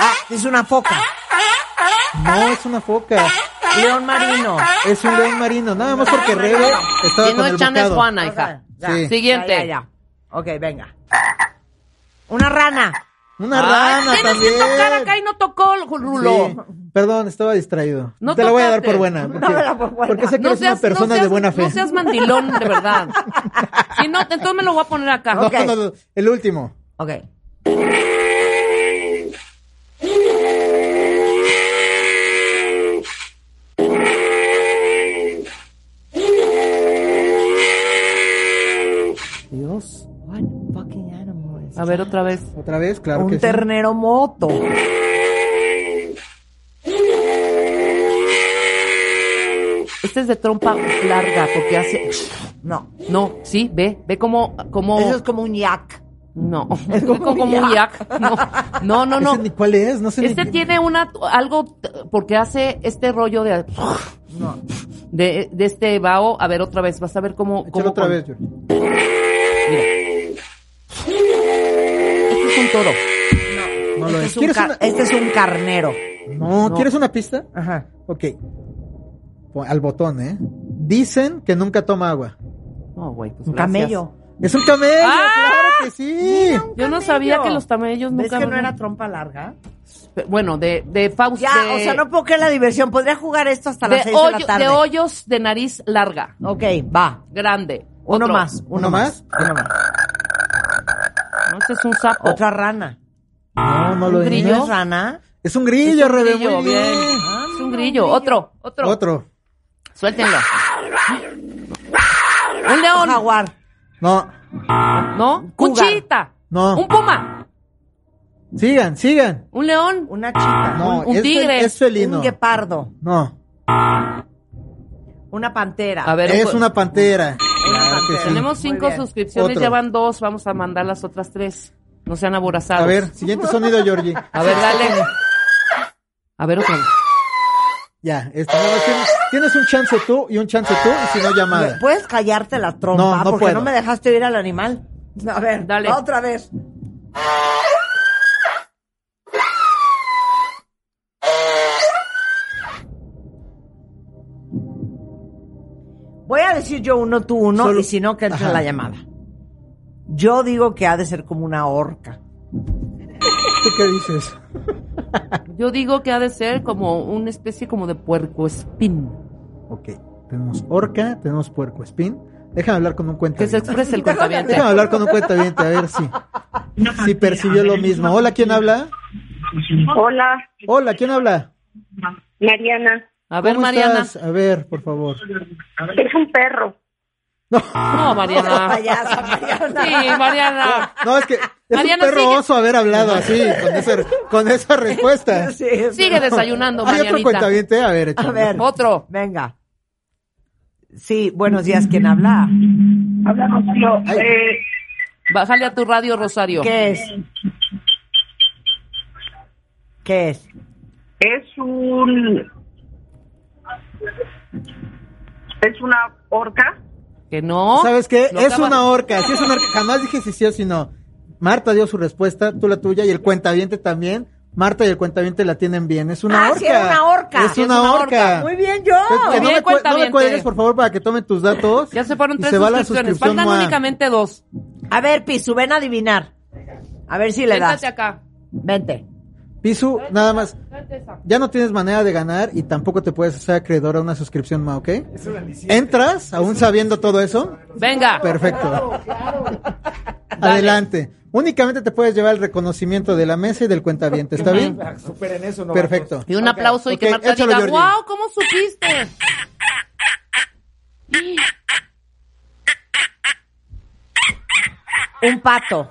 [SPEAKER 5] Ah, es una foca.
[SPEAKER 7] No, es una foca.
[SPEAKER 5] León marino.
[SPEAKER 7] Es un león marino. Nada más porque Rebe estaba
[SPEAKER 6] Si no
[SPEAKER 7] con el
[SPEAKER 6] es Chana, es
[SPEAKER 7] bocado.
[SPEAKER 6] Juana, hija.
[SPEAKER 5] Ya,
[SPEAKER 7] Sí.
[SPEAKER 6] Siguiente.
[SPEAKER 5] Ya, ya, ya. Ok, venga. Una rana.
[SPEAKER 7] Una
[SPEAKER 6] Ay,
[SPEAKER 7] rana
[SPEAKER 6] Ah. tienes
[SPEAKER 7] también.
[SPEAKER 6] que tocar acá y no tocó, Rulo.
[SPEAKER 7] Sí. Perdón, estaba distraído.
[SPEAKER 6] No
[SPEAKER 7] Te la voy a dar
[SPEAKER 6] tocaste.
[SPEAKER 7] por buena. Porque,
[SPEAKER 5] dámela por buena.
[SPEAKER 7] porque sé que
[SPEAKER 6] No
[SPEAKER 7] eres
[SPEAKER 6] seas,
[SPEAKER 7] una persona
[SPEAKER 6] no seas-
[SPEAKER 7] de buena fe.
[SPEAKER 6] No seas mandilón, de verdad. Si no, entonces me lo voy a poner acá.
[SPEAKER 7] [LAUGHS] No,
[SPEAKER 5] Ok.
[SPEAKER 7] no, no, el último.
[SPEAKER 5] Ok. Dios, what fucking animal is
[SPEAKER 6] A ver, otra vez.
[SPEAKER 7] Otra vez, claro que
[SPEAKER 5] Un
[SPEAKER 7] sí.
[SPEAKER 5] ternero moto.
[SPEAKER 6] Este es de trompa larga, porque hace...
[SPEAKER 5] No,
[SPEAKER 6] No, sí, ve, ve como...
[SPEAKER 7] Oh.
[SPEAKER 6] como...
[SPEAKER 5] eso es como un yak.
[SPEAKER 7] [LAUGHS]
[SPEAKER 6] No, es como, un yak. No, no, no. no.
[SPEAKER 7] Ese ni cuál es, no sé
[SPEAKER 6] Este
[SPEAKER 7] ni-
[SPEAKER 6] tiene una algo t- porque hace este rollo de
[SPEAKER 5] No.
[SPEAKER 6] de, de este vaho. A ver otra vez, vas a ver cómo
[SPEAKER 7] Échalo
[SPEAKER 6] cómo
[SPEAKER 7] otra
[SPEAKER 6] con-
[SPEAKER 7] vez, Yuri.
[SPEAKER 6] Este es un toro.
[SPEAKER 7] No
[SPEAKER 5] este,
[SPEAKER 7] lo es.
[SPEAKER 5] es un
[SPEAKER 7] ¿Quieres
[SPEAKER 5] car-
[SPEAKER 7] una-
[SPEAKER 5] este es un carnero.
[SPEAKER 7] No,
[SPEAKER 6] No.
[SPEAKER 7] ¿quieres una pista?
[SPEAKER 5] Ajá.
[SPEAKER 7] Ok. Po- Al botón, ¿eh? Dicen que nunca toma agua.
[SPEAKER 6] No, güey, pues
[SPEAKER 5] Un
[SPEAKER 6] gracias.
[SPEAKER 5] camello.
[SPEAKER 7] Es un camello,
[SPEAKER 6] ¡Ah!
[SPEAKER 7] claro que sí.
[SPEAKER 6] Yo no sabía que los camellos
[SPEAKER 5] ¿Ves
[SPEAKER 6] nunca
[SPEAKER 5] que no era trompa larga?
[SPEAKER 6] bueno, de de Faust
[SPEAKER 5] Ya,
[SPEAKER 6] de,
[SPEAKER 5] o sea, no puedo creer la diversión. Podría jugar esto hasta
[SPEAKER 6] de
[SPEAKER 5] las seis de
[SPEAKER 6] hoyo-
[SPEAKER 5] la tarde.
[SPEAKER 6] de hoyos de nariz larga,
[SPEAKER 5] Ok, va.
[SPEAKER 6] grande.
[SPEAKER 5] Uno
[SPEAKER 6] Otro.
[SPEAKER 5] más, uno,
[SPEAKER 7] ¿Uno
[SPEAKER 5] más.
[SPEAKER 7] más?
[SPEAKER 5] Uno más.
[SPEAKER 6] No, este es un sapo.
[SPEAKER 5] Otra rana.
[SPEAKER 7] No, no lo
[SPEAKER 6] ¿Un
[SPEAKER 7] es.
[SPEAKER 6] grillo?
[SPEAKER 5] ¿No es rana?
[SPEAKER 7] Es un grillo,
[SPEAKER 6] es un
[SPEAKER 7] Rebe,
[SPEAKER 6] grillo,
[SPEAKER 7] muy bien.
[SPEAKER 6] bien. Es un grillo. Otro, otro.
[SPEAKER 7] Otro.
[SPEAKER 6] Suéltenlo. Un león.
[SPEAKER 5] Un jaguar.
[SPEAKER 7] No.
[SPEAKER 6] ¿No? Un
[SPEAKER 5] Cougar.
[SPEAKER 6] chita.
[SPEAKER 7] No.
[SPEAKER 6] Un puma.
[SPEAKER 7] Sigan, sigan.
[SPEAKER 6] Un león.
[SPEAKER 5] Una chita.
[SPEAKER 7] No,
[SPEAKER 6] un
[SPEAKER 7] es, fe-
[SPEAKER 6] tigre.
[SPEAKER 7] es felino.
[SPEAKER 5] Un guepardo.
[SPEAKER 7] No,
[SPEAKER 5] Una pantera.
[SPEAKER 6] A ver.
[SPEAKER 7] es
[SPEAKER 6] pues,
[SPEAKER 7] una pantera. Claro que sí.
[SPEAKER 6] Tenemos
[SPEAKER 5] Muy
[SPEAKER 6] cinco
[SPEAKER 5] bien.
[SPEAKER 6] suscripciones,
[SPEAKER 7] Otro.
[SPEAKER 6] llevan dos. Vamos a mandar las otras tres. No sean aborazados.
[SPEAKER 7] A ver, siguiente sonido, Georgie.
[SPEAKER 6] A ver, dale. A ver, otra vez.
[SPEAKER 7] Ya, este, no, tienes, tienes un chance tú y un chance tú, y si no, llamada.
[SPEAKER 5] ¿Puedes callarte la trompa?
[SPEAKER 7] No, no
[SPEAKER 5] porque
[SPEAKER 7] puedo.
[SPEAKER 5] no me dejaste oír al animal. A ver,
[SPEAKER 6] Dale.
[SPEAKER 5] otra vez. Voy a decir yo uno, tú uno,
[SPEAKER 7] Solo-
[SPEAKER 5] y si no, que entre
[SPEAKER 7] Ajá.
[SPEAKER 5] la llamada. Yo digo que ha de ser como una
[SPEAKER 7] [LAUGHS]
[SPEAKER 5] horca.
[SPEAKER 7] ¿Tú qué dices?
[SPEAKER 6] Yo digo que ha de ser como una especie como de puerco espín.
[SPEAKER 7] Ok, tenemos orca, tenemos puerco espín. Déjame hablar con un cuenta.
[SPEAKER 6] Que se exprese el
[SPEAKER 7] [LAUGHS]
[SPEAKER 6] cuentaviente.
[SPEAKER 7] Déjame hablar con un cuenta a ver si, si percibió lo mismo. Hola, ¿quién habla?
[SPEAKER 11] Hola,
[SPEAKER 7] Hola, ¿quién habla?
[SPEAKER 11] Mariana.
[SPEAKER 6] A ver,
[SPEAKER 7] ¿Cómo
[SPEAKER 6] Mariana.
[SPEAKER 7] estás? A ver, por favor.
[SPEAKER 11] Es un perro.
[SPEAKER 7] No,
[SPEAKER 6] No,
[SPEAKER 7] Ah.
[SPEAKER 6] Mariana.
[SPEAKER 5] Payasa, [LAUGHS] Mariana.
[SPEAKER 6] Sí, Mariana.
[SPEAKER 7] no es que es
[SPEAKER 6] Mariana,
[SPEAKER 7] un perro
[SPEAKER 6] sigue.
[SPEAKER 7] oso haber hablado así, con esa, con esa respuesta.
[SPEAKER 5] Sí, es-
[SPEAKER 6] Sigue desayunando,
[SPEAKER 7] Hay otro
[SPEAKER 6] Marianita.
[SPEAKER 7] cuentaviente, a ver, échale.
[SPEAKER 5] A ver.
[SPEAKER 6] Otro.
[SPEAKER 5] Venga. Sí, buenos días, ¿quién habla?
[SPEAKER 11] Habla Rocío.
[SPEAKER 7] Ay.
[SPEAKER 11] Eh,
[SPEAKER 6] Bájale a tu radio, Rosario.
[SPEAKER 5] ¿Qué es? ¿Qué es?
[SPEAKER 11] es un. Es una orca.
[SPEAKER 6] Que no.
[SPEAKER 7] ¿Sabes qué?
[SPEAKER 6] ¿Oh? Lo
[SPEAKER 7] es
[SPEAKER 6] acaba-
[SPEAKER 7] una orca, sí es una orca. Jamás dije si sí o si no. Marta dio su respuesta, tú la tuya y el cuentaviente también. Marta y el cuentaviente la tienen bien. Es una
[SPEAKER 5] Ah,
[SPEAKER 7] orca.
[SPEAKER 5] sí, era una orca.
[SPEAKER 7] Es
[SPEAKER 5] Sí, es
[SPEAKER 7] una,
[SPEAKER 6] una
[SPEAKER 7] orca.
[SPEAKER 6] orca.
[SPEAKER 5] Muy bien, yo.
[SPEAKER 7] Pues, que
[SPEAKER 6] Muy bien,
[SPEAKER 7] no, me, cue- no
[SPEAKER 6] cuentaviente.
[SPEAKER 7] me cuelgues, por favor, para que tomen tus datos.
[SPEAKER 6] Ya se fueron
[SPEAKER 7] Y
[SPEAKER 6] tres
[SPEAKER 7] se va la
[SPEAKER 6] suscripciones.
[SPEAKER 7] suscripción
[SPEAKER 6] Faltan
[SPEAKER 7] MOA.
[SPEAKER 6] únicamente dos.
[SPEAKER 5] A ver, Pisu, ven a adivinar. A ver si le das.
[SPEAKER 6] Siéntate acá.
[SPEAKER 5] Vente.
[SPEAKER 7] Pisu, nada más.
[SPEAKER 6] Siéntate esa.
[SPEAKER 7] Ya no tienes manera de ganar y tampoco te puedes hacer acreedor a una suscripción más, ¿ok? Entras, aún sabiendo todo eso.
[SPEAKER 6] Venga.
[SPEAKER 7] Perfecto.
[SPEAKER 6] Dale.
[SPEAKER 7] Adelante. Únicamente te puedes llevar el reconocimiento de la mesa y del cuentaviente, ¿está bien?
[SPEAKER 10] Superen eso, no.
[SPEAKER 7] Perfecto.
[SPEAKER 6] Y un aplauso y
[SPEAKER 7] Ok,
[SPEAKER 6] que Marta
[SPEAKER 7] échalo,
[SPEAKER 6] diga,
[SPEAKER 7] Jordi.
[SPEAKER 6] wow, ¿cómo
[SPEAKER 7] [LAUGHS]
[SPEAKER 6] supiste?
[SPEAKER 14] Un pato.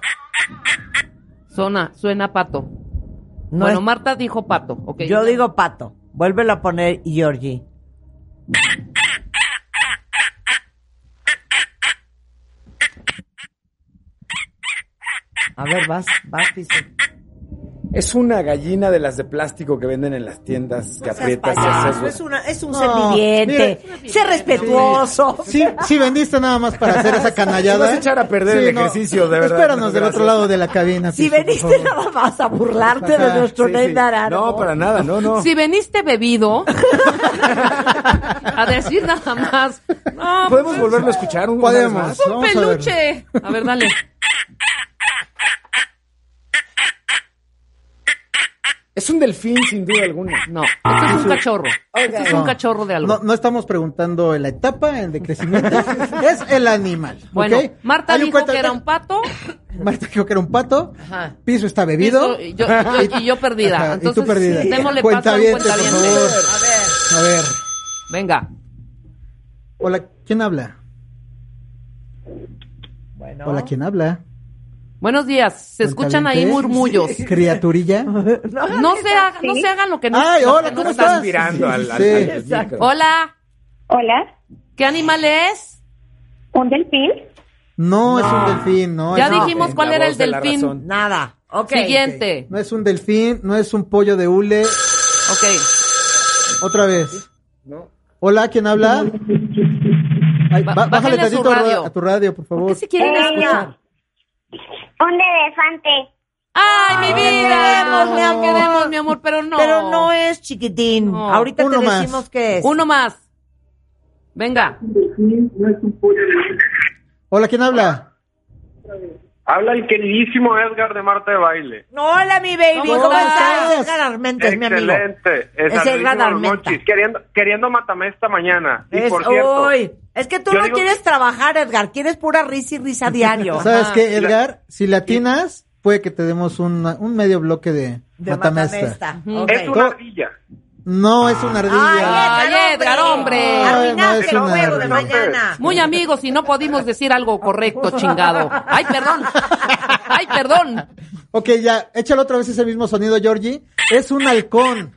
[SPEAKER 6] Suena, suena pato.
[SPEAKER 5] No
[SPEAKER 6] bueno,
[SPEAKER 5] es-
[SPEAKER 6] Marta dijo pato. ok.
[SPEAKER 5] Yo digo pato. Vuélvelo a poner, Georgie. A ver, vas, vas, dice.
[SPEAKER 9] Es una gallina de las de plástico que venden en las tiendas que aprietas y
[SPEAKER 5] payaso,
[SPEAKER 9] haces-
[SPEAKER 5] es una- es un
[SPEAKER 14] No,
[SPEAKER 5] servillete. sé respetuoso.
[SPEAKER 7] Sí, sí vendiste nada más para
[SPEAKER 6] [LAUGHS]
[SPEAKER 7] hacer esa canallada.
[SPEAKER 9] Si vas a echar a perder el ejercicio, de verdad,
[SPEAKER 7] Espéranos del
[SPEAKER 9] gracias.
[SPEAKER 7] otro lado de la cabina.
[SPEAKER 5] Si
[SPEAKER 7] Pipo, por
[SPEAKER 5] veniste
[SPEAKER 7] favor.
[SPEAKER 5] nada más a burlarte
[SPEAKER 7] Ajá,
[SPEAKER 5] de nuestro
[SPEAKER 7] sí, sí.
[SPEAKER 5] Neymar Araujo.
[SPEAKER 9] No, para nada, no, no.
[SPEAKER 6] Si veniste
[SPEAKER 7] [LAUGHS]
[SPEAKER 6] bebido [LAUGHS] a decir nada más. No,
[SPEAKER 9] Podemos volverlo a escuchar un
[SPEAKER 7] Podemos.
[SPEAKER 9] una vez más?
[SPEAKER 6] pues, un
[SPEAKER 7] Vamos a ver.
[SPEAKER 6] peluche. A ver, dale.
[SPEAKER 9] Es un delfín, sin duda alguna.
[SPEAKER 6] No, esto es un cachorro. Esto es un
[SPEAKER 7] No.
[SPEAKER 6] cachorro de algo.
[SPEAKER 7] No, no estamos preguntando en la etapa en
[SPEAKER 6] [LAUGHS]
[SPEAKER 7] de crecimiento. es el animal. ¿ok?
[SPEAKER 6] bueno, Marta
[SPEAKER 7] Hay un
[SPEAKER 6] dijo
[SPEAKER 7] cuento-
[SPEAKER 6] que era un pato.
[SPEAKER 7] Marta dijo que era un pato.
[SPEAKER 6] Ajá.
[SPEAKER 7] Piso está bebido.
[SPEAKER 6] Y yo, y yo- y yo perdida.
[SPEAKER 7] [LAUGHS] Ajá, y tú
[SPEAKER 6] Entonces,
[SPEAKER 7] perdida.
[SPEAKER 6] démosle paso a un
[SPEAKER 7] Cuentavientes, por
[SPEAKER 6] cuentaviente.
[SPEAKER 7] favor.
[SPEAKER 6] A ver.
[SPEAKER 7] A ver.
[SPEAKER 6] Venga.
[SPEAKER 7] Hola, ¿quién habla?
[SPEAKER 5] Bueno.
[SPEAKER 7] Hola, ¿quién habla?
[SPEAKER 6] Buenos días. Se escuchan ahí
[SPEAKER 7] Cuentavientes.
[SPEAKER 6] murmullos.
[SPEAKER 7] [LAUGHS] Criaturilla.
[SPEAKER 6] No se, haga- no se hagan lo que no
[SPEAKER 7] Ay,
[SPEAKER 6] lo que
[SPEAKER 7] hola,
[SPEAKER 6] no
[SPEAKER 7] ¿cómo
[SPEAKER 6] están.
[SPEAKER 7] estás?
[SPEAKER 9] Aspirando al- al-
[SPEAKER 7] Sí.
[SPEAKER 9] al- al
[SPEAKER 5] Exacto.
[SPEAKER 9] micro.
[SPEAKER 6] Hola.
[SPEAKER 4] Hola,
[SPEAKER 6] ¿Qué animal es?
[SPEAKER 4] ¿un delfín?
[SPEAKER 7] No, es un delfín, Oh, no.
[SPEAKER 6] ya
[SPEAKER 7] es un
[SPEAKER 6] dijimos
[SPEAKER 9] La
[SPEAKER 6] cuál era
[SPEAKER 9] voz
[SPEAKER 6] el
[SPEAKER 9] de la
[SPEAKER 6] delfín.
[SPEAKER 9] razón.
[SPEAKER 5] Nada. Ok.
[SPEAKER 6] Siguiente.
[SPEAKER 7] No es un delfín, no es un pollo de hule.
[SPEAKER 6] Ok.
[SPEAKER 7] Otra vez. Hola, ¿quién habla? Ay,
[SPEAKER 6] Ba-
[SPEAKER 7] ba- bájale
[SPEAKER 6] bájenle a su
[SPEAKER 7] tantito a-
[SPEAKER 6] radio.
[SPEAKER 7] a tu radio, por favor.
[SPEAKER 6] ¿Qué se quieren escuchar?
[SPEAKER 4] Un elefante.
[SPEAKER 6] ¡Ay, mi vida!
[SPEAKER 5] queremos, mi amor.
[SPEAKER 6] Queremos, mi amor, pero no.
[SPEAKER 5] Pero no es chiquitín.
[SPEAKER 6] No.
[SPEAKER 5] Ahorita
[SPEAKER 7] Uno
[SPEAKER 5] te
[SPEAKER 7] más.
[SPEAKER 5] decimos que es.
[SPEAKER 6] Uno más. Venga.
[SPEAKER 7] Hola, ¿quién habla?
[SPEAKER 12] Habla el queridísimo Edgar de Marta de Baile.
[SPEAKER 5] Hola, mi baby.
[SPEAKER 6] ¿Cómo
[SPEAKER 5] ¿Cómo, estás?
[SPEAKER 7] estás?
[SPEAKER 5] Edgar Armentes, Pues mi amigo.
[SPEAKER 12] Excelente.
[SPEAKER 5] Es
[SPEAKER 12] Excelente.
[SPEAKER 5] Edgar Armenta.
[SPEAKER 12] Queriendo, queriendo matarme esta mañana. Y
[SPEAKER 5] Es,
[SPEAKER 12] por cierto,
[SPEAKER 5] uy, es que tú
[SPEAKER 12] yo
[SPEAKER 5] no
[SPEAKER 12] digo-
[SPEAKER 5] quieres trabajar, Edgar. Quieres pura risa y
[SPEAKER 7] [LAUGHS]
[SPEAKER 5] risa diario.
[SPEAKER 7] ¿Sabes qué, Edgar? Si latinas, puede que te demos una- un medio bloque de,
[SPEAKER 5] De
[SPEAKER 7] matamesta.
[SPEAKER 5] Matamesta.
[SPEAKER 6] Ujú.
[SPEAKER 5] Ok.
[SPEAKER 12] es una ardilla.
[SPEAKER 7] No, es una ardilla.
[SPEAKER 6] Ay, Edgar, hombre.
[SPEAKER 7] No, no,
[SPEAKER 5] Arruinaste
[SPEAKER 7] es
[SPEAKER 5] el
[SPEAKER 7] una
[SPEAKER 5] juego de
[SPEAKER 7] ardilla.
[SPEAKER 5] mañana.
[SPEAKER 6] Muy amigos, y no pudimos decir algo correcto, chingado. Ay, perdón. Ay, perdón.
[SPEAKER 7] Ok, ya, échale otra vez ese mismo sonido, Georgie. Es un halcón.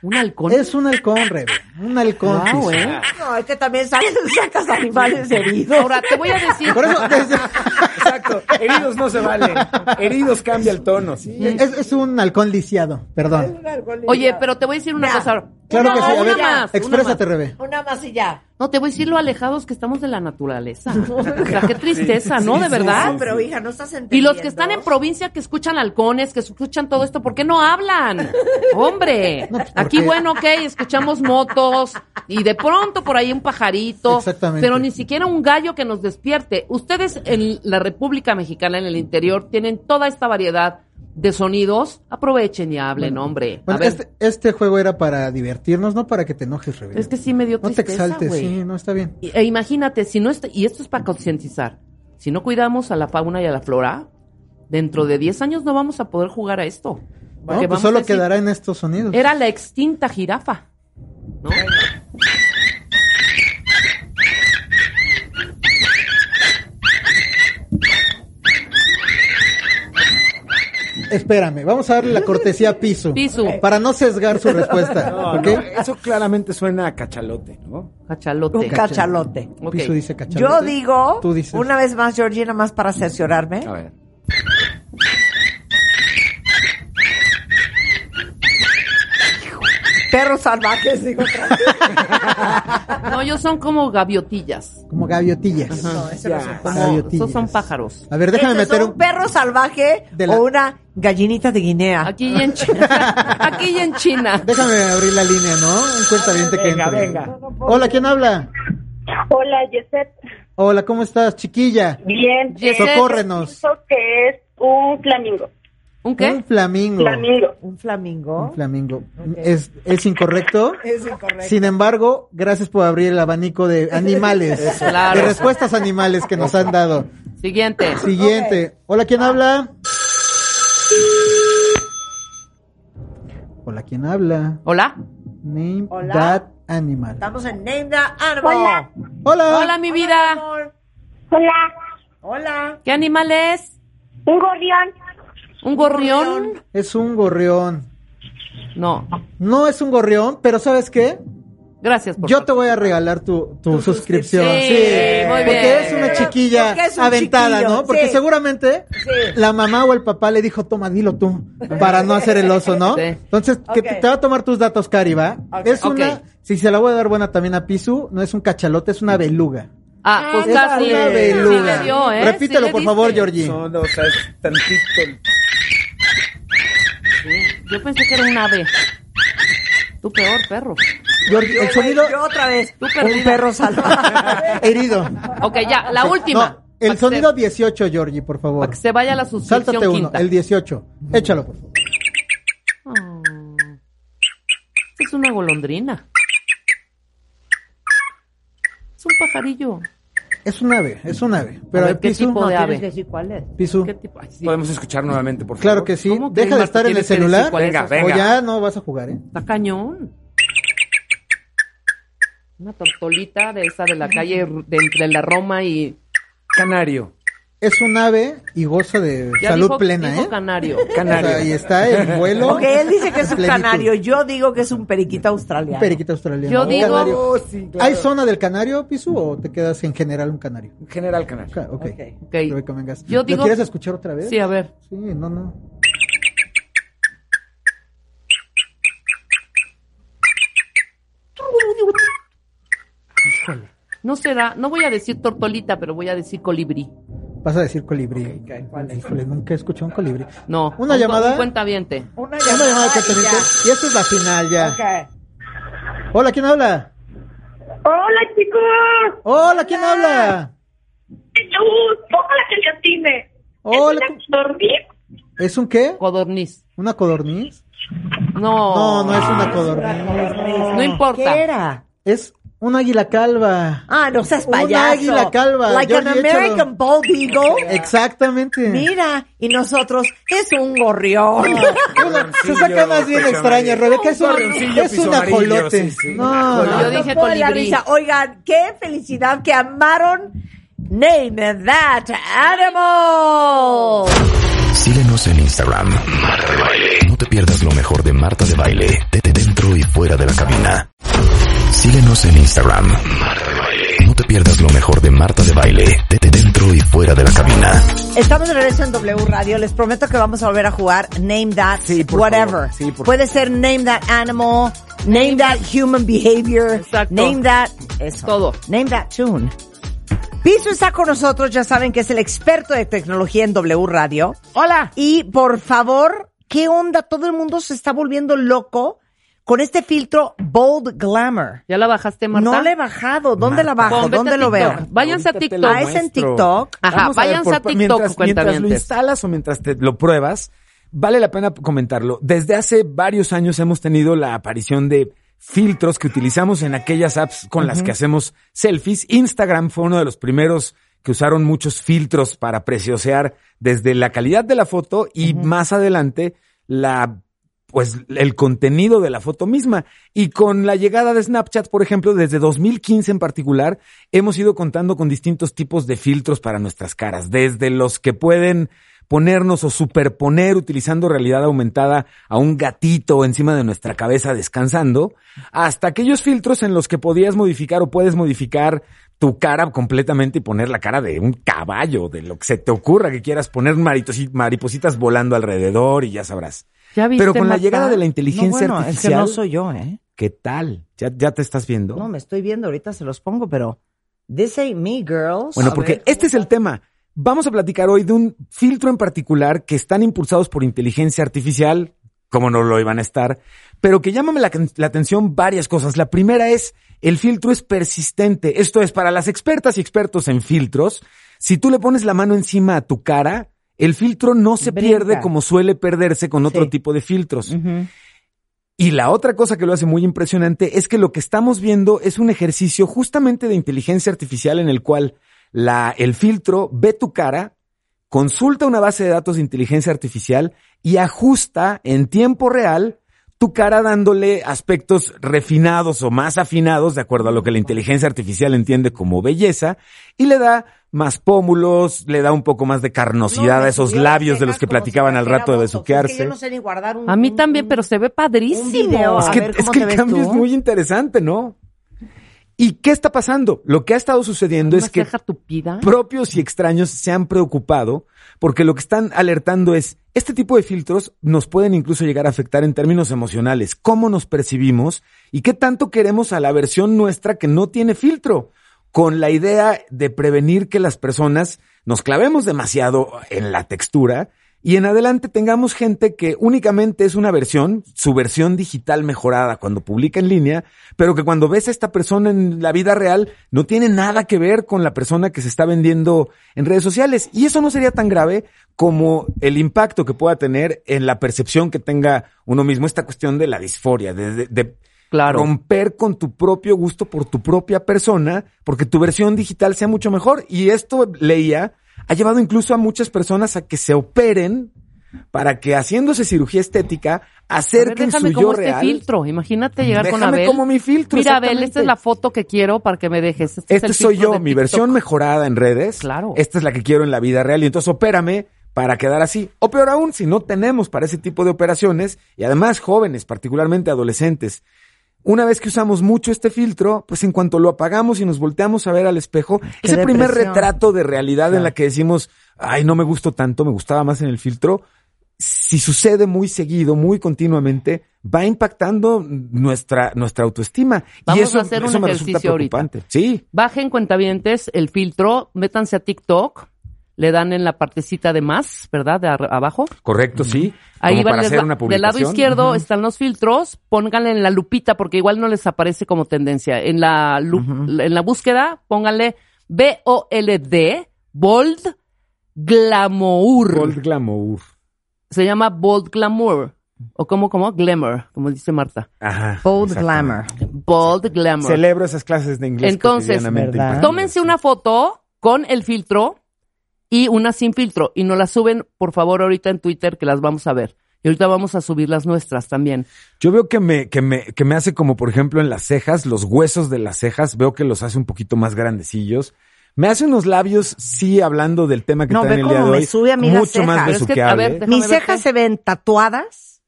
[SPEAKER 6] Un halcón.
[SPEAKER 7] Es un halcón, Rebe. Un halcón.
[SPEAKER 6] Guau,
[SPEAKER 7] Tis.
[SPEAKER 6] ¿eh?
[SPEAKER 5] No, es que también sales, sacas [LAUGHS] animales heridos.
[SPEAKER 6] Ahora te voy a decir.
[SPEAKER 7] Por
[SPEAKER 6] [LAUGHS]
[SPEAKER 7] eso, desde-
[SPEAKER 9] Exacto. Heridos no se valen. Heridos cambia el tono.
[SPEAKER 7] es, es un halcón lisiado, perdón.
[SPEAKER 6] Oye, pero te voy a decir una
[SPEAKER 5] Ya.
[SPEAKER 6] cosa.
[SPEAKER 7] Claro
[SPEAKER 6] Una
[SPEAKER 7] que sí.
[SPEAKER 6] más,
[SPEAKER 7] A
[SPEAKER 6] una
[SPEAKER 7] ver,
[SPEAKER 6] más, una
[SPEAKER 7] exprésate,
[SPEAKER 6] más.
[SPEAKER 7] Rebe.
[SPEAKER 5] Una más y ya.
[SPEAKER 6] No, te voy a decir lo alejados que estamos de la naturaleza. O sea, qué tristeza, ¿no? de verdad.
[SPEAKER 5] No, Ah, pero hija, no estás entendiendo.
[SPEAKER 6] Y los que están en provincia que escuchan halcones, que escuchan todo esto, ¿por qué no
[SPEAKER 7] [LAUGHS]
[SPEAKER 6] hablan? Hombre,
[SPEAKER 7] No, pues, ¿por
[SPEAKER 6] aquí
[SPEAKER 7] qué?
[SPEAKER 6] bueno, ok, escuchamos motos y de pronto por ahí un pajarito,
[SPEAKER 7] Exactamente.
[SPEAKER 6] pero ni siquiera un gallo que nos despierte. Ustedes en la República Mexicana, en el interior, tienen toda esta variedad de sonidos. Aprovechen y hablen, hombre. A
[SPEAKER 7] Bueno,
[SPEAKER 6] ver,
[SPEAKER 7] este, este juego era para divertirnos, no para que te enojes, Rebe.
[SPEAKER 6] es que sí me dio
[SPEAKER 7] no te
[SPEAKER 6] tristeza,
[SPEAKER 7] exaltes,
[SPEAKER 6] güey.
[SPEAKER 7] sí, no está bien.
[SPEAKER 6] Y- E imagínate, si no est- y esto es para concientizar, si no cuidamos a la fauna y a la flora, dentro de 10 años no vamos a poder jugar a esto.
[SPEAKER 7] No,
[SPEAKER 6] Porque
[SPEAKER 7] pues
[SPEAKER 6] vamos
[SPEAKER 7] solo
[SPEAKER 6] a decir,
[SPEAKER 7] quedará en estos sonidos.
[SPEAKER 6] Era la extinta jirafa. ¿no?
[SPEAKER 7] Espérame, vamos a darle la cortesía a Piso.
[SPEAKER 6] Piso.
[SPEAKER 7] Para no sesgar
[SPEAKER 6] [LAUGHS]
[SPEAKER 7] su respuesta,
[SPEAKER 9] No,
[SPEAKER 7] ¿ok?
[SPEAKER 9] no, eso claramente suena a cachalote, ¿no?
[SPEAKER 6] Cachalote.
[SPEAKER 5] Un cachalote.
[SPEAKER 6] Ok.
[SPEAKER 7] Piso dice cachalote.
[SPEAKER 5] Yo digo,
[SPEAKER 7] Tú dices.
[SPEAKER 5] una vez más, Georgina, más para cerciorarme.
[SPEAKER 9] A ver.
[SPEAKER 5] Perros salvajes, digo. otra vez.
[SPEAKER 6] No, ellos son como gaviotillas.
[SPEAKER 7] Como gaviotillas.
[SPEAKER 5] No, eso no es un
[SPEAKER 9] Ya.
[SPEAKER 5] pájaro.
[SPEAKER 6] Como-
[SPEAKER 7] Gaviotillas.
[SPEAKER 6] esos son pájaros.
[SPEAKER 7] A ver, déjame
[SPEAKER 5] Eso Este es
[SPEAKER 7] meter
[SPEAKER 5] un
[SPEAKER 7] un...
[SPEAKER 5] perro salvaje
[SPEAKER 7] De la-
[SPEAKER 5] o una gallinita de Guinea.
[SPEAKER 6] Aquí y en China. [LAUGHS] Aquí y en China.
[SPEAKER 7] Déjame abrir la línea, ¿no? Un cuenta que
[SPEAKER 9] Venga,
[SPEAKER 7] entre.
[SPEAKER 9] venga.
[SPEAKER 7] Hola, ¿quién habla?
[SPEAKER 4] Hola, Yeset.
[SPEAKER 7] Hola, ¿cómo estás, chiquilla?
[SPEAKER 4] Bien.
[SPEAKER 6] Yeset.
[SPEAKER 7] Socórrenos.
[SPEAKER 4] Pienso que es un flamingo.
[SPEAKER 6] ¿Un qué?
[SPEAKER 7] Un flamingo.
[SPEAKER 4] Flamingo.
[SPEAKER 5] Un flamingo.
[SPEAKER 7] Un flamingo. Es, es incorrecto.
[SPEAKER 5] Es incorrecto.
[SPEAKER 7] Sin embargo, gracias por abrir el abanico de animales.
[SPEAKER 6] Claro.
[SPEAKER 7] De respuestas animales que nos han dado.
[SPEAKER 6] Siguiente.
[SPEAKER 7] Siguiente. Hola, ¿quién habla? Hola, ¿quién habla?
[SPEAKER 6] Hola.
[SPEAKER 7] Name
[SPEAKER 5] Hola.
[SPEAKER 7] that animal.
[SPEAKER 5] Estamos en Name the Animal.
[SPEAKER 7] Hola.
[SPEAKER 6] Hola, mi vida.
[SPEAKER 5] amor.
[SPEAKER 4] Hola.
[SPEAKER 5] Hola.
[SPEAKER 6] ¿Qué animal es?
[SPEAKER 4] Un gorrión.
[SPEAKER 6] ¿Un gorrión?
[SPEAKER 7] Es un gorrión.
[SPEAKER 6] No.
[SPEAKER 7] No es un gorrión, pero ¿sabes qué?
[SPEAKER 6] Gracias por
[SPEAKER 7] Yo te voy a regalar tu, tu
[SPEAKER 6] suscripción.
[SPEAKER 7] suscripción.
[SPEAKER 6] Sí, muy bien.
[SPEAKER 7] Porque es una
[SPEAKER 6] Pero,
[SPEAKER 7] chiquilla
[SPEAKER 6] porque es un
[SPEAKER 7] aventada,
[SPEAKER 6] chiquillo,
[SPEAKER 7] ¿no? Porque
[SPEAKER 6] sí.
[SPEAKER 7] seguramente la mamá o el papá le dijo, toma, dilo tú, para no hacer el oso, ¿no?
[SPEAKER 6] Sí.
[SPEAKER 7] Entonces, que te-
[SPEAKER 6] Ok.
[SPEAKER 7] te va a tomar tus datos, Cari, ¿va?
[SPEAKER 6] Ok.
[SPEAKER 7] Es una,
[SPEAKER 6] Ok.
[SPEAKER 7] si se la voy a dar buena también a Pisu, no es un cachalote, es una beluga.
[SPEAKER 6] Ah, pues
[SPEAKER 7] es
[SPEAKER 6] casi.
[SPEAKER 7] una
[SPEAKER 6] Sí le
[SPEAKER 7] beluga.
[SPEAKER 6] dio, ¿eh?
[SPEAKER 7] Repítelo,
[SPEAKER 6] Sí le
[SPEAKER 7] por favor,
[SPEAKER 6] diste.
[SPEAKER 7] Georgie.
[SPEAKER 8] No, no, o sea, es tantito.
[SPEAKER 6] Yo pensé que era un ave. Tú peor, perro.
[SPEAKER 7] Georgie, el sonido...
[SPEAKER 6] Yo otra vez. Tú
[SPEAKER 5] Un
[SPEAKER 6] perdida.
[SPEAKER 5] perro salvaje.
[SPEAKER 7] [LAUGHS] Herido.
[SPEAKER 6] Ok, ya, la última.
[SPEAKER 7] No, el sonido 18, Georgie, por favor. Para que
[SPEAKER 6] se vaya la suscripción
[SPEAKER 7] Sáltate uno,
[SPEAKER 6] quinta.
[SPEAKER 7] el 18. Échalo, por favor.
[SPEAKER 6] Oh. Es una golondrina. Es un pajarillo.
[SPEAKER 7] Es un ave, es un ave. Pero
[SPEAKER 6] A ver,
[SPEAKER 7] el
[SPEAKER 6] ¿qué
[SPEAKER 7] piso,
[SPEAKER 6] tipo de
[SPEAKER 7] no,
[SPEAKER 6] ave?
[SPEAKER 7] tienes-
[SPEAKER 6] cuál es.
[SPEAKER 7] Pisu.
[SPEAKER 8] Podemos escuchar nuevamente, por favor.
[SPEAKER 7] Claro que sí.
[SPEAKER 6] que
[SPEAKER 7] Deja de
[SPEAKER 6] Marta
[SPEAKER 7] estar en el
[SPEAKER 6] tienes que decir
[SPEAKER 7] celular.
[SPEAKER 6] cuál es?
[SPEAKER 8] Venga,
[SPEAKER 6] O sea,
[SPEAKER 8] venga.
[SPEAKER 7] O ya no vas a jugar, ¿eh?
[SPEAKER 6] Está cañón. Una tortolita de esa de la calle de entre la Roma y.
[SPEAKER 8] Canario.
[SPEAKER 7] Es un ave y goza de
[SPEAKER 6] Ya
[SPEAKER 7] salud
[SPEAKER 6] dijo-
[SPEAKER 7] plena,
[SPEAKER 6] dijo
[SPEAKER 7] ¿eh? [LAUGHS]
[SPEAKER 6] Canario.
[SPEAKER 7] O sea, y está
[SPEAKER 6] [LAUGHS]
[SPEAKER 7] en vuelo.
[SPEAKER 5] Ok, él dice que es
[SPEAKER 7] en
[SPEAKER 5] un
[SPEAKER 7] plenitud.
[SPEAKER 5] canario. Yo digo que es un periquito australiano.
[SPEAKER 7] Periquito australiano.
[SPEAKER 5] Yo
[SPEAKER 7] Un
[SPEAKER 5] digo-
[SPEAKER 7] canario.
[SPEAKER 8] Oh, sí, claro.
[SPEAKER 7] ¿Hay zona del canario, Pisu, o te quedas en general un canario?
[SPEAKER 8] General Canario.
[SPEAKER 7] Ca- Ok.
[SPEAKER 6] Ok.
[SPEAKER 7] Te recomendas.
[SPEAKER 6] Yo
[SPEAKER 7] ¿Lo
[SPEAKER 6] digo-
[SPEAKER 7] quieres escuchar otra vez?
[SPEAKER 6] Sí, a ver.
[SPEAKER 7] Sí, no, no.
[SPEAKER 6] No será, no voy a decir tortolita, pero voy a decir colibrí.
[SPEAKER 7] Vas a decir colibrí. Híjole, nunca he escuchado un colibrí.
[SPEAKER 6] No.
[SPEAKER 7] Una llamada.
[SPEAKER 6] Cuenta viente.
[SPEAKER 5] Una
[SPEAKER 7] Una
[SPEAKER 5] llamada
[SPEAKER 7] llamada que te
[SPEAKER 5] y ya.
[SPEAKER 7] Y esta es la final ya.
[SPEAKER 5] Ok.
[SPEAKER 7] Hola, ¿quién habla?
[SPEAKER 15] Hola, chicos.
[SPEAKER 7] Hola, ¿quién habla?
[SPEAKER 15] Luz, póngala que le atine.
[SPEAKER 7] Hola.
[SPEAKER 15] ¿Es una dormir?
[SPEAKER 7] ¿Es un qué?
[SPEAKER 6] Codorniz.
[SPEAKER 7] ¿Una codorniz?
[SPEAKER 6] No.
[SPEAKER 7] No, no es una codorniz.
[SPEAKER 6] No importa.
[SPEAKER 5] ¿Qué era?
[SPEAKER 7] Es un águila calva.
[SPEAKER 5] Ah, no seas
[SPEAKER 7] Un
[SPEAKER 5] payaso.
[SPEAKER 7] águila calva,
[SPEAKER 5] Like an
[SPEAKER 7] Georgie, échalo. Eh.
[SPEAKER 5] American bald
[SPEAKER 7] [LAUGHS]
[SPEAKER 5] eagle.
[SPEAKER 7] Exactamente.
[SPEAKER 5] Mira, y nosotros, es un gorrión.
[SPEAKER 7] Una- se saca más bien extraña, Rebeca. Es un,
[SPEAKER 8] Gorrioncillo,
[SPEAKER 7] es un
[SPEAKER 8] piso amarillo,
[SPEAKER 7] ajolote.
[SPEAKER 8] sí, sí.
[SPEAKER 7] No,
[SPEAKER 5] [LAUGHS]
[SPEAKER 6] Bueno, yo
[SPEAKER 7] no.
[SPEAKER 6] dije
[SPEAKER 5] Nos pone la
[SPEAKER 6] colibrí.
[SPEAKER 5] risa. Oigan, qué felicidad que amaron Name That Animal.
[SPEAKER 1] Síguenos en Instagram. Marta de Baile. No te pierdas lo mejor de Marta de Baile, de- de dentro y fuera de la cabina. Síguenos en Instagram. Marta de Baile. No te pierdas lo mejor de Marta de Baile, de- de dentro y fuera de la cabina.
[SPEAKER 5] Estamos de regreso en W Radio. Les prometo que vamos a volver a jugar Name That
[SPEAKER 8] Sí, por
[SPEAKER 5] Whatever.
[SPEAKER 8] favor. Sí, por
[SPEAKER 5] Puede ser Name That Animal, Name That Human Behavior,
[SPEAKER 6] Exacto.
[SPEAKER 5] Name That eso.
[SPEAKER 6] Todo.
[SPEAKER 5] Name That Tune. Piso está con nosotros, ya saben que es el experto de tecnología en W Radio.
[SPEAKER 6] Hola.
[SPEAKER 5] Y por favor, ¿qué onda? Todo el mundo se está volviendo loco con este filtro Bold Glamour.
[SPEAKER 6] ¿Ya la bajaste, Marta?
[SPEAKER 5] No le he bajado. ¿Dónde la bajo?
[SPEAKER 6] Pon, vete
[SPEAKER 5] ¿Dónde
[SPEAKER 6] a
[SPEAKER 5] lo
[SPEAKER 6] TikTok.
[SPEAKER 5] veo?
[SPEAKER 6] Váyanse a
[SPEAKER 8] Ahorita te
[SPEAKER 6] TikTok.
[SPEAKER 8] lo
[SPEAKER 5] Ah, es en
[SPEAKER 8] muestro.
[SPEAKER 5] TikTok.
[SPEAKER 6] Ajá,
[SPEAKER 8] Vamos a ver,
[SPEAKER 6] váyanse a
[SPEAKER 8] por-
[SPEAKER 6] TikTok,
[SPEAKER 8] Mientras, mientras lo
[SPEAKER 6] cuentavientes.
[SPEAKER 8] instalas o mientras te lo pruebas, vale la pena comentarlo. Desde hace varios años hemos tenido la aparición de filtros que utilizamos en aquellas apps con las que hacemos selfies. Instagram fue uno de los primeros que usaron muchos filtros para preciosear desde la calidad de la foto y más adelante la pues el contenido de la foto misma. Y con la llegada de Snapchat, por ejemplo, desde 2015 en particular, hemos ido contando con distintos tipos de filtros para nuestras caras, desde los que pueden ponernos o superponer utilizando realidad aumentada a un gatito encima de nuestra cabeza descansando, hasta aquellos filtros en los que podías modificar o puedes modificar tu cara completamente y poner la cara de un caballo, de lo que se te ocurra que quieras poner maritosi- maripositas volando alrededor y ya sabrás.
[SPEAKER 6] ¿Ya viste,
[SPEAKER 8] Pero con la
[SPEAKER 6] Marta?
[SPEAKER 8] llegada de la
[SPEAKER 5] No,
[SPEAKER 8] inteligencia
[SPEAKER 5] bueno, es que
[SPEAKER 8] artificial,
[SPEAKER 5] no soy yo, ¿eh?
[SPEAKER 8] ¿qué tal? ¿Ya, ya te estás viendo?
[SPEAKER 5] No, me estoy viendo, ahorita se los pongo, pero this ain't me, girls.
[SPEAKER 8] bueno,
[SPEAKER 5] A
[SPEAKER 8] porque
[SPEAKER 5] ver.
[SPEAKER 8] este es el tema. Vamos a platicar hoy de un filtro en particular que están impulsados por inteligencia artificial, como no lo iban a estar, pero que llámame la, la atención varias cosas. La primera es, el filtro es persistente. Esto es, para las expertas y expertos en filtros, si tú le pones la mano encima a tu cara, el filtro no se
[SPEAKER 5] Brinca.
[SPEAKER 8] pierde como suele perderse con otro
[SPEAKER 5] Sí.
[SPEAKER 8] tipo de filtros.
[SPEAKER 5] Ujú.
[SPEAKER 8] Y la otra cosa que lo hace muy impresionante es que lo que estamos viendo es un ejercicio justamente de inteligencia artificial en el cual la, el filtro ve tu cara, consulta una base de datos de inteligencia artificial y ajusta en tiempo real
[SPEAKER 9] tu cara dándole aspectos refinados o más afinados de acuerdo a lo que la inteligencia artificial entiende como belleza y le da más pómulos, le da un poco más de carnosidad a esos labios de los que platicaban al rato de besuquearse.
[SPEAKER 5] sé ni guardar un...
[SPEAKER 6] A mí también, pero se ve
[SPEAKER 5] un
[SPEAKER 6] padrísimo.
[SPEAKER 5] video.
[SPEAKER 9] Es
[SPEAKER 5] A
[SPEAKER 9] que,
[SPEAKER 5] ver,
[SPEAKER 9] es
[SPEAKER 5] ¿cómo
[SPEAKER 9] que
[SPEAKER 5] te
[SPEAKER 9] el
[SPEAKER 5] ves
[SPEAKER 9] cambio
[SPEAKER 5] tú?
[SPEAKER 9] es muy interesante, ¿no? ¿Y qué está pasando? Lo que ha estado sucediendo es que
[SPEAKER 6] tupida.
[SPEAKER 9] propios y extraños se han preocupado porque lo que están alertando es, este tipo de filtros nos pueden incluso llegar a afectar en términos emocionales, cómo nos percibimos y qué tanto queremos a la versión nuestra que no tiene filtro, con la idea de prevenir que las personas nos clavemos demasiado en la textura y en adelante tengamos gente que únicamente es una versión, su versión digital mejorada cuando publica en línea, pero que cuando ves a esta persona en la vida real no tiene nada que ver con la persona que se está vendiendo en redes sociales. Y eso no sería tan grave como el impacto que pueda tener en la percepción que tenga uno mismo esta cuestión de la disforia, de, de- de romper con tu propio gusto por tu propia persona, porque tu versión digital sea mucho mejor. Y esto, leía, ha llevado incluso a muchas personas a que se operen para que haciéndose cirugía estética
[SPEAKER 6] A ver,
[SPEAKER 9] acerquen
[SPEAKER 6] déjame
[SPEAKER 9] su
[SPEAKER 6] como
[SPEAKER 9] yo
[SPEAKER 6] este
[SPEAKER 9] real.
[SPEAKER 6] filtro. Imagínate llegar con
[SPEAKER 9] Déjame
[SPEAKER 6] Abel.
[SPEAKER 9] como mi filtro,
[SPEAKER 6] Mira, Abel,
[SPEAKER 9] exactamente.
[SPEAKER 6] esta es la foto que quiero para que me dejes. Este, es
[SPEAKER 9] Este
[SPEAKER 6] el
[SPEAKER 9] soy
[SPEAKER 6] filtro
[SPEAKER 9] yo,
[SPEAKER 6] de
[SPEAKER 9] mi
[SPEAKER 6] TikTok.
[SPEAKER 9] versión mejorada en redes. Claro. Esta es la que quiero en la vida real y entonces opérame para quedar así. O peor aún, si no tenemos para ese tipo de operaciones y además jóvenes, particularmente adolescentes. Una vez que usamos mucho este filtro, pues en cuanto lo apagamos y nos volteamos a ver al espejo, ese primer
[SPEAKER 8] depresión.
[SPEAKER 9] retrato de realidad en la que decimos, ay, no me gustó tanto, me gustaba más en el filtro, si sucede muy seguido, muy continuamente, va impactando nuestra, nuestra autoestima.
[SPEAKER 6] Vamos
[SPEAKER 9] y
[SPEAKER 6] a
[SPEAKER 9] eso,
[SPEAKER 6] hacer un
[SPEAKER 9] eso me resulta
[SPEAKER 6] ejercicio ahorita.
[SPEAKER 9] preocupante. Sí.
[SPEAKER 6] Bajen cuentavientes el filtro, métanse a TikTok, le dan en la partecita de más, ¿verdad? De ar- abajo.
[SPEAKER 9] Correcto, sí.
[SPEAKER 6] Ahí
[SPEAKER 9] Como
[SPEAKER 6] van
[SPEAKER 9] para
[SPEAKER 6] les
[SPEAKER 9] hacer
[SPEAKER 6] va-
[SPEAKER 9] una
[SPEAKER 6] Del
[SPEAKER 9] publicación.
[SPEAKER 6] lado izquierdo
[SPEAKER 9] Ujú.
[SPEAKER 6] están los filtros, pónganle en la lupita porque igual no les aparece como tendencia. En la lu- en la búsqueda, pónganle B O L D Bold Glamour.
[SPEAKER 9] Bold Glamour.
[SPEAKER 6] Se llama Bold Glamour o como como Glamour, como dice Marta.
[SPEAKER 9] Ajá.
[SPEAKER 5] Bold glamour.
[SPEAKER 6] Bold Glamour.
[SPEAKER 9] Celebro esas clases de inglés.
[SPEAKER 6] Entonces,
[SPEAKER 9] cotidianamente impartidas.
[SPEAKER 6] tómense una foto con el filtro y una sin filtro y nos la suben, por favor, ahorita en Twitter que las vamos a ver. Y ahorita vamos a subir las nuestras también.
[SPEAKER 9] Yo veo que me, que me, que me hace como, por ejemplo, en las cejas, los huesos de las cejas, veo que los hace un poquito más grandecillos. Me hace unos labios, sí, hablando del tema que
[SPEAKER 5] No,
[SPEAKER 9] traen
[SPEAKER 5] ve
[SPEAKER 9] el día
[SPEAKER 5] cómo
[SPEAKER 9] de
[SPEAKER 5] me
[SPEAKER 9] hoy,
[SPEAKER 5] sube a mí las
[SPEAKER 9] mucho más
[SPEAKER 5] cejas. Es que, a
[SPEAKER 9] besuqueable.
[SPEAKER 5] ver, Mis cejas se ven tatuadas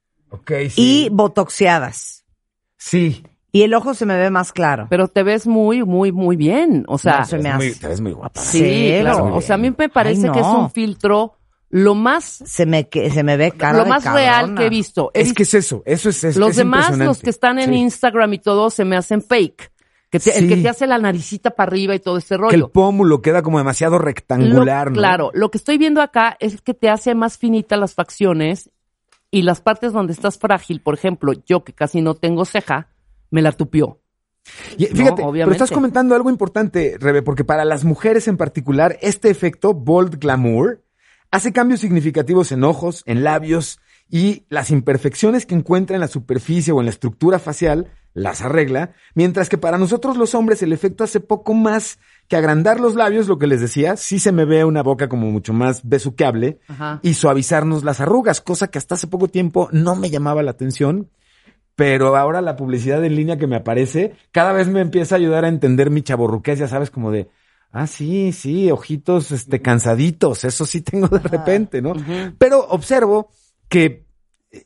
[SPEAKER 5] y botoxeadas.
[SPEAKER 9] Sí.
[SPEAKER 5] Y el ojo se me ve más claro.
[SPEAKER 6] Pero te ves muy, muy, muy bien. O sea,
[SPEAKER 5] No, se me hace.
[SPEAKER 9] Te ves muy guapa.
[SPEAKER 6] sí,
[SPEAKER 5] Cero.
[SPEAKER 6] claro. O sea, a mí me parece
[SPEAKER 5] Ay,
[SPEAKER 6] que es
[SPEAKER 5] no.
[SPEAKER 6] un filtro lo más,
[SPEAKER 5] Se me, que- se me ve cara
[SPEAKER 6] lo
[SPEAKER 5] de
[SPEAKER 6] más real
[SPEAKER 5] cabrona.
[SPEAKER 6] que he visto. He
[SPEAKER 9] Es que es eso, eso es, es
[SPEAKER 6] los
[SPEAKER 9] es
[SPEAKER 6] demás,
[SPEAKER 9] impresionante.
[SPEAKER 6] los que están en
[SPEAKER 9] Sí.
[SPEAKER 6] Instagram y todo, se me hacen fake. Que te-
[SPEAKER 9] Sí.
[SPEAKER 6] El que te hace la naricita para arriba y todo ese rollo.
[SPEAKER 9] Que el pómulo queda como demasiado rectangular,
[SPEAKER 6] Lo-
[SPEAKER 9] ¿no?
[SPEAKER 6] Claro, lo que estoy viendo acá es que te hace más finita las facciones y las partes donde estás frágil, por ejemplo, yo que casi no tengo ceja, me la tupió.
[SPEAKER 9] Y
[SPEAKER 6] No,
[SPEAKER 9] fíjate, pero
[SPEAKER 6] obviamente.
[SPEAKER 9] estás comentando algo importante, Rebe, porque para las mujeres en particular, este efecto, bold glamour, hace cambios significativos en ojos, en labios y las imperfecciones que encuentra en la superficie o en la estructura facial las arregla, mientras que para nosotros los hombres el efecto hace poco más que agrandar los labios, lo que les decía, sí se me ve una boca como mucho más besuqueable
[SPEAKER 6] Ajá.
[SPEAKER 9] y suavizarnos las arrugas, cosa que hasta hace poco tiempo no me llamaba la atención, pero ahora la publicidad en línea que me aparece cada vez me empieza a ayudar a entender mi chaborruquez, ya sabes, como de, ah, sí, sí, ojitos este, cansaditos, eso sí tengo de repente, ¿no? Pero observo que,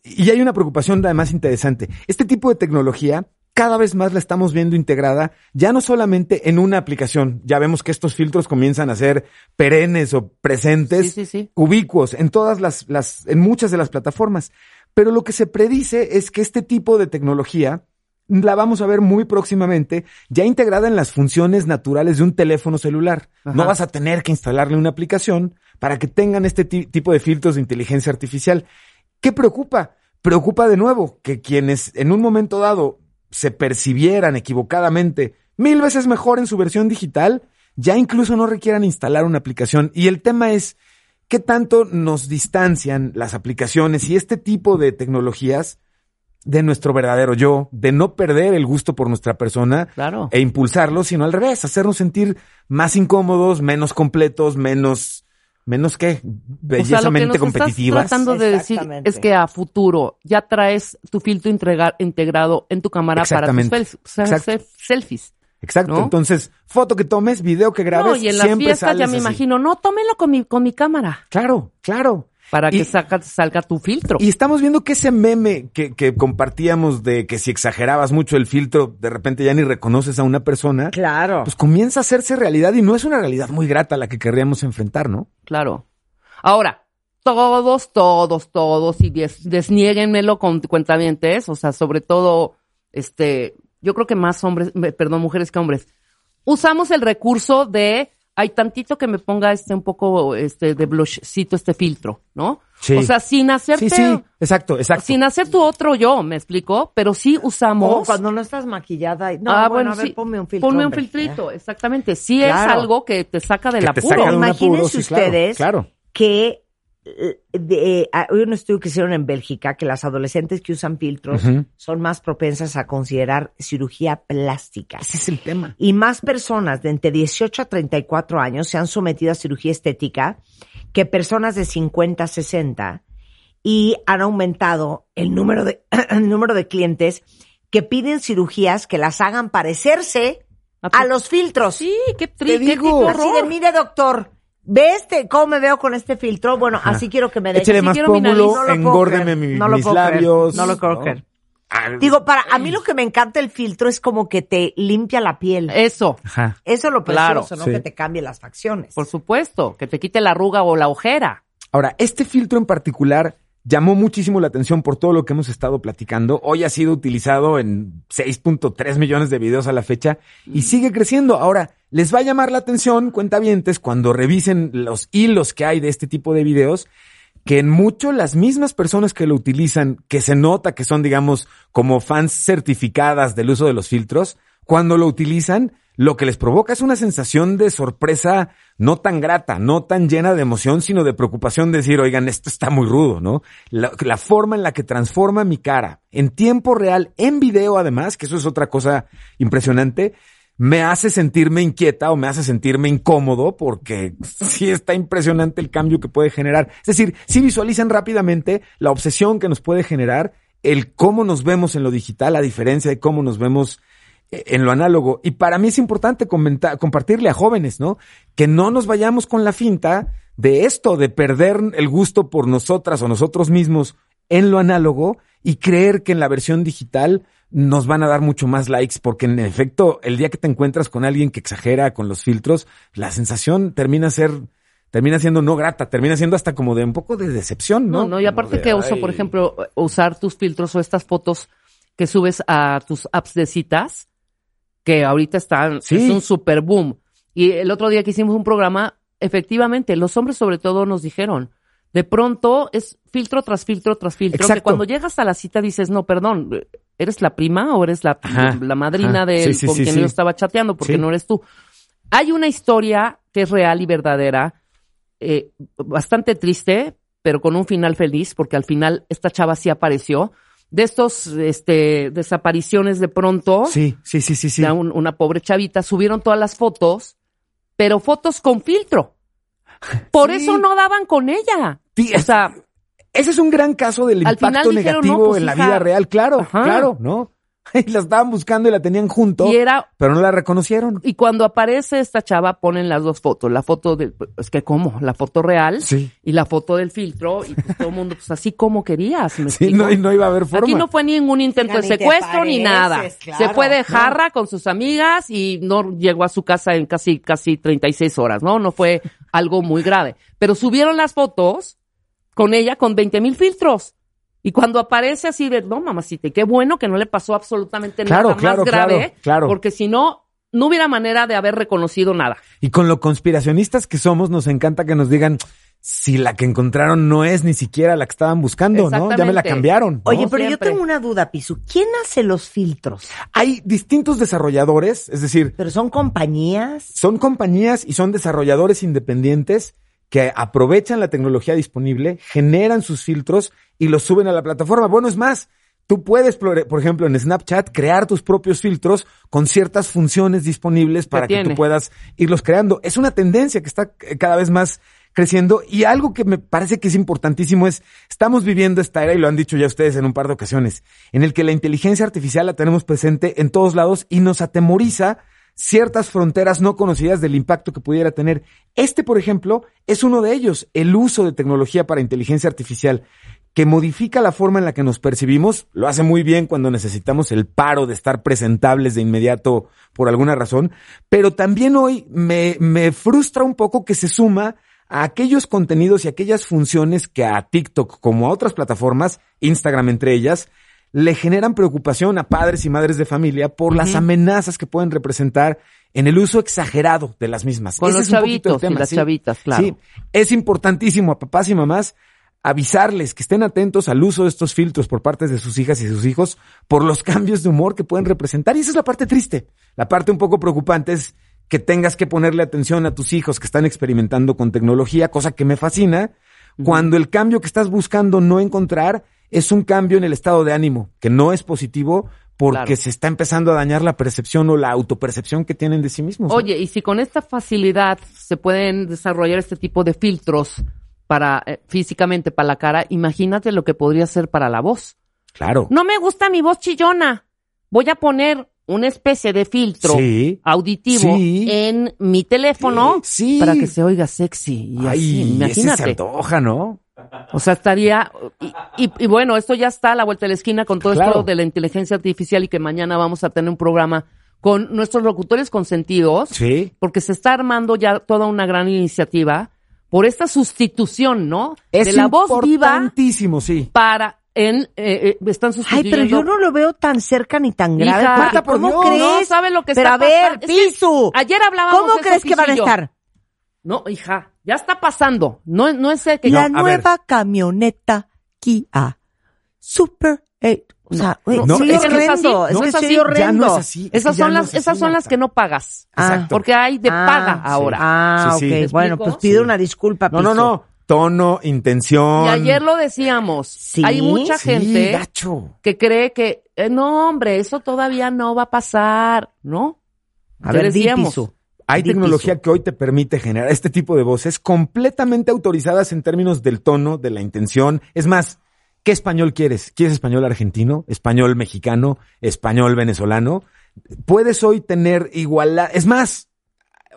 [SPEAKER 9] y hay una preocupación además interesante, este tipo de tecnología cada vez más la estamos viendo integrada ya no solamente en una aplicación, ya vemos que estos filtros comienzan a ser perennes o presentes,
[SPEAKER 6] Sí, sí, sí.
[SPEAKER 9] ubicuos en todas las, las, en muchas de las plataformas. Pero lo que se predice es que este tipo de tecnología la vamos a ver muy próximamente, ya integrada en las funciones naturales de un teléfono celular. No vas a tener que instalarle una aplicación para que tengan este ti- tipo de filtros de inteligencia artificial. ¿Qué preocupa? Preocupa de nuevo que quienes en un momento dado se percibieran equivocadamente mil veces mejor en su versión digital, ya incluso no requieran instalar una aplicación. Y el tema es, ¿qué tanto nos distancian las aplicaciones y este tipo de tecnologías de nuestro verdadero yo, de no perder el gusto por nuestra persona
[SPEAKER 6] Claro.
[SPEAKER 9] e impulsarlo, sino al revés, hacernos sentir más incómodos, menos completos, menos menos que
[SPEAKER 6] O sea, lo que
[SPEAKER 9] bellezamente
[SPEAKER 6] nos
[SPEAKER 9] competitivas.
[SPEAKER 6] Estás tratando de decir
[SPEAKER 5] Exactamente.
[SPEAKER 6] es que a futuro ya traes tu filtro entrega- integrado en tu cámara para tus
[SPEAKER 9] Exactamente.
[SPEAKER 6] fel- se-
[SPEAKER 9] Exacto.
[SPEAKER 6] se- selfies.
[SPEAKER 9] Exacto.
[SPEAKER 6] ¿no?
[SPEAKER 9] Entonces, foto que tomes, video que grabes,
[SPEAKER 6] No, y en las
[SPEAKER 9] siempre
[SPEAKER 6] fiestas
[SPEAKER 9] sales
[SPEAKER 6] ya me
[SPEAKER 9] así.
[SPEAKER 6] imagino, no, tómenlo con mi, con mi cámara.
[SPEAKER 9] Claro, claro.
[SPEAKER 6] Para
[SPEAKER 9] Y-
[SPEAKER 6] que saca- salga tu filtro.
[SPEAKER 9] Y estamos viendo que ese meme que, que compartíamos de que si exagerabas mucho el filtro, de repente ya ni reconoces a una persona,
[SPEAKER 5] Claro.
[SPEAKER 9] pues comienza a hacerse realidad y no es una realidad muy grata la que querríamos enfrentar, ¿no?
[SPEAKER 6] Claro. Ahora, todos, todos, todos, y des, desniéguenmelo con cuentavientes, o sea, sobre todo, este, yo creo que más hombres, me- perdón, mujeres que hombres, usamos el recurso de, hay tantito que me ponga este un poco, este, de blushcito, este filtro, ¿no?
[SPEAKER 9] Sí.
[SPEAKER 6] O sea, sin hacerte,
[SPEAKER 9] Sí, sí, exacto, exacto.
[SPEAKER 6] sin hacer tu otro yo, me explico, pero sí usamos.
[SPEAKER 13] O cuando no estás maquillada. y- No,
[SPEAKER 6] Ah,
[SPEAKER 13] bueno, a ver,
[SPEAKER 6] sí,
[SPEAKER 13] ponme un filtro.
[SPEAKER 6] Ponme un
[SPEAKER 13] hombre.
[SPEAKER 6] filtrito, exactamente. Sí es
[SPEAKER 13] Claro.
[SPEAKER 6] algo que te saca del
[SPEAKER 9] Que te
[SPEAKER 6] apuro.
[SPEAKER 9] saca de un
[SPEAKER 13] Imagínense
[SPEAKER 9] apuro, sí, claro,
[SPEAKER 13] ustedes
[SPEAKER 9] claro.
[SPEAKER 13] que eh, de- eh,
[SPEAKER 5] ah,
[SPEAKER 13] hay un estudio que hicieron en Bélgica que las adolescentes que usan filtros
[SPEAKER 9] Ujú.
[SPEAKER 13] son más propensas a considerar cirugía plástica.
[SPEAKER 9] Ese es el tema.
[SPEAKER 13] Y más personas de entre 18 a 34 años se han sometido a cirugía estética que personas de 50 a 60 y han aumentado el número de, [CLEARS THROAT] el número de clientes que piden cirugías que las hagan parecerse a los filtros.
[SPEAKER 6] Sí, qué
[SPEAKER 9] Te
[SPEAKER 6] triste, qué
[SPEAKER 9] digo.
[SPEAKER 6] horror.
[SPEAKER 13] Así de, mire, doctor, ve este, cómo me veo con este filtro. Bueno, así quiero que me deje.
[SPEAKER 9] Échale
[SPEAKER 13] Así
[SPEAKER 9] más
[SPEAKER 13] quiero mi nariz.
[SPEAKER 9] pómulo,
[SPEAKER 13] No lo puedo
[SPEAKER 9] engórdeme
[SPEAKER 13] creer,
[SPEAKER 9] mi-
[SPEAKER 13] no lo
[SPEAKER 9] mis
[SPEAKER 13] puedo creer,
[SPEAKER 9] labios.
[SPEAKER 13] no lo puedo creer.
[SPEAKER 9] Ah,
[SPEAKER 13] Digo, para a mí lo que me encanta el filtro es como que te limpia la piel.
[SPEAKER 6] Eso,
[SPEAKER 9] Ajá.
[SPEAKER 13] Eso es lo
[SPEAKER 6] Eh, Claro,
[SPEAKER 13] precioso, ¿no?
[SPEAKER 9] sí.
[SPEAKER 13] Que te cambie las facciones.
[SPEAKER 6] por supuesto, que te quite la arruga o la ojera.
[SPEAKER 9] Ahora, este filtro en particular llamó muchísimo la atención por todo lo que hemos estado platicando. Hoy ha sido utilizado en 6.3 millones de videos a la fecha y sigue creciendo. Ahora, les va a llamar la atención, cuentavientes, cuando revisen los hilos que hay de este tipo de videos, que en mucho las mismas personas que lo utilizan, que se nota que son, digamos, como fans certificadas del uso de los filtros, cuando lo utilizan, lo que les provoca es una sensación de sorpresa no tan grata, no tan llena de emoción, sino de preocupación de decir, oigan, esto está muy rudo, ¿no? La, la forma en la que transforma mi cara en tiempo real, en video además, que eso es otra cosa impresionante, me hace sentirme inquieta o me hace sentirme incómodo porque [LAUGHS] sí está impresionante el cambio que puede generar. Es decir, si visualizan rápidamente la obsesión que nos puede generar el cómo nos vemos en lo digital, a diferencia de cómo nos vemos eh, en lo análogo. Y para mí es importante comentar, compartirle a jóvenes, ¿no? Que no nos vayamos con la finta de esto, de perder el gusto por nosotras o nosotros mismos en lo análogo y creer que en la versión digital nos van a dar mucho más likes, porque en efecto, el día que te encuentras con alguien que exagera con los filtros, la sensación termina ser, termina siendo no grata, termina siendo hasta como de un poco de decepción, ¿no?
[SPEAKER 6] No, no, y aparte que uso, por ejemplo, usar tus filtros o estas fotos que subes a tus apps de citas, que ahorita están,
[SPEAKER 9] Sí.
[SPEAKER 6] es un super boom. Y el otro día que hicimos un programa, efectivamente, los hombres sobre todo nos dijeron, de pronto es filtro tras filtro tras filtro, que
[SPEAKER 9] Exacto.
[SPEAKER 6] cuando llegas a la cita dices, no, perdón, ¿eres la prima o eres la,
[SPEAKER 9] Ajá,
[SPEAKER 6] la madrina
[SPEAKER 9] ajá.
[SPEAKER 6] de
[SPEAKER 9] Sí, sí,
[SPEAKER 6] con
[SPEAKER 9] sí,
[SPEAKER 6] quien
[SPEAKER 9] sí.
[SPEAKER 6] yo estaba chateando? Porque
[SPEAKER 9] Sí.
[SPEAKER 6] no eres tú. Hay una historia que es real y verdadera, eh, bastante triste, pero con un final feliz, porque al final esta chava sí apareció. De estos este, desapariciones de pronto,
[SPEAKER 9] Sí, sí, sí, sí, sí.
[SPEAKER 6] ya un- una pobre chavita, subieron todas las fotos, pero fotos con filtro. Por
[SPEAKER 9] Sí.
[SPEAKER 6] eso no daban con ella.
[SPEAKER 9] Sí,
[SPEAKER 6] O sea,
[SPEAKER 9] Ese es un gran caso del
[SPEAKER 6] Al
[SPEAKER 9] impacto
[SPEAKER 6] final dijeron,
[SPEAKER 9] negativo
[SPEAKER 6] no, pues,
[SPEAKER 9] en la
[SPEAKER 6] hija.
[SPEAKER 9] vida real, claro,
[SPEAKER 6] Ajá.
[SPEAKER 9] claro, ¿no? [LAUGHS] Y la estaban buscando y la tenían junto,
[SPEAKER 6] y era
[SPEAKER 9] pero no la reconocieron. [LAUGHS]
[SPEAKER 6] y cuando aparece esta chava ponen las dos fotos, la foto del es que cómo, la foto real
[SPEAKER 9] Sí.
[SPEAKER 6] y la foto del filtro y pues, todo el mundo pues así como querías, ¿me
[SPEAKER 9] Sí,
[SPEAKER 6] explico?
[SPEAKER 9] no, y no iba a haber forma.
[SPEAKER 6] Aquí no fue ningún intento
[SPEAKER 13] Oiga,
[SPEAKER 6] de
[SPEAKER 13] ni te
[SPEAKER 6] secuestro
[SPEAKER 13] pareces,
[SPEAKER 6] ni nada.
[SPEAKER 13] claro,
[SPEAKER 6] Se fue de jarra con sus amigas y no llegó a su casa en casi casi 36 horas, ¿no? No fue algo muy grave. Pero subieron las fotos con ella con 20 mil filtros. Y cuando aparece así de, no, mamacita, y qué bueno que no le pasó absolutamente
[SPEAKER 9] Claro,
[SPEAKER 6] nada
[SPEAKER 9] claro,
[SPEAKER 6] más grave,
[SPEAKER 9] claro, claro.
[SPEAKER 6] porque si no, no hubiera manera de haber reconocido nada.
[SPEAKER 9] Y con lo conspiracionistas que somos, nos encanta que nos digan si la que encontraron no es ni siquiera la que estaban buscando, ¿no? Ya me la
[SPEAKER 6] Exactamente.
[SPEAKER 9] cambiaron. ¿no?
[SPEAKER 13] Oye, pero yo
[SPEAKER 6] Siempre.
[SPEAKER 13] tengo una duda, Pisu. ¿Quién hace los filtros?
[SPEAKER 9] Hay distintos desarrolladores, es decir,
[SPEAKER 13] ¿Pero son compañías?
[SPEAKER 9] son compañías y son desarrolladores independientes que aprovechan la tecnología disponible, generan sus filtros y los suben a la plataforma. Bueno, es más, tú puedes, por por ejemplo, en Snapchat, crear tus propios filtros con ciertas funciones disponibles para que
[SPEAKER 6] tiene.
[SPEAKER 9] tú puedas irlos creando. Es una tendencia que está eh, cada vez más creciendo. Y algo que me parece que es importantísimo es, estamos viviendo esta era, y lo han dicho ya ustedes en un par de ocasiones, en el que la inteligencia artificial la tenemos presente en todos lados y nos atemoriza ciertas fronteras no conocidas del impacto que pudiera tener. Este, por ejemplo, es uno de ellos, el uso de tecnología para inteligencia artificial que modifica la forma en la que nos percibimos, lo hace muy bien cuando necesitamos el paro de estar presentables de inmediato por alguna razón, pero también hoy me, me frustra un poco que se suma a aquellos contenidos y aquellas funciones que a TikTok como a otras plataformas, Instagram entre ellas, le generan preocupación a padres y madres de familia por las amenazas que pueden representar en el uso exagerado de las mismas.
[SPEAKER 6] Con
[SPEAKER 9] Ese
[SPEAKER 6] los
[SPEAKER 9] es un poquito el
[SPEAKER 6] chavitos y las
[SPEAKER 9] sí.
[SPEAKER 6] chavitas, claro.
[SPEAKER 9] Sí, es importantísimo a papás y mamás avisarles que estén atentos al uso de estos filtros por parte de sus hijas y sus hijos por los cambios de humor que pueden representar. Y esa es la parte triste. La parte un poco preocupante es que tengas que ponerle atención a tus hijos que están experimentando con tecnología, cosa que me fascina, cuando el cambio que estás buscando no encontrar es un cambio en el estado de ánimo, que no es positivo porque
[SPEAKER 6] Claro.
[SPEAKER 9] se está empezando a dañar la percepción o la autopercepción que tienen de sí mismos. ¿no?
[SPEAKER 6] Oye, y si con esta facilidad se pueden desarrollar este tipo de filtros para eh, físicamente para la cara, imagínate lo que podría ser para la voz.
[SPEAKER 9] Claro.
[SPEAKER 6] No me gusta mi voz chillona. Voy a poner una especie de filtro
[SPEAKER 9] Sí.
[SPEAKER 6] auditivo
[SPEAKER 9] Sí. Eh,
[SPEAKER 6] en mi teléfono para que se oiga sexy y así,
[SPEAKER 9] Ay, ese se
[SPEAKER 6] imagínate.
[SPEAKER 9] antoja, ¿no?
[SPEAKER 6] O sea, estaría y, y- y bueno, esto ya está a la vuelta de la esquina con todo esto
[SPEAKER 9] Claro.
[SPEAKER 6] de la inteligencia artificial y que mañana vamos a tener un programa con nuestros locutores consentidos
[SPEAKER 9] Sí.
[SPEAKER 6] porque se está armando ya toda una gran iniciativa por esta sustitución, ¿no? de la voz viva
[SPEAKER 9] importantísimo, sí.
[SPEAKER 6] para en eh, eh, están
[SPEAKER 13] Ay,
[SPEAKER 6] sustituyendo.
[SPEAKER 13] pero yo no lo veo tan cerca ni tan grave.
[SPEAKER 6] Hija,
[SPEAKER 13] porque
[SPEAKER 6] Marta, por
[SPEAKER 13] ¿Cómo
[SPEAKER 6] Dios.
[SPEAKER 13] crees?
[SPEAKER 6] No sabe lo que
[SPEAKER 13] pero
[SPEAKER 6] está
[SPEAKER 13] a ver,
[SPEAKER 6] pasando. Es que
[SPEAKER 13] Pisu.
[SPEAKER 6] ayer hablábamos
[SPEAKER 13] ¿Cómo
[SPEAKER 6] de eso,
[SPEAKER 13] crees que van a
[SPEAKER 6] Pisillo.
[SPEAKER 13] estar?
[SPEAKER 6] No, hija, ya está pasando. No no es el que
[SPEAKER 13] la
[SPEAKER 6] No, a ver.
[SPEAKER 13] nueva camioneta Kia Super 8. O sea, güey,
[SPEAKER 6] No,
[SPEAKER 13] sí,
[SPEAKER 6] es que no es así.
[SPEAKER 13] horrendo. Es
[SPEAKER 6] No
[SPEAKER 13] que
[SPEAKER 6] es
[SPEAKER 13] sí,
[SPEAKER 6] así.
[SPEAKER 13] horrendo.
[SPEAKER 9] Ya no es así. Es
[SPEAKER 6] Esas
[SPEAKER 9] que ya
[SPEAKER 6] son
[SPEAKER 9] no
[SPEAKER 6] las,
[SPEAKER 9] es así,
[SPEAKER 6] esas son las
[SPEAKER 9] Marta.
[SPEAKER 6] que no pagas.
[SPEAKER 9] Exacto.
[SPEAKER 6] Porque hay de
[SPEAKER 13] Ah,
[SPEAKER 6] paga
[SPEAKER 13] sí.
[SPEAKER 6] ahora.
[SPEAKER 13] Ah,
[SPEAKER 9] Sí, sí.
[SPEAKER 13] ok.
[SPEAKER 9] ¿Me
[SPEAKER 13] Bueno,
[SPEAKER 6] explico?
[SPEAKER 13] pues pide una disculpa,
[SPEAKER 9] No, no,
[SPEAKER 13] Pisu.
[SPEAKER 9] no. Tono, intención.
[SPEAKER 6] Y ayer lo decíamos. Hay mucha
[SPEAKER 9] Sí,
[SPEAKER 6] gente
[SPEAKER 9] gacho.
[SPEAKER 6] que cree que, eh, no, hombre, eso todavía no va a pasar, ¿no?
[SPEAKER 13] A
[SPEAKER 6] Te
[SPEAKER 13] ver, di
[SPEAKER 6] decíamos.
[SPEAKER 13] Pisu.
[SPEAKER 9] Hay
[SPEAKER 13] Di
[SPEAKER 9] tecnología
[SPEAKER 13] piso.
[SPEAKER 9] que hoy te permite generar este tipo de voces completamente autorizadas en términos del tono, de la intención. Es más, ¿qué español quieres? ¿Quieres español argentino, español mexicano, español venezolano? Puedes hoy tener igualdad. Es más,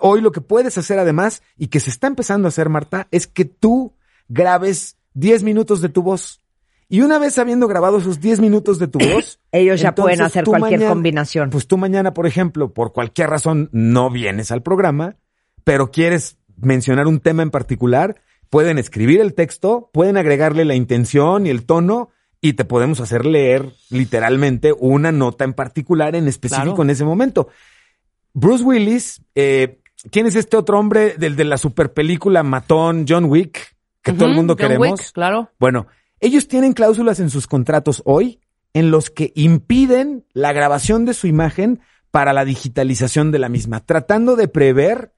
[SPEAKER 9] hoy lo que puedes hacer además y que se está empezando a hacer, Marta, es que tú grabes 10 minutos de tu voz. Y una vez habiendo grabado esos 10 minutos de tu voz,
[SPEAKER 13] Ellos ya pueden
[SPEAKER 9] entonces
[SPEAKER 13] hacer
[SPEAKER 9] tú
[SPEAKER 13] cualquier
[SPEAKER 9] mañana-
[SPEAKER 13] combinación.
[SPEAKER 9] pues tú mañana, por ejemplo, por cualquier razón no vienes al programa, pero quieres mencionar un tema en particular, pueden escribir el texto, pueden agregarle la intención y el tono y te podemos hacer leer literalmente una nota en particular en específico
[SPEAKER 6] Claro.
[SPEAKER 9] en ese momento. Bruce Willis, eh, ¿quién es este otro hombre del de la superpelícula Matón, John Wick, que todo el
[SPEAKER 6] Ujú,
[SPEAKER 9] mundo
[SPEAKER 6] John
[SPEAKER 9] queremos?
[SPEAKER 6] Wick, claro.
[SPEAKER 9] Bueno, ellos tienen cláusulas en sus contratos hoy en los que impiden la grabación de su imagen para la digitalización de la misma, tratando de prever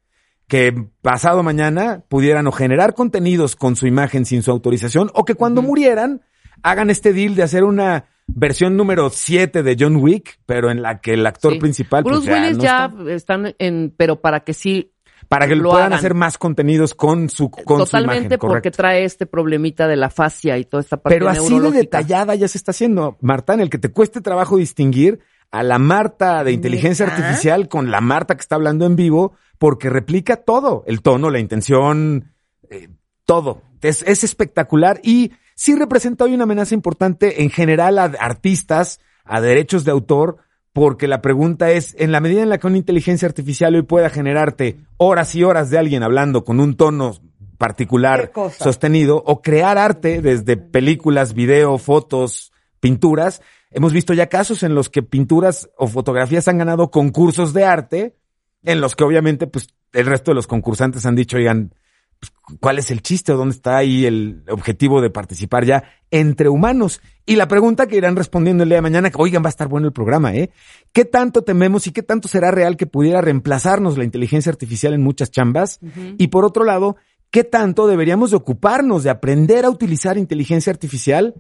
[SPEAKER 9] que pasado mañana pudieran o generar contenidos con su imagen sin su autorización o que cuando murieran hagan este deal de hacer una versión número 7 de John Wick, pero en la que el actor
[SPEAKER 6] Sí.
[SPEAKER 9] principal pues,
[SPEAKER 6] Bruce Willis
[SPEAKER 9] no
[SPEAKER 6] ya
[SPEAKER 9] está.
[SPEAKER 6] están en, pero para que sí,
[SPEAKER 9] para que
[SPEAKER 6] lo
[SPEAKER 9] puedan
[SPEAKER 6] hagan.
[SPEAKER 9] hacer más contenidos con su con su imagen,
[SPEAKER 6] totalmente porque
[SPEAKER 9] correcto.
[SPEAKER 6] trae este problemita de la fascia y toda esta parte
[SPEAKER 9] Pero así de
[SPEAKER 6] neurológica.
[SPEAKER 9] detallada ya se está haciendo, Marta, en el que te cueste trabajo distinguir a la Marta de inteligencia
[SPEAKER 13] ¿Neta?
[SPEAKER 9] artificial con la Marta que está hablando en vivo, porque replica todo, el tono, la intención, eh, todo. Es, es espectacular y sí representa hoy una amenaza importante en general a artistas, a derechos de autor, porque la pregunta es, en la medida en la que una inteligencia artificial hoy pueda generarte horas y horas de alguien hablando con un tono particular,
[SPEAKER 13] Qué cosa.
[SPEAKER 9] sostenido, o crear arte desde películas, video, fotos, pinturas. Hemos visto ya casos en los que pinturas o fotografías han ganado concursos de arte, en los que obviamente pues el resto de los concursantes han dicho, oigan, pues, cuál es el chiste o dónde está ahí el objetivo de participar ya entre humanos. Y la pregunta que irán respondiendo el día de mañana, que, oigan, va a estar bueno el programa, ¿eh? ¿Qué tanto tememos y qué tanto será real que pudiera reemplazarnos la inteligencia artificial en muchas chambas? Y por otro lado, ¿qué tanto deberíamos de ocuparnos de aprender a utilizar inteligencia artificial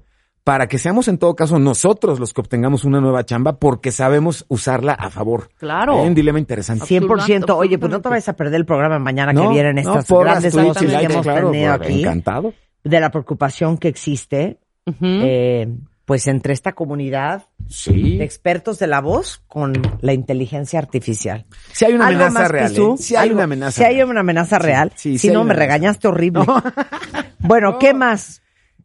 [SPEAKER 9] para que seamos en todo caso nosotros los que obtengamos una nueva chamba porque sabemos usarla a favor.
[SPEAKER 5] Claro.
[SPEAKER 9] Hay un dilema interesante.
[SPEAKER 5] 100%. Oye, pues no te vayas a perder el programa mañana que
[SPEAKER 9] No,
[SPEAKER 5] vienen
[SPEAKER 9] no,
[SPEAKER 5] estas
[SPEAKER 9] porras,
[SPEAKER 5] grandes
[SPEAKER 9] tweets y
[SPEAKER 5] dosis que
[SPEAKER 9] likes,
[SPEAKER 5] hemos
[SPEAKER 9] claro,
[SPEAKER 5] tenido
[SPEAKER 9] por-
[SPEAKER 5] aquí.
[SPEAKER 9] encantado.
[SPEAKER 5] De la preocupación que existe,
[SPEAKER 9] ¿Mm?
[SPEAKER 5] eh, pues entre esta comunidad
[SPEAKER 9] Sí.
[SPEAKER 5] de expertos de la voz con la inteligencia artificial.
[SPEAKER 9] Si hay una
[SPEAKER 5] ¿Algo
[SPEAKER 9] amenaza
[SPEAKER 5] más,
[SPEAKER 9] real,
[SPEAKER 5] Pisu?
[SPEAKER 9] ¿eh? Sí hay
[SPEAKER 5] ¿Algo?
[SPEAKER 9] una amenaza
[SPEAKER 5] Si hay una amenaza real.
[SPEAKER 9] sí, sí
[SPEAKER 5] si
[SPEAKER 9] hay
[SPEAKER 5] no,
[SPEAKER 9] una
[SPEAKER 5] me
[SPEAKER 9] amenaza.
[SPEAKER 5] regañaste horrible. [LAUGHS] bueno, ¿qué más?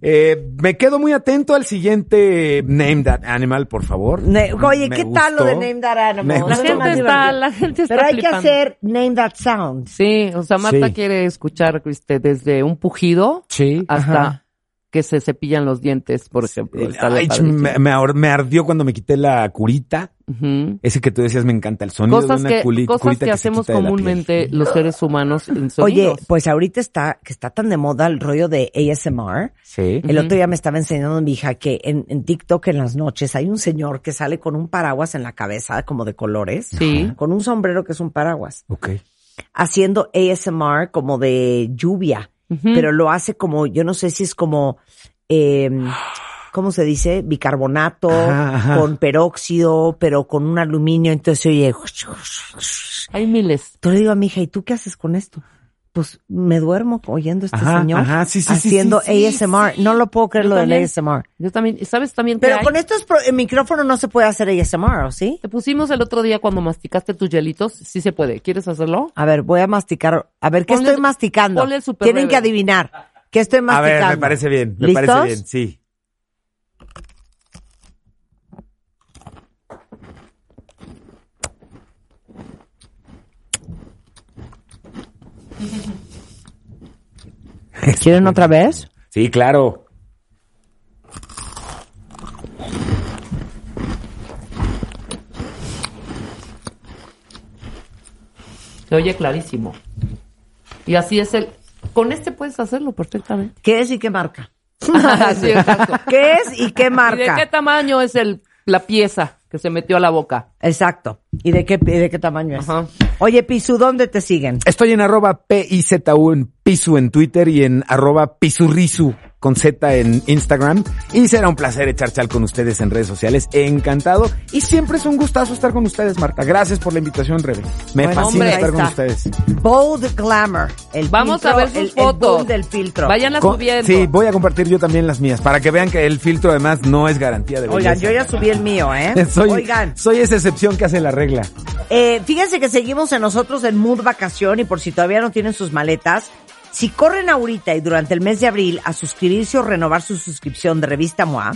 [SPEAKER 9] Eh, me quedo muy atento al siguiente Name That Animal, por favor.
[SPEAKER 5] Ne- Oye,
[SPEAKER 9] Me
[SPEAKER 5] ¿qué tal lo de
[SPEAKER 9] gustó.
[SPEAKER 5] Name That Animal?
[SPEAKER 9] Me
[SPEAKER 5] La
[SPEAKER 9] gustó.
[SPEAKER 5] gente
[SPEAKER 6] está- la gente está
[SPEAKER 5] Pero hay
[SPEAKER 6] flipando.
[SPEAKER 5] que hacer Name That Sound.
[SPEAKER 6] Sí, o sea, Marta
[SPEAKER 9] Sí.
[SPEAKER 6] quiere escuchar este, desde un pujido
[SPEAKER 9] Sí.
[SPEAKER 6] hasta
[SPEAKER 9] Ajá. eh,
[SPEAKER 6] que se cepillan los dientes, por ejemplo. Está de
[SPEAKER 9] Ay, ch-
[SPEAKER 6] padrísimo.
[SPEAKER 9] me, me ar- me ardió cuando me quité la curita.
[SPEAKER 6] Ujú.
[SPEAKER 9] Ese que tú decías me encanta, el sonido
[SPEAKER 6] Cosas
[SPEAKER 9] de una
[SPEAKER 6] que,
[SPEAKER 9] culi-
[SPEAKER 6] cosas
[SPEAKER 9] curita
[SPEAKER 6] que
[SPEAKER 9] se
[SPEAKER 6] hacemos
[SPEAKER 9] quita de la piel.
[SPEAKER 6] comúnmente los seres humanos en
[SPEAKER 5] Oye,
[SPEAKER 6] sonidos.
[SPEAKER 5] pues ahorita está, que está tan de moda el rollo de ASMR.
[SPEAKER 9] Sí.
[SPEAKER 5] El otro día me estaba enseñando mi hija que en, en TikTok en las noches hay un señor que sale con un paraguas en la cabeza, como de colores.
[SPEAKER 6] Sí.
[SPEAKER 5] Con un sombrero que es un paraguas.
[SPEAKER 9] Ok.
[SPEAKER 6] ¿Este
[SPEAKER 5] Haciendo ASMR como de lluvia. Pero lo hace como, yo no sé si es como, eh, ¿cómo se dice? Bicarbonato,
[SPEAKER 9] Ajá, ajá.
[SPEAKER 5] con peróxido, pero con un aluminio. Entonces se oye.
[SPEAKER 6] Hay miles.
[SPEAKER 5] Yo le digo a mi hija, ¿y tú qué haces con esto? Pues me duermo oyendo a este
[SPEAKER 9] Ajá,
[SPEAKER 5] señor
[SPEAKER 9] ajá, sí, sí, sí,
[SPEAKER 5] haciendo
[SPEAKER 9] sí, sí,
[SPEAKER 5] ASMR. No lo puedo creer
[SPEAKER 6] Yo
[SPEAKER 5] lo del
[SPEAKER 6] también.
[SPEAKER 5] ASMR.
[SPEAKER 6] Yo también, ¿sabes también que
[SPEAKER 5] Pero
[SPEAKER 6] hay?
[SPEAKER 5] con estos pro- eh, micrófonos no se puede hacer ASMR, ¿o sí?
[SPEAKER 6] Te pusimos el otro día cuando masticaste tus hielitos. Sí se puede. ¿Quieres hacerlo?
[SPEAKER 5] A ver, voy a masticar. A ver, ¿qué
[SPEAKER 6] Ponle-
[SPEAKER 5] estoy masticando?
[SPEAKER 6] ponle el super
[SPEAKER 5] Tienen que
[SPEAKER 6] rebelde.
[SPEAKER 5] adivinar. ¿Qué estoy
[SPEAKER 9] A ver,
[SPEAKER 5] masticando?
[SPEAKER 9] me parece bien, me
[SPEAKER 5] ¿Listos?
[SPEAKER 9] parece bien, sí.
[SPEAKER 5] ¿Quieren otra vez?
[SPEAKER 9] Sí, claro.
[SPEAKER 6] Se oye clarísimo. Y así es el... Con este puedes
[SPEAKER 5] [LAUGHS]
[SPEAKER 6] hacerlo perfectamente.
[SPEAKER 5] ¿Qué es y qué marca?
[SPEAKER 6] [LAUGHS]
[SPEAKER 5] [LAUGHS]
[SPEAKER 6] Sí, exacto.
[SPEAKER 5] ¿Qué es y qué
[SPEAKER 6] ¿Y de qué
[SPEAKER 5] marca?
[SPEAKER 6] tamaño es el, la pieza que se metió a la boca?
[SPEAKER 5] Exacto. ¿Y de qué, y de qué tamaño es?
[SPEAKER 6] Ajá.
[SPEAKER 5] Oye, Pisu, ¿dónde te siguen?
[SPEAKER 9] Estoy en arroba PIZU en Pisu en Twitter y en arroba Pisurrisu con Z en Instagram. Y será un placer echar chal con ustedes en redes sociales. Encantado. Y siempre es un gustazo estar con ustedes, Marta. Gracias por la invitación, Rebe. Me
[SPEAKER 5] Bueno,
[SPEAKER 9] fascina
[SPEAKER 6] hombre,
[SPEAKER 9] estar
[SPEAKER 5] ahí
[SPEAKER 9] con
[SPEAKER 5] está.
[SPEAKER 9] ustedes.
[SPEAKER 5] Bold Glamour. El
[SPEAKER 6] Vamos
[SPEAKER 5] filtro,
[SPEAKER 6] a ver sus
[SPEAKER 5] el- el
[SPEAKER 6] fotos.
[SPEAKER 5] boom del filtro.
[SPEAKER 6] Vayanla
[SPEAKER 9] Con-
[SPEAKER 6] subiendo.
[SPEAKER 9] sí, voy a compartir yo también las mías para que vean que el filtro además no es garantía de belleza.
[SPEAKER 5] Oigan, yo ya subí el mío,
[SPEAKER 9] [LAUGHS]
[SPEAKER 5] ¿eh?
[SPEAKER 9] soy,
[SPEAKER 5] Oigan,
[SPEAKER 9] soy esa excepción que hace la regla.
[SPEAKER 5] eh, fíjense que seguimos en nosotros en Mood Vacación y por si todavía no tienen sus maletas, si corren ahorita y durante el mes de abril a suscribirse o renovar su suscripción de Revista MOA,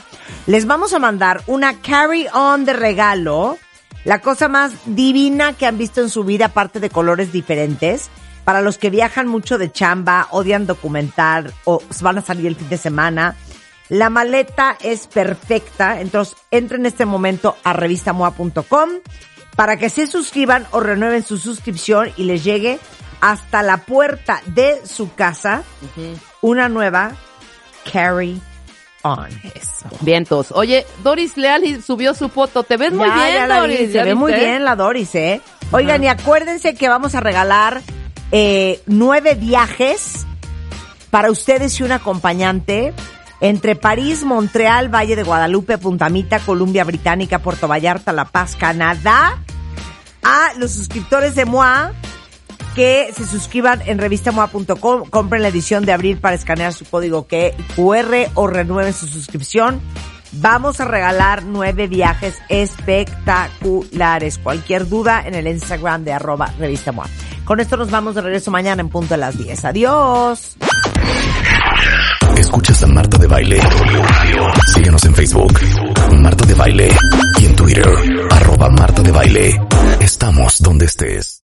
[SPEAKER 5] les vamos a mandar una carry-on de regalo, la cosa más divina que han visto en su vida, aparte de colores diferentes. Para los que viajan mucho de chamba, odian documentar o van a salir el fin de semana, La maleta es perfecta, entonces entren en este momento a revistamoa.com para que se suscriban o renueven su suscripción y les llegue hasta la puerta de su casa una nueva carry on.
[SPEAKER 6] Vientos. Oye, Doris Leal subió su foto. Te ves muy
[SPEAKER 5] Ya,
[SPEAKER 6] bien,
[SPEAKER 5] ya la vi,
[SPEAKER 6] Doris.
[SPEAKER 5] se
[SPEAKER 6] ¿Ya
[SPEAKER 5] ve muy
[SPEAKER 6] viste? Ah.
[SPEAKER 5] bien la Doris, ¿eh? Oigan, y acuérdense que vamos a regalar eh, nueve viajes para ustedes y un acompañante entre París, Montreal, Valle de Guadalupe, Puntamita, Columbia Británica, Puerto Vallarta, La Paz, Canadá, a los suscriptores de MOA que se suscriban en revistamoa.com, compren la edición de abril para escanear su código que- QR o renueven su suscripción. Vamos a regalar nueve viajes espectaculares. Cualquier duda en el Instagram de arroba revistamoa. Con esto nos vamos de regreso mañana en punto de las 10. Adiós.
[SPEAKER 1] Escuchas a Marta de Baile. Síguenos en Facebook, Marta de Baile, y en Twitter, arroba Marta de Baile. Estamos donde estés.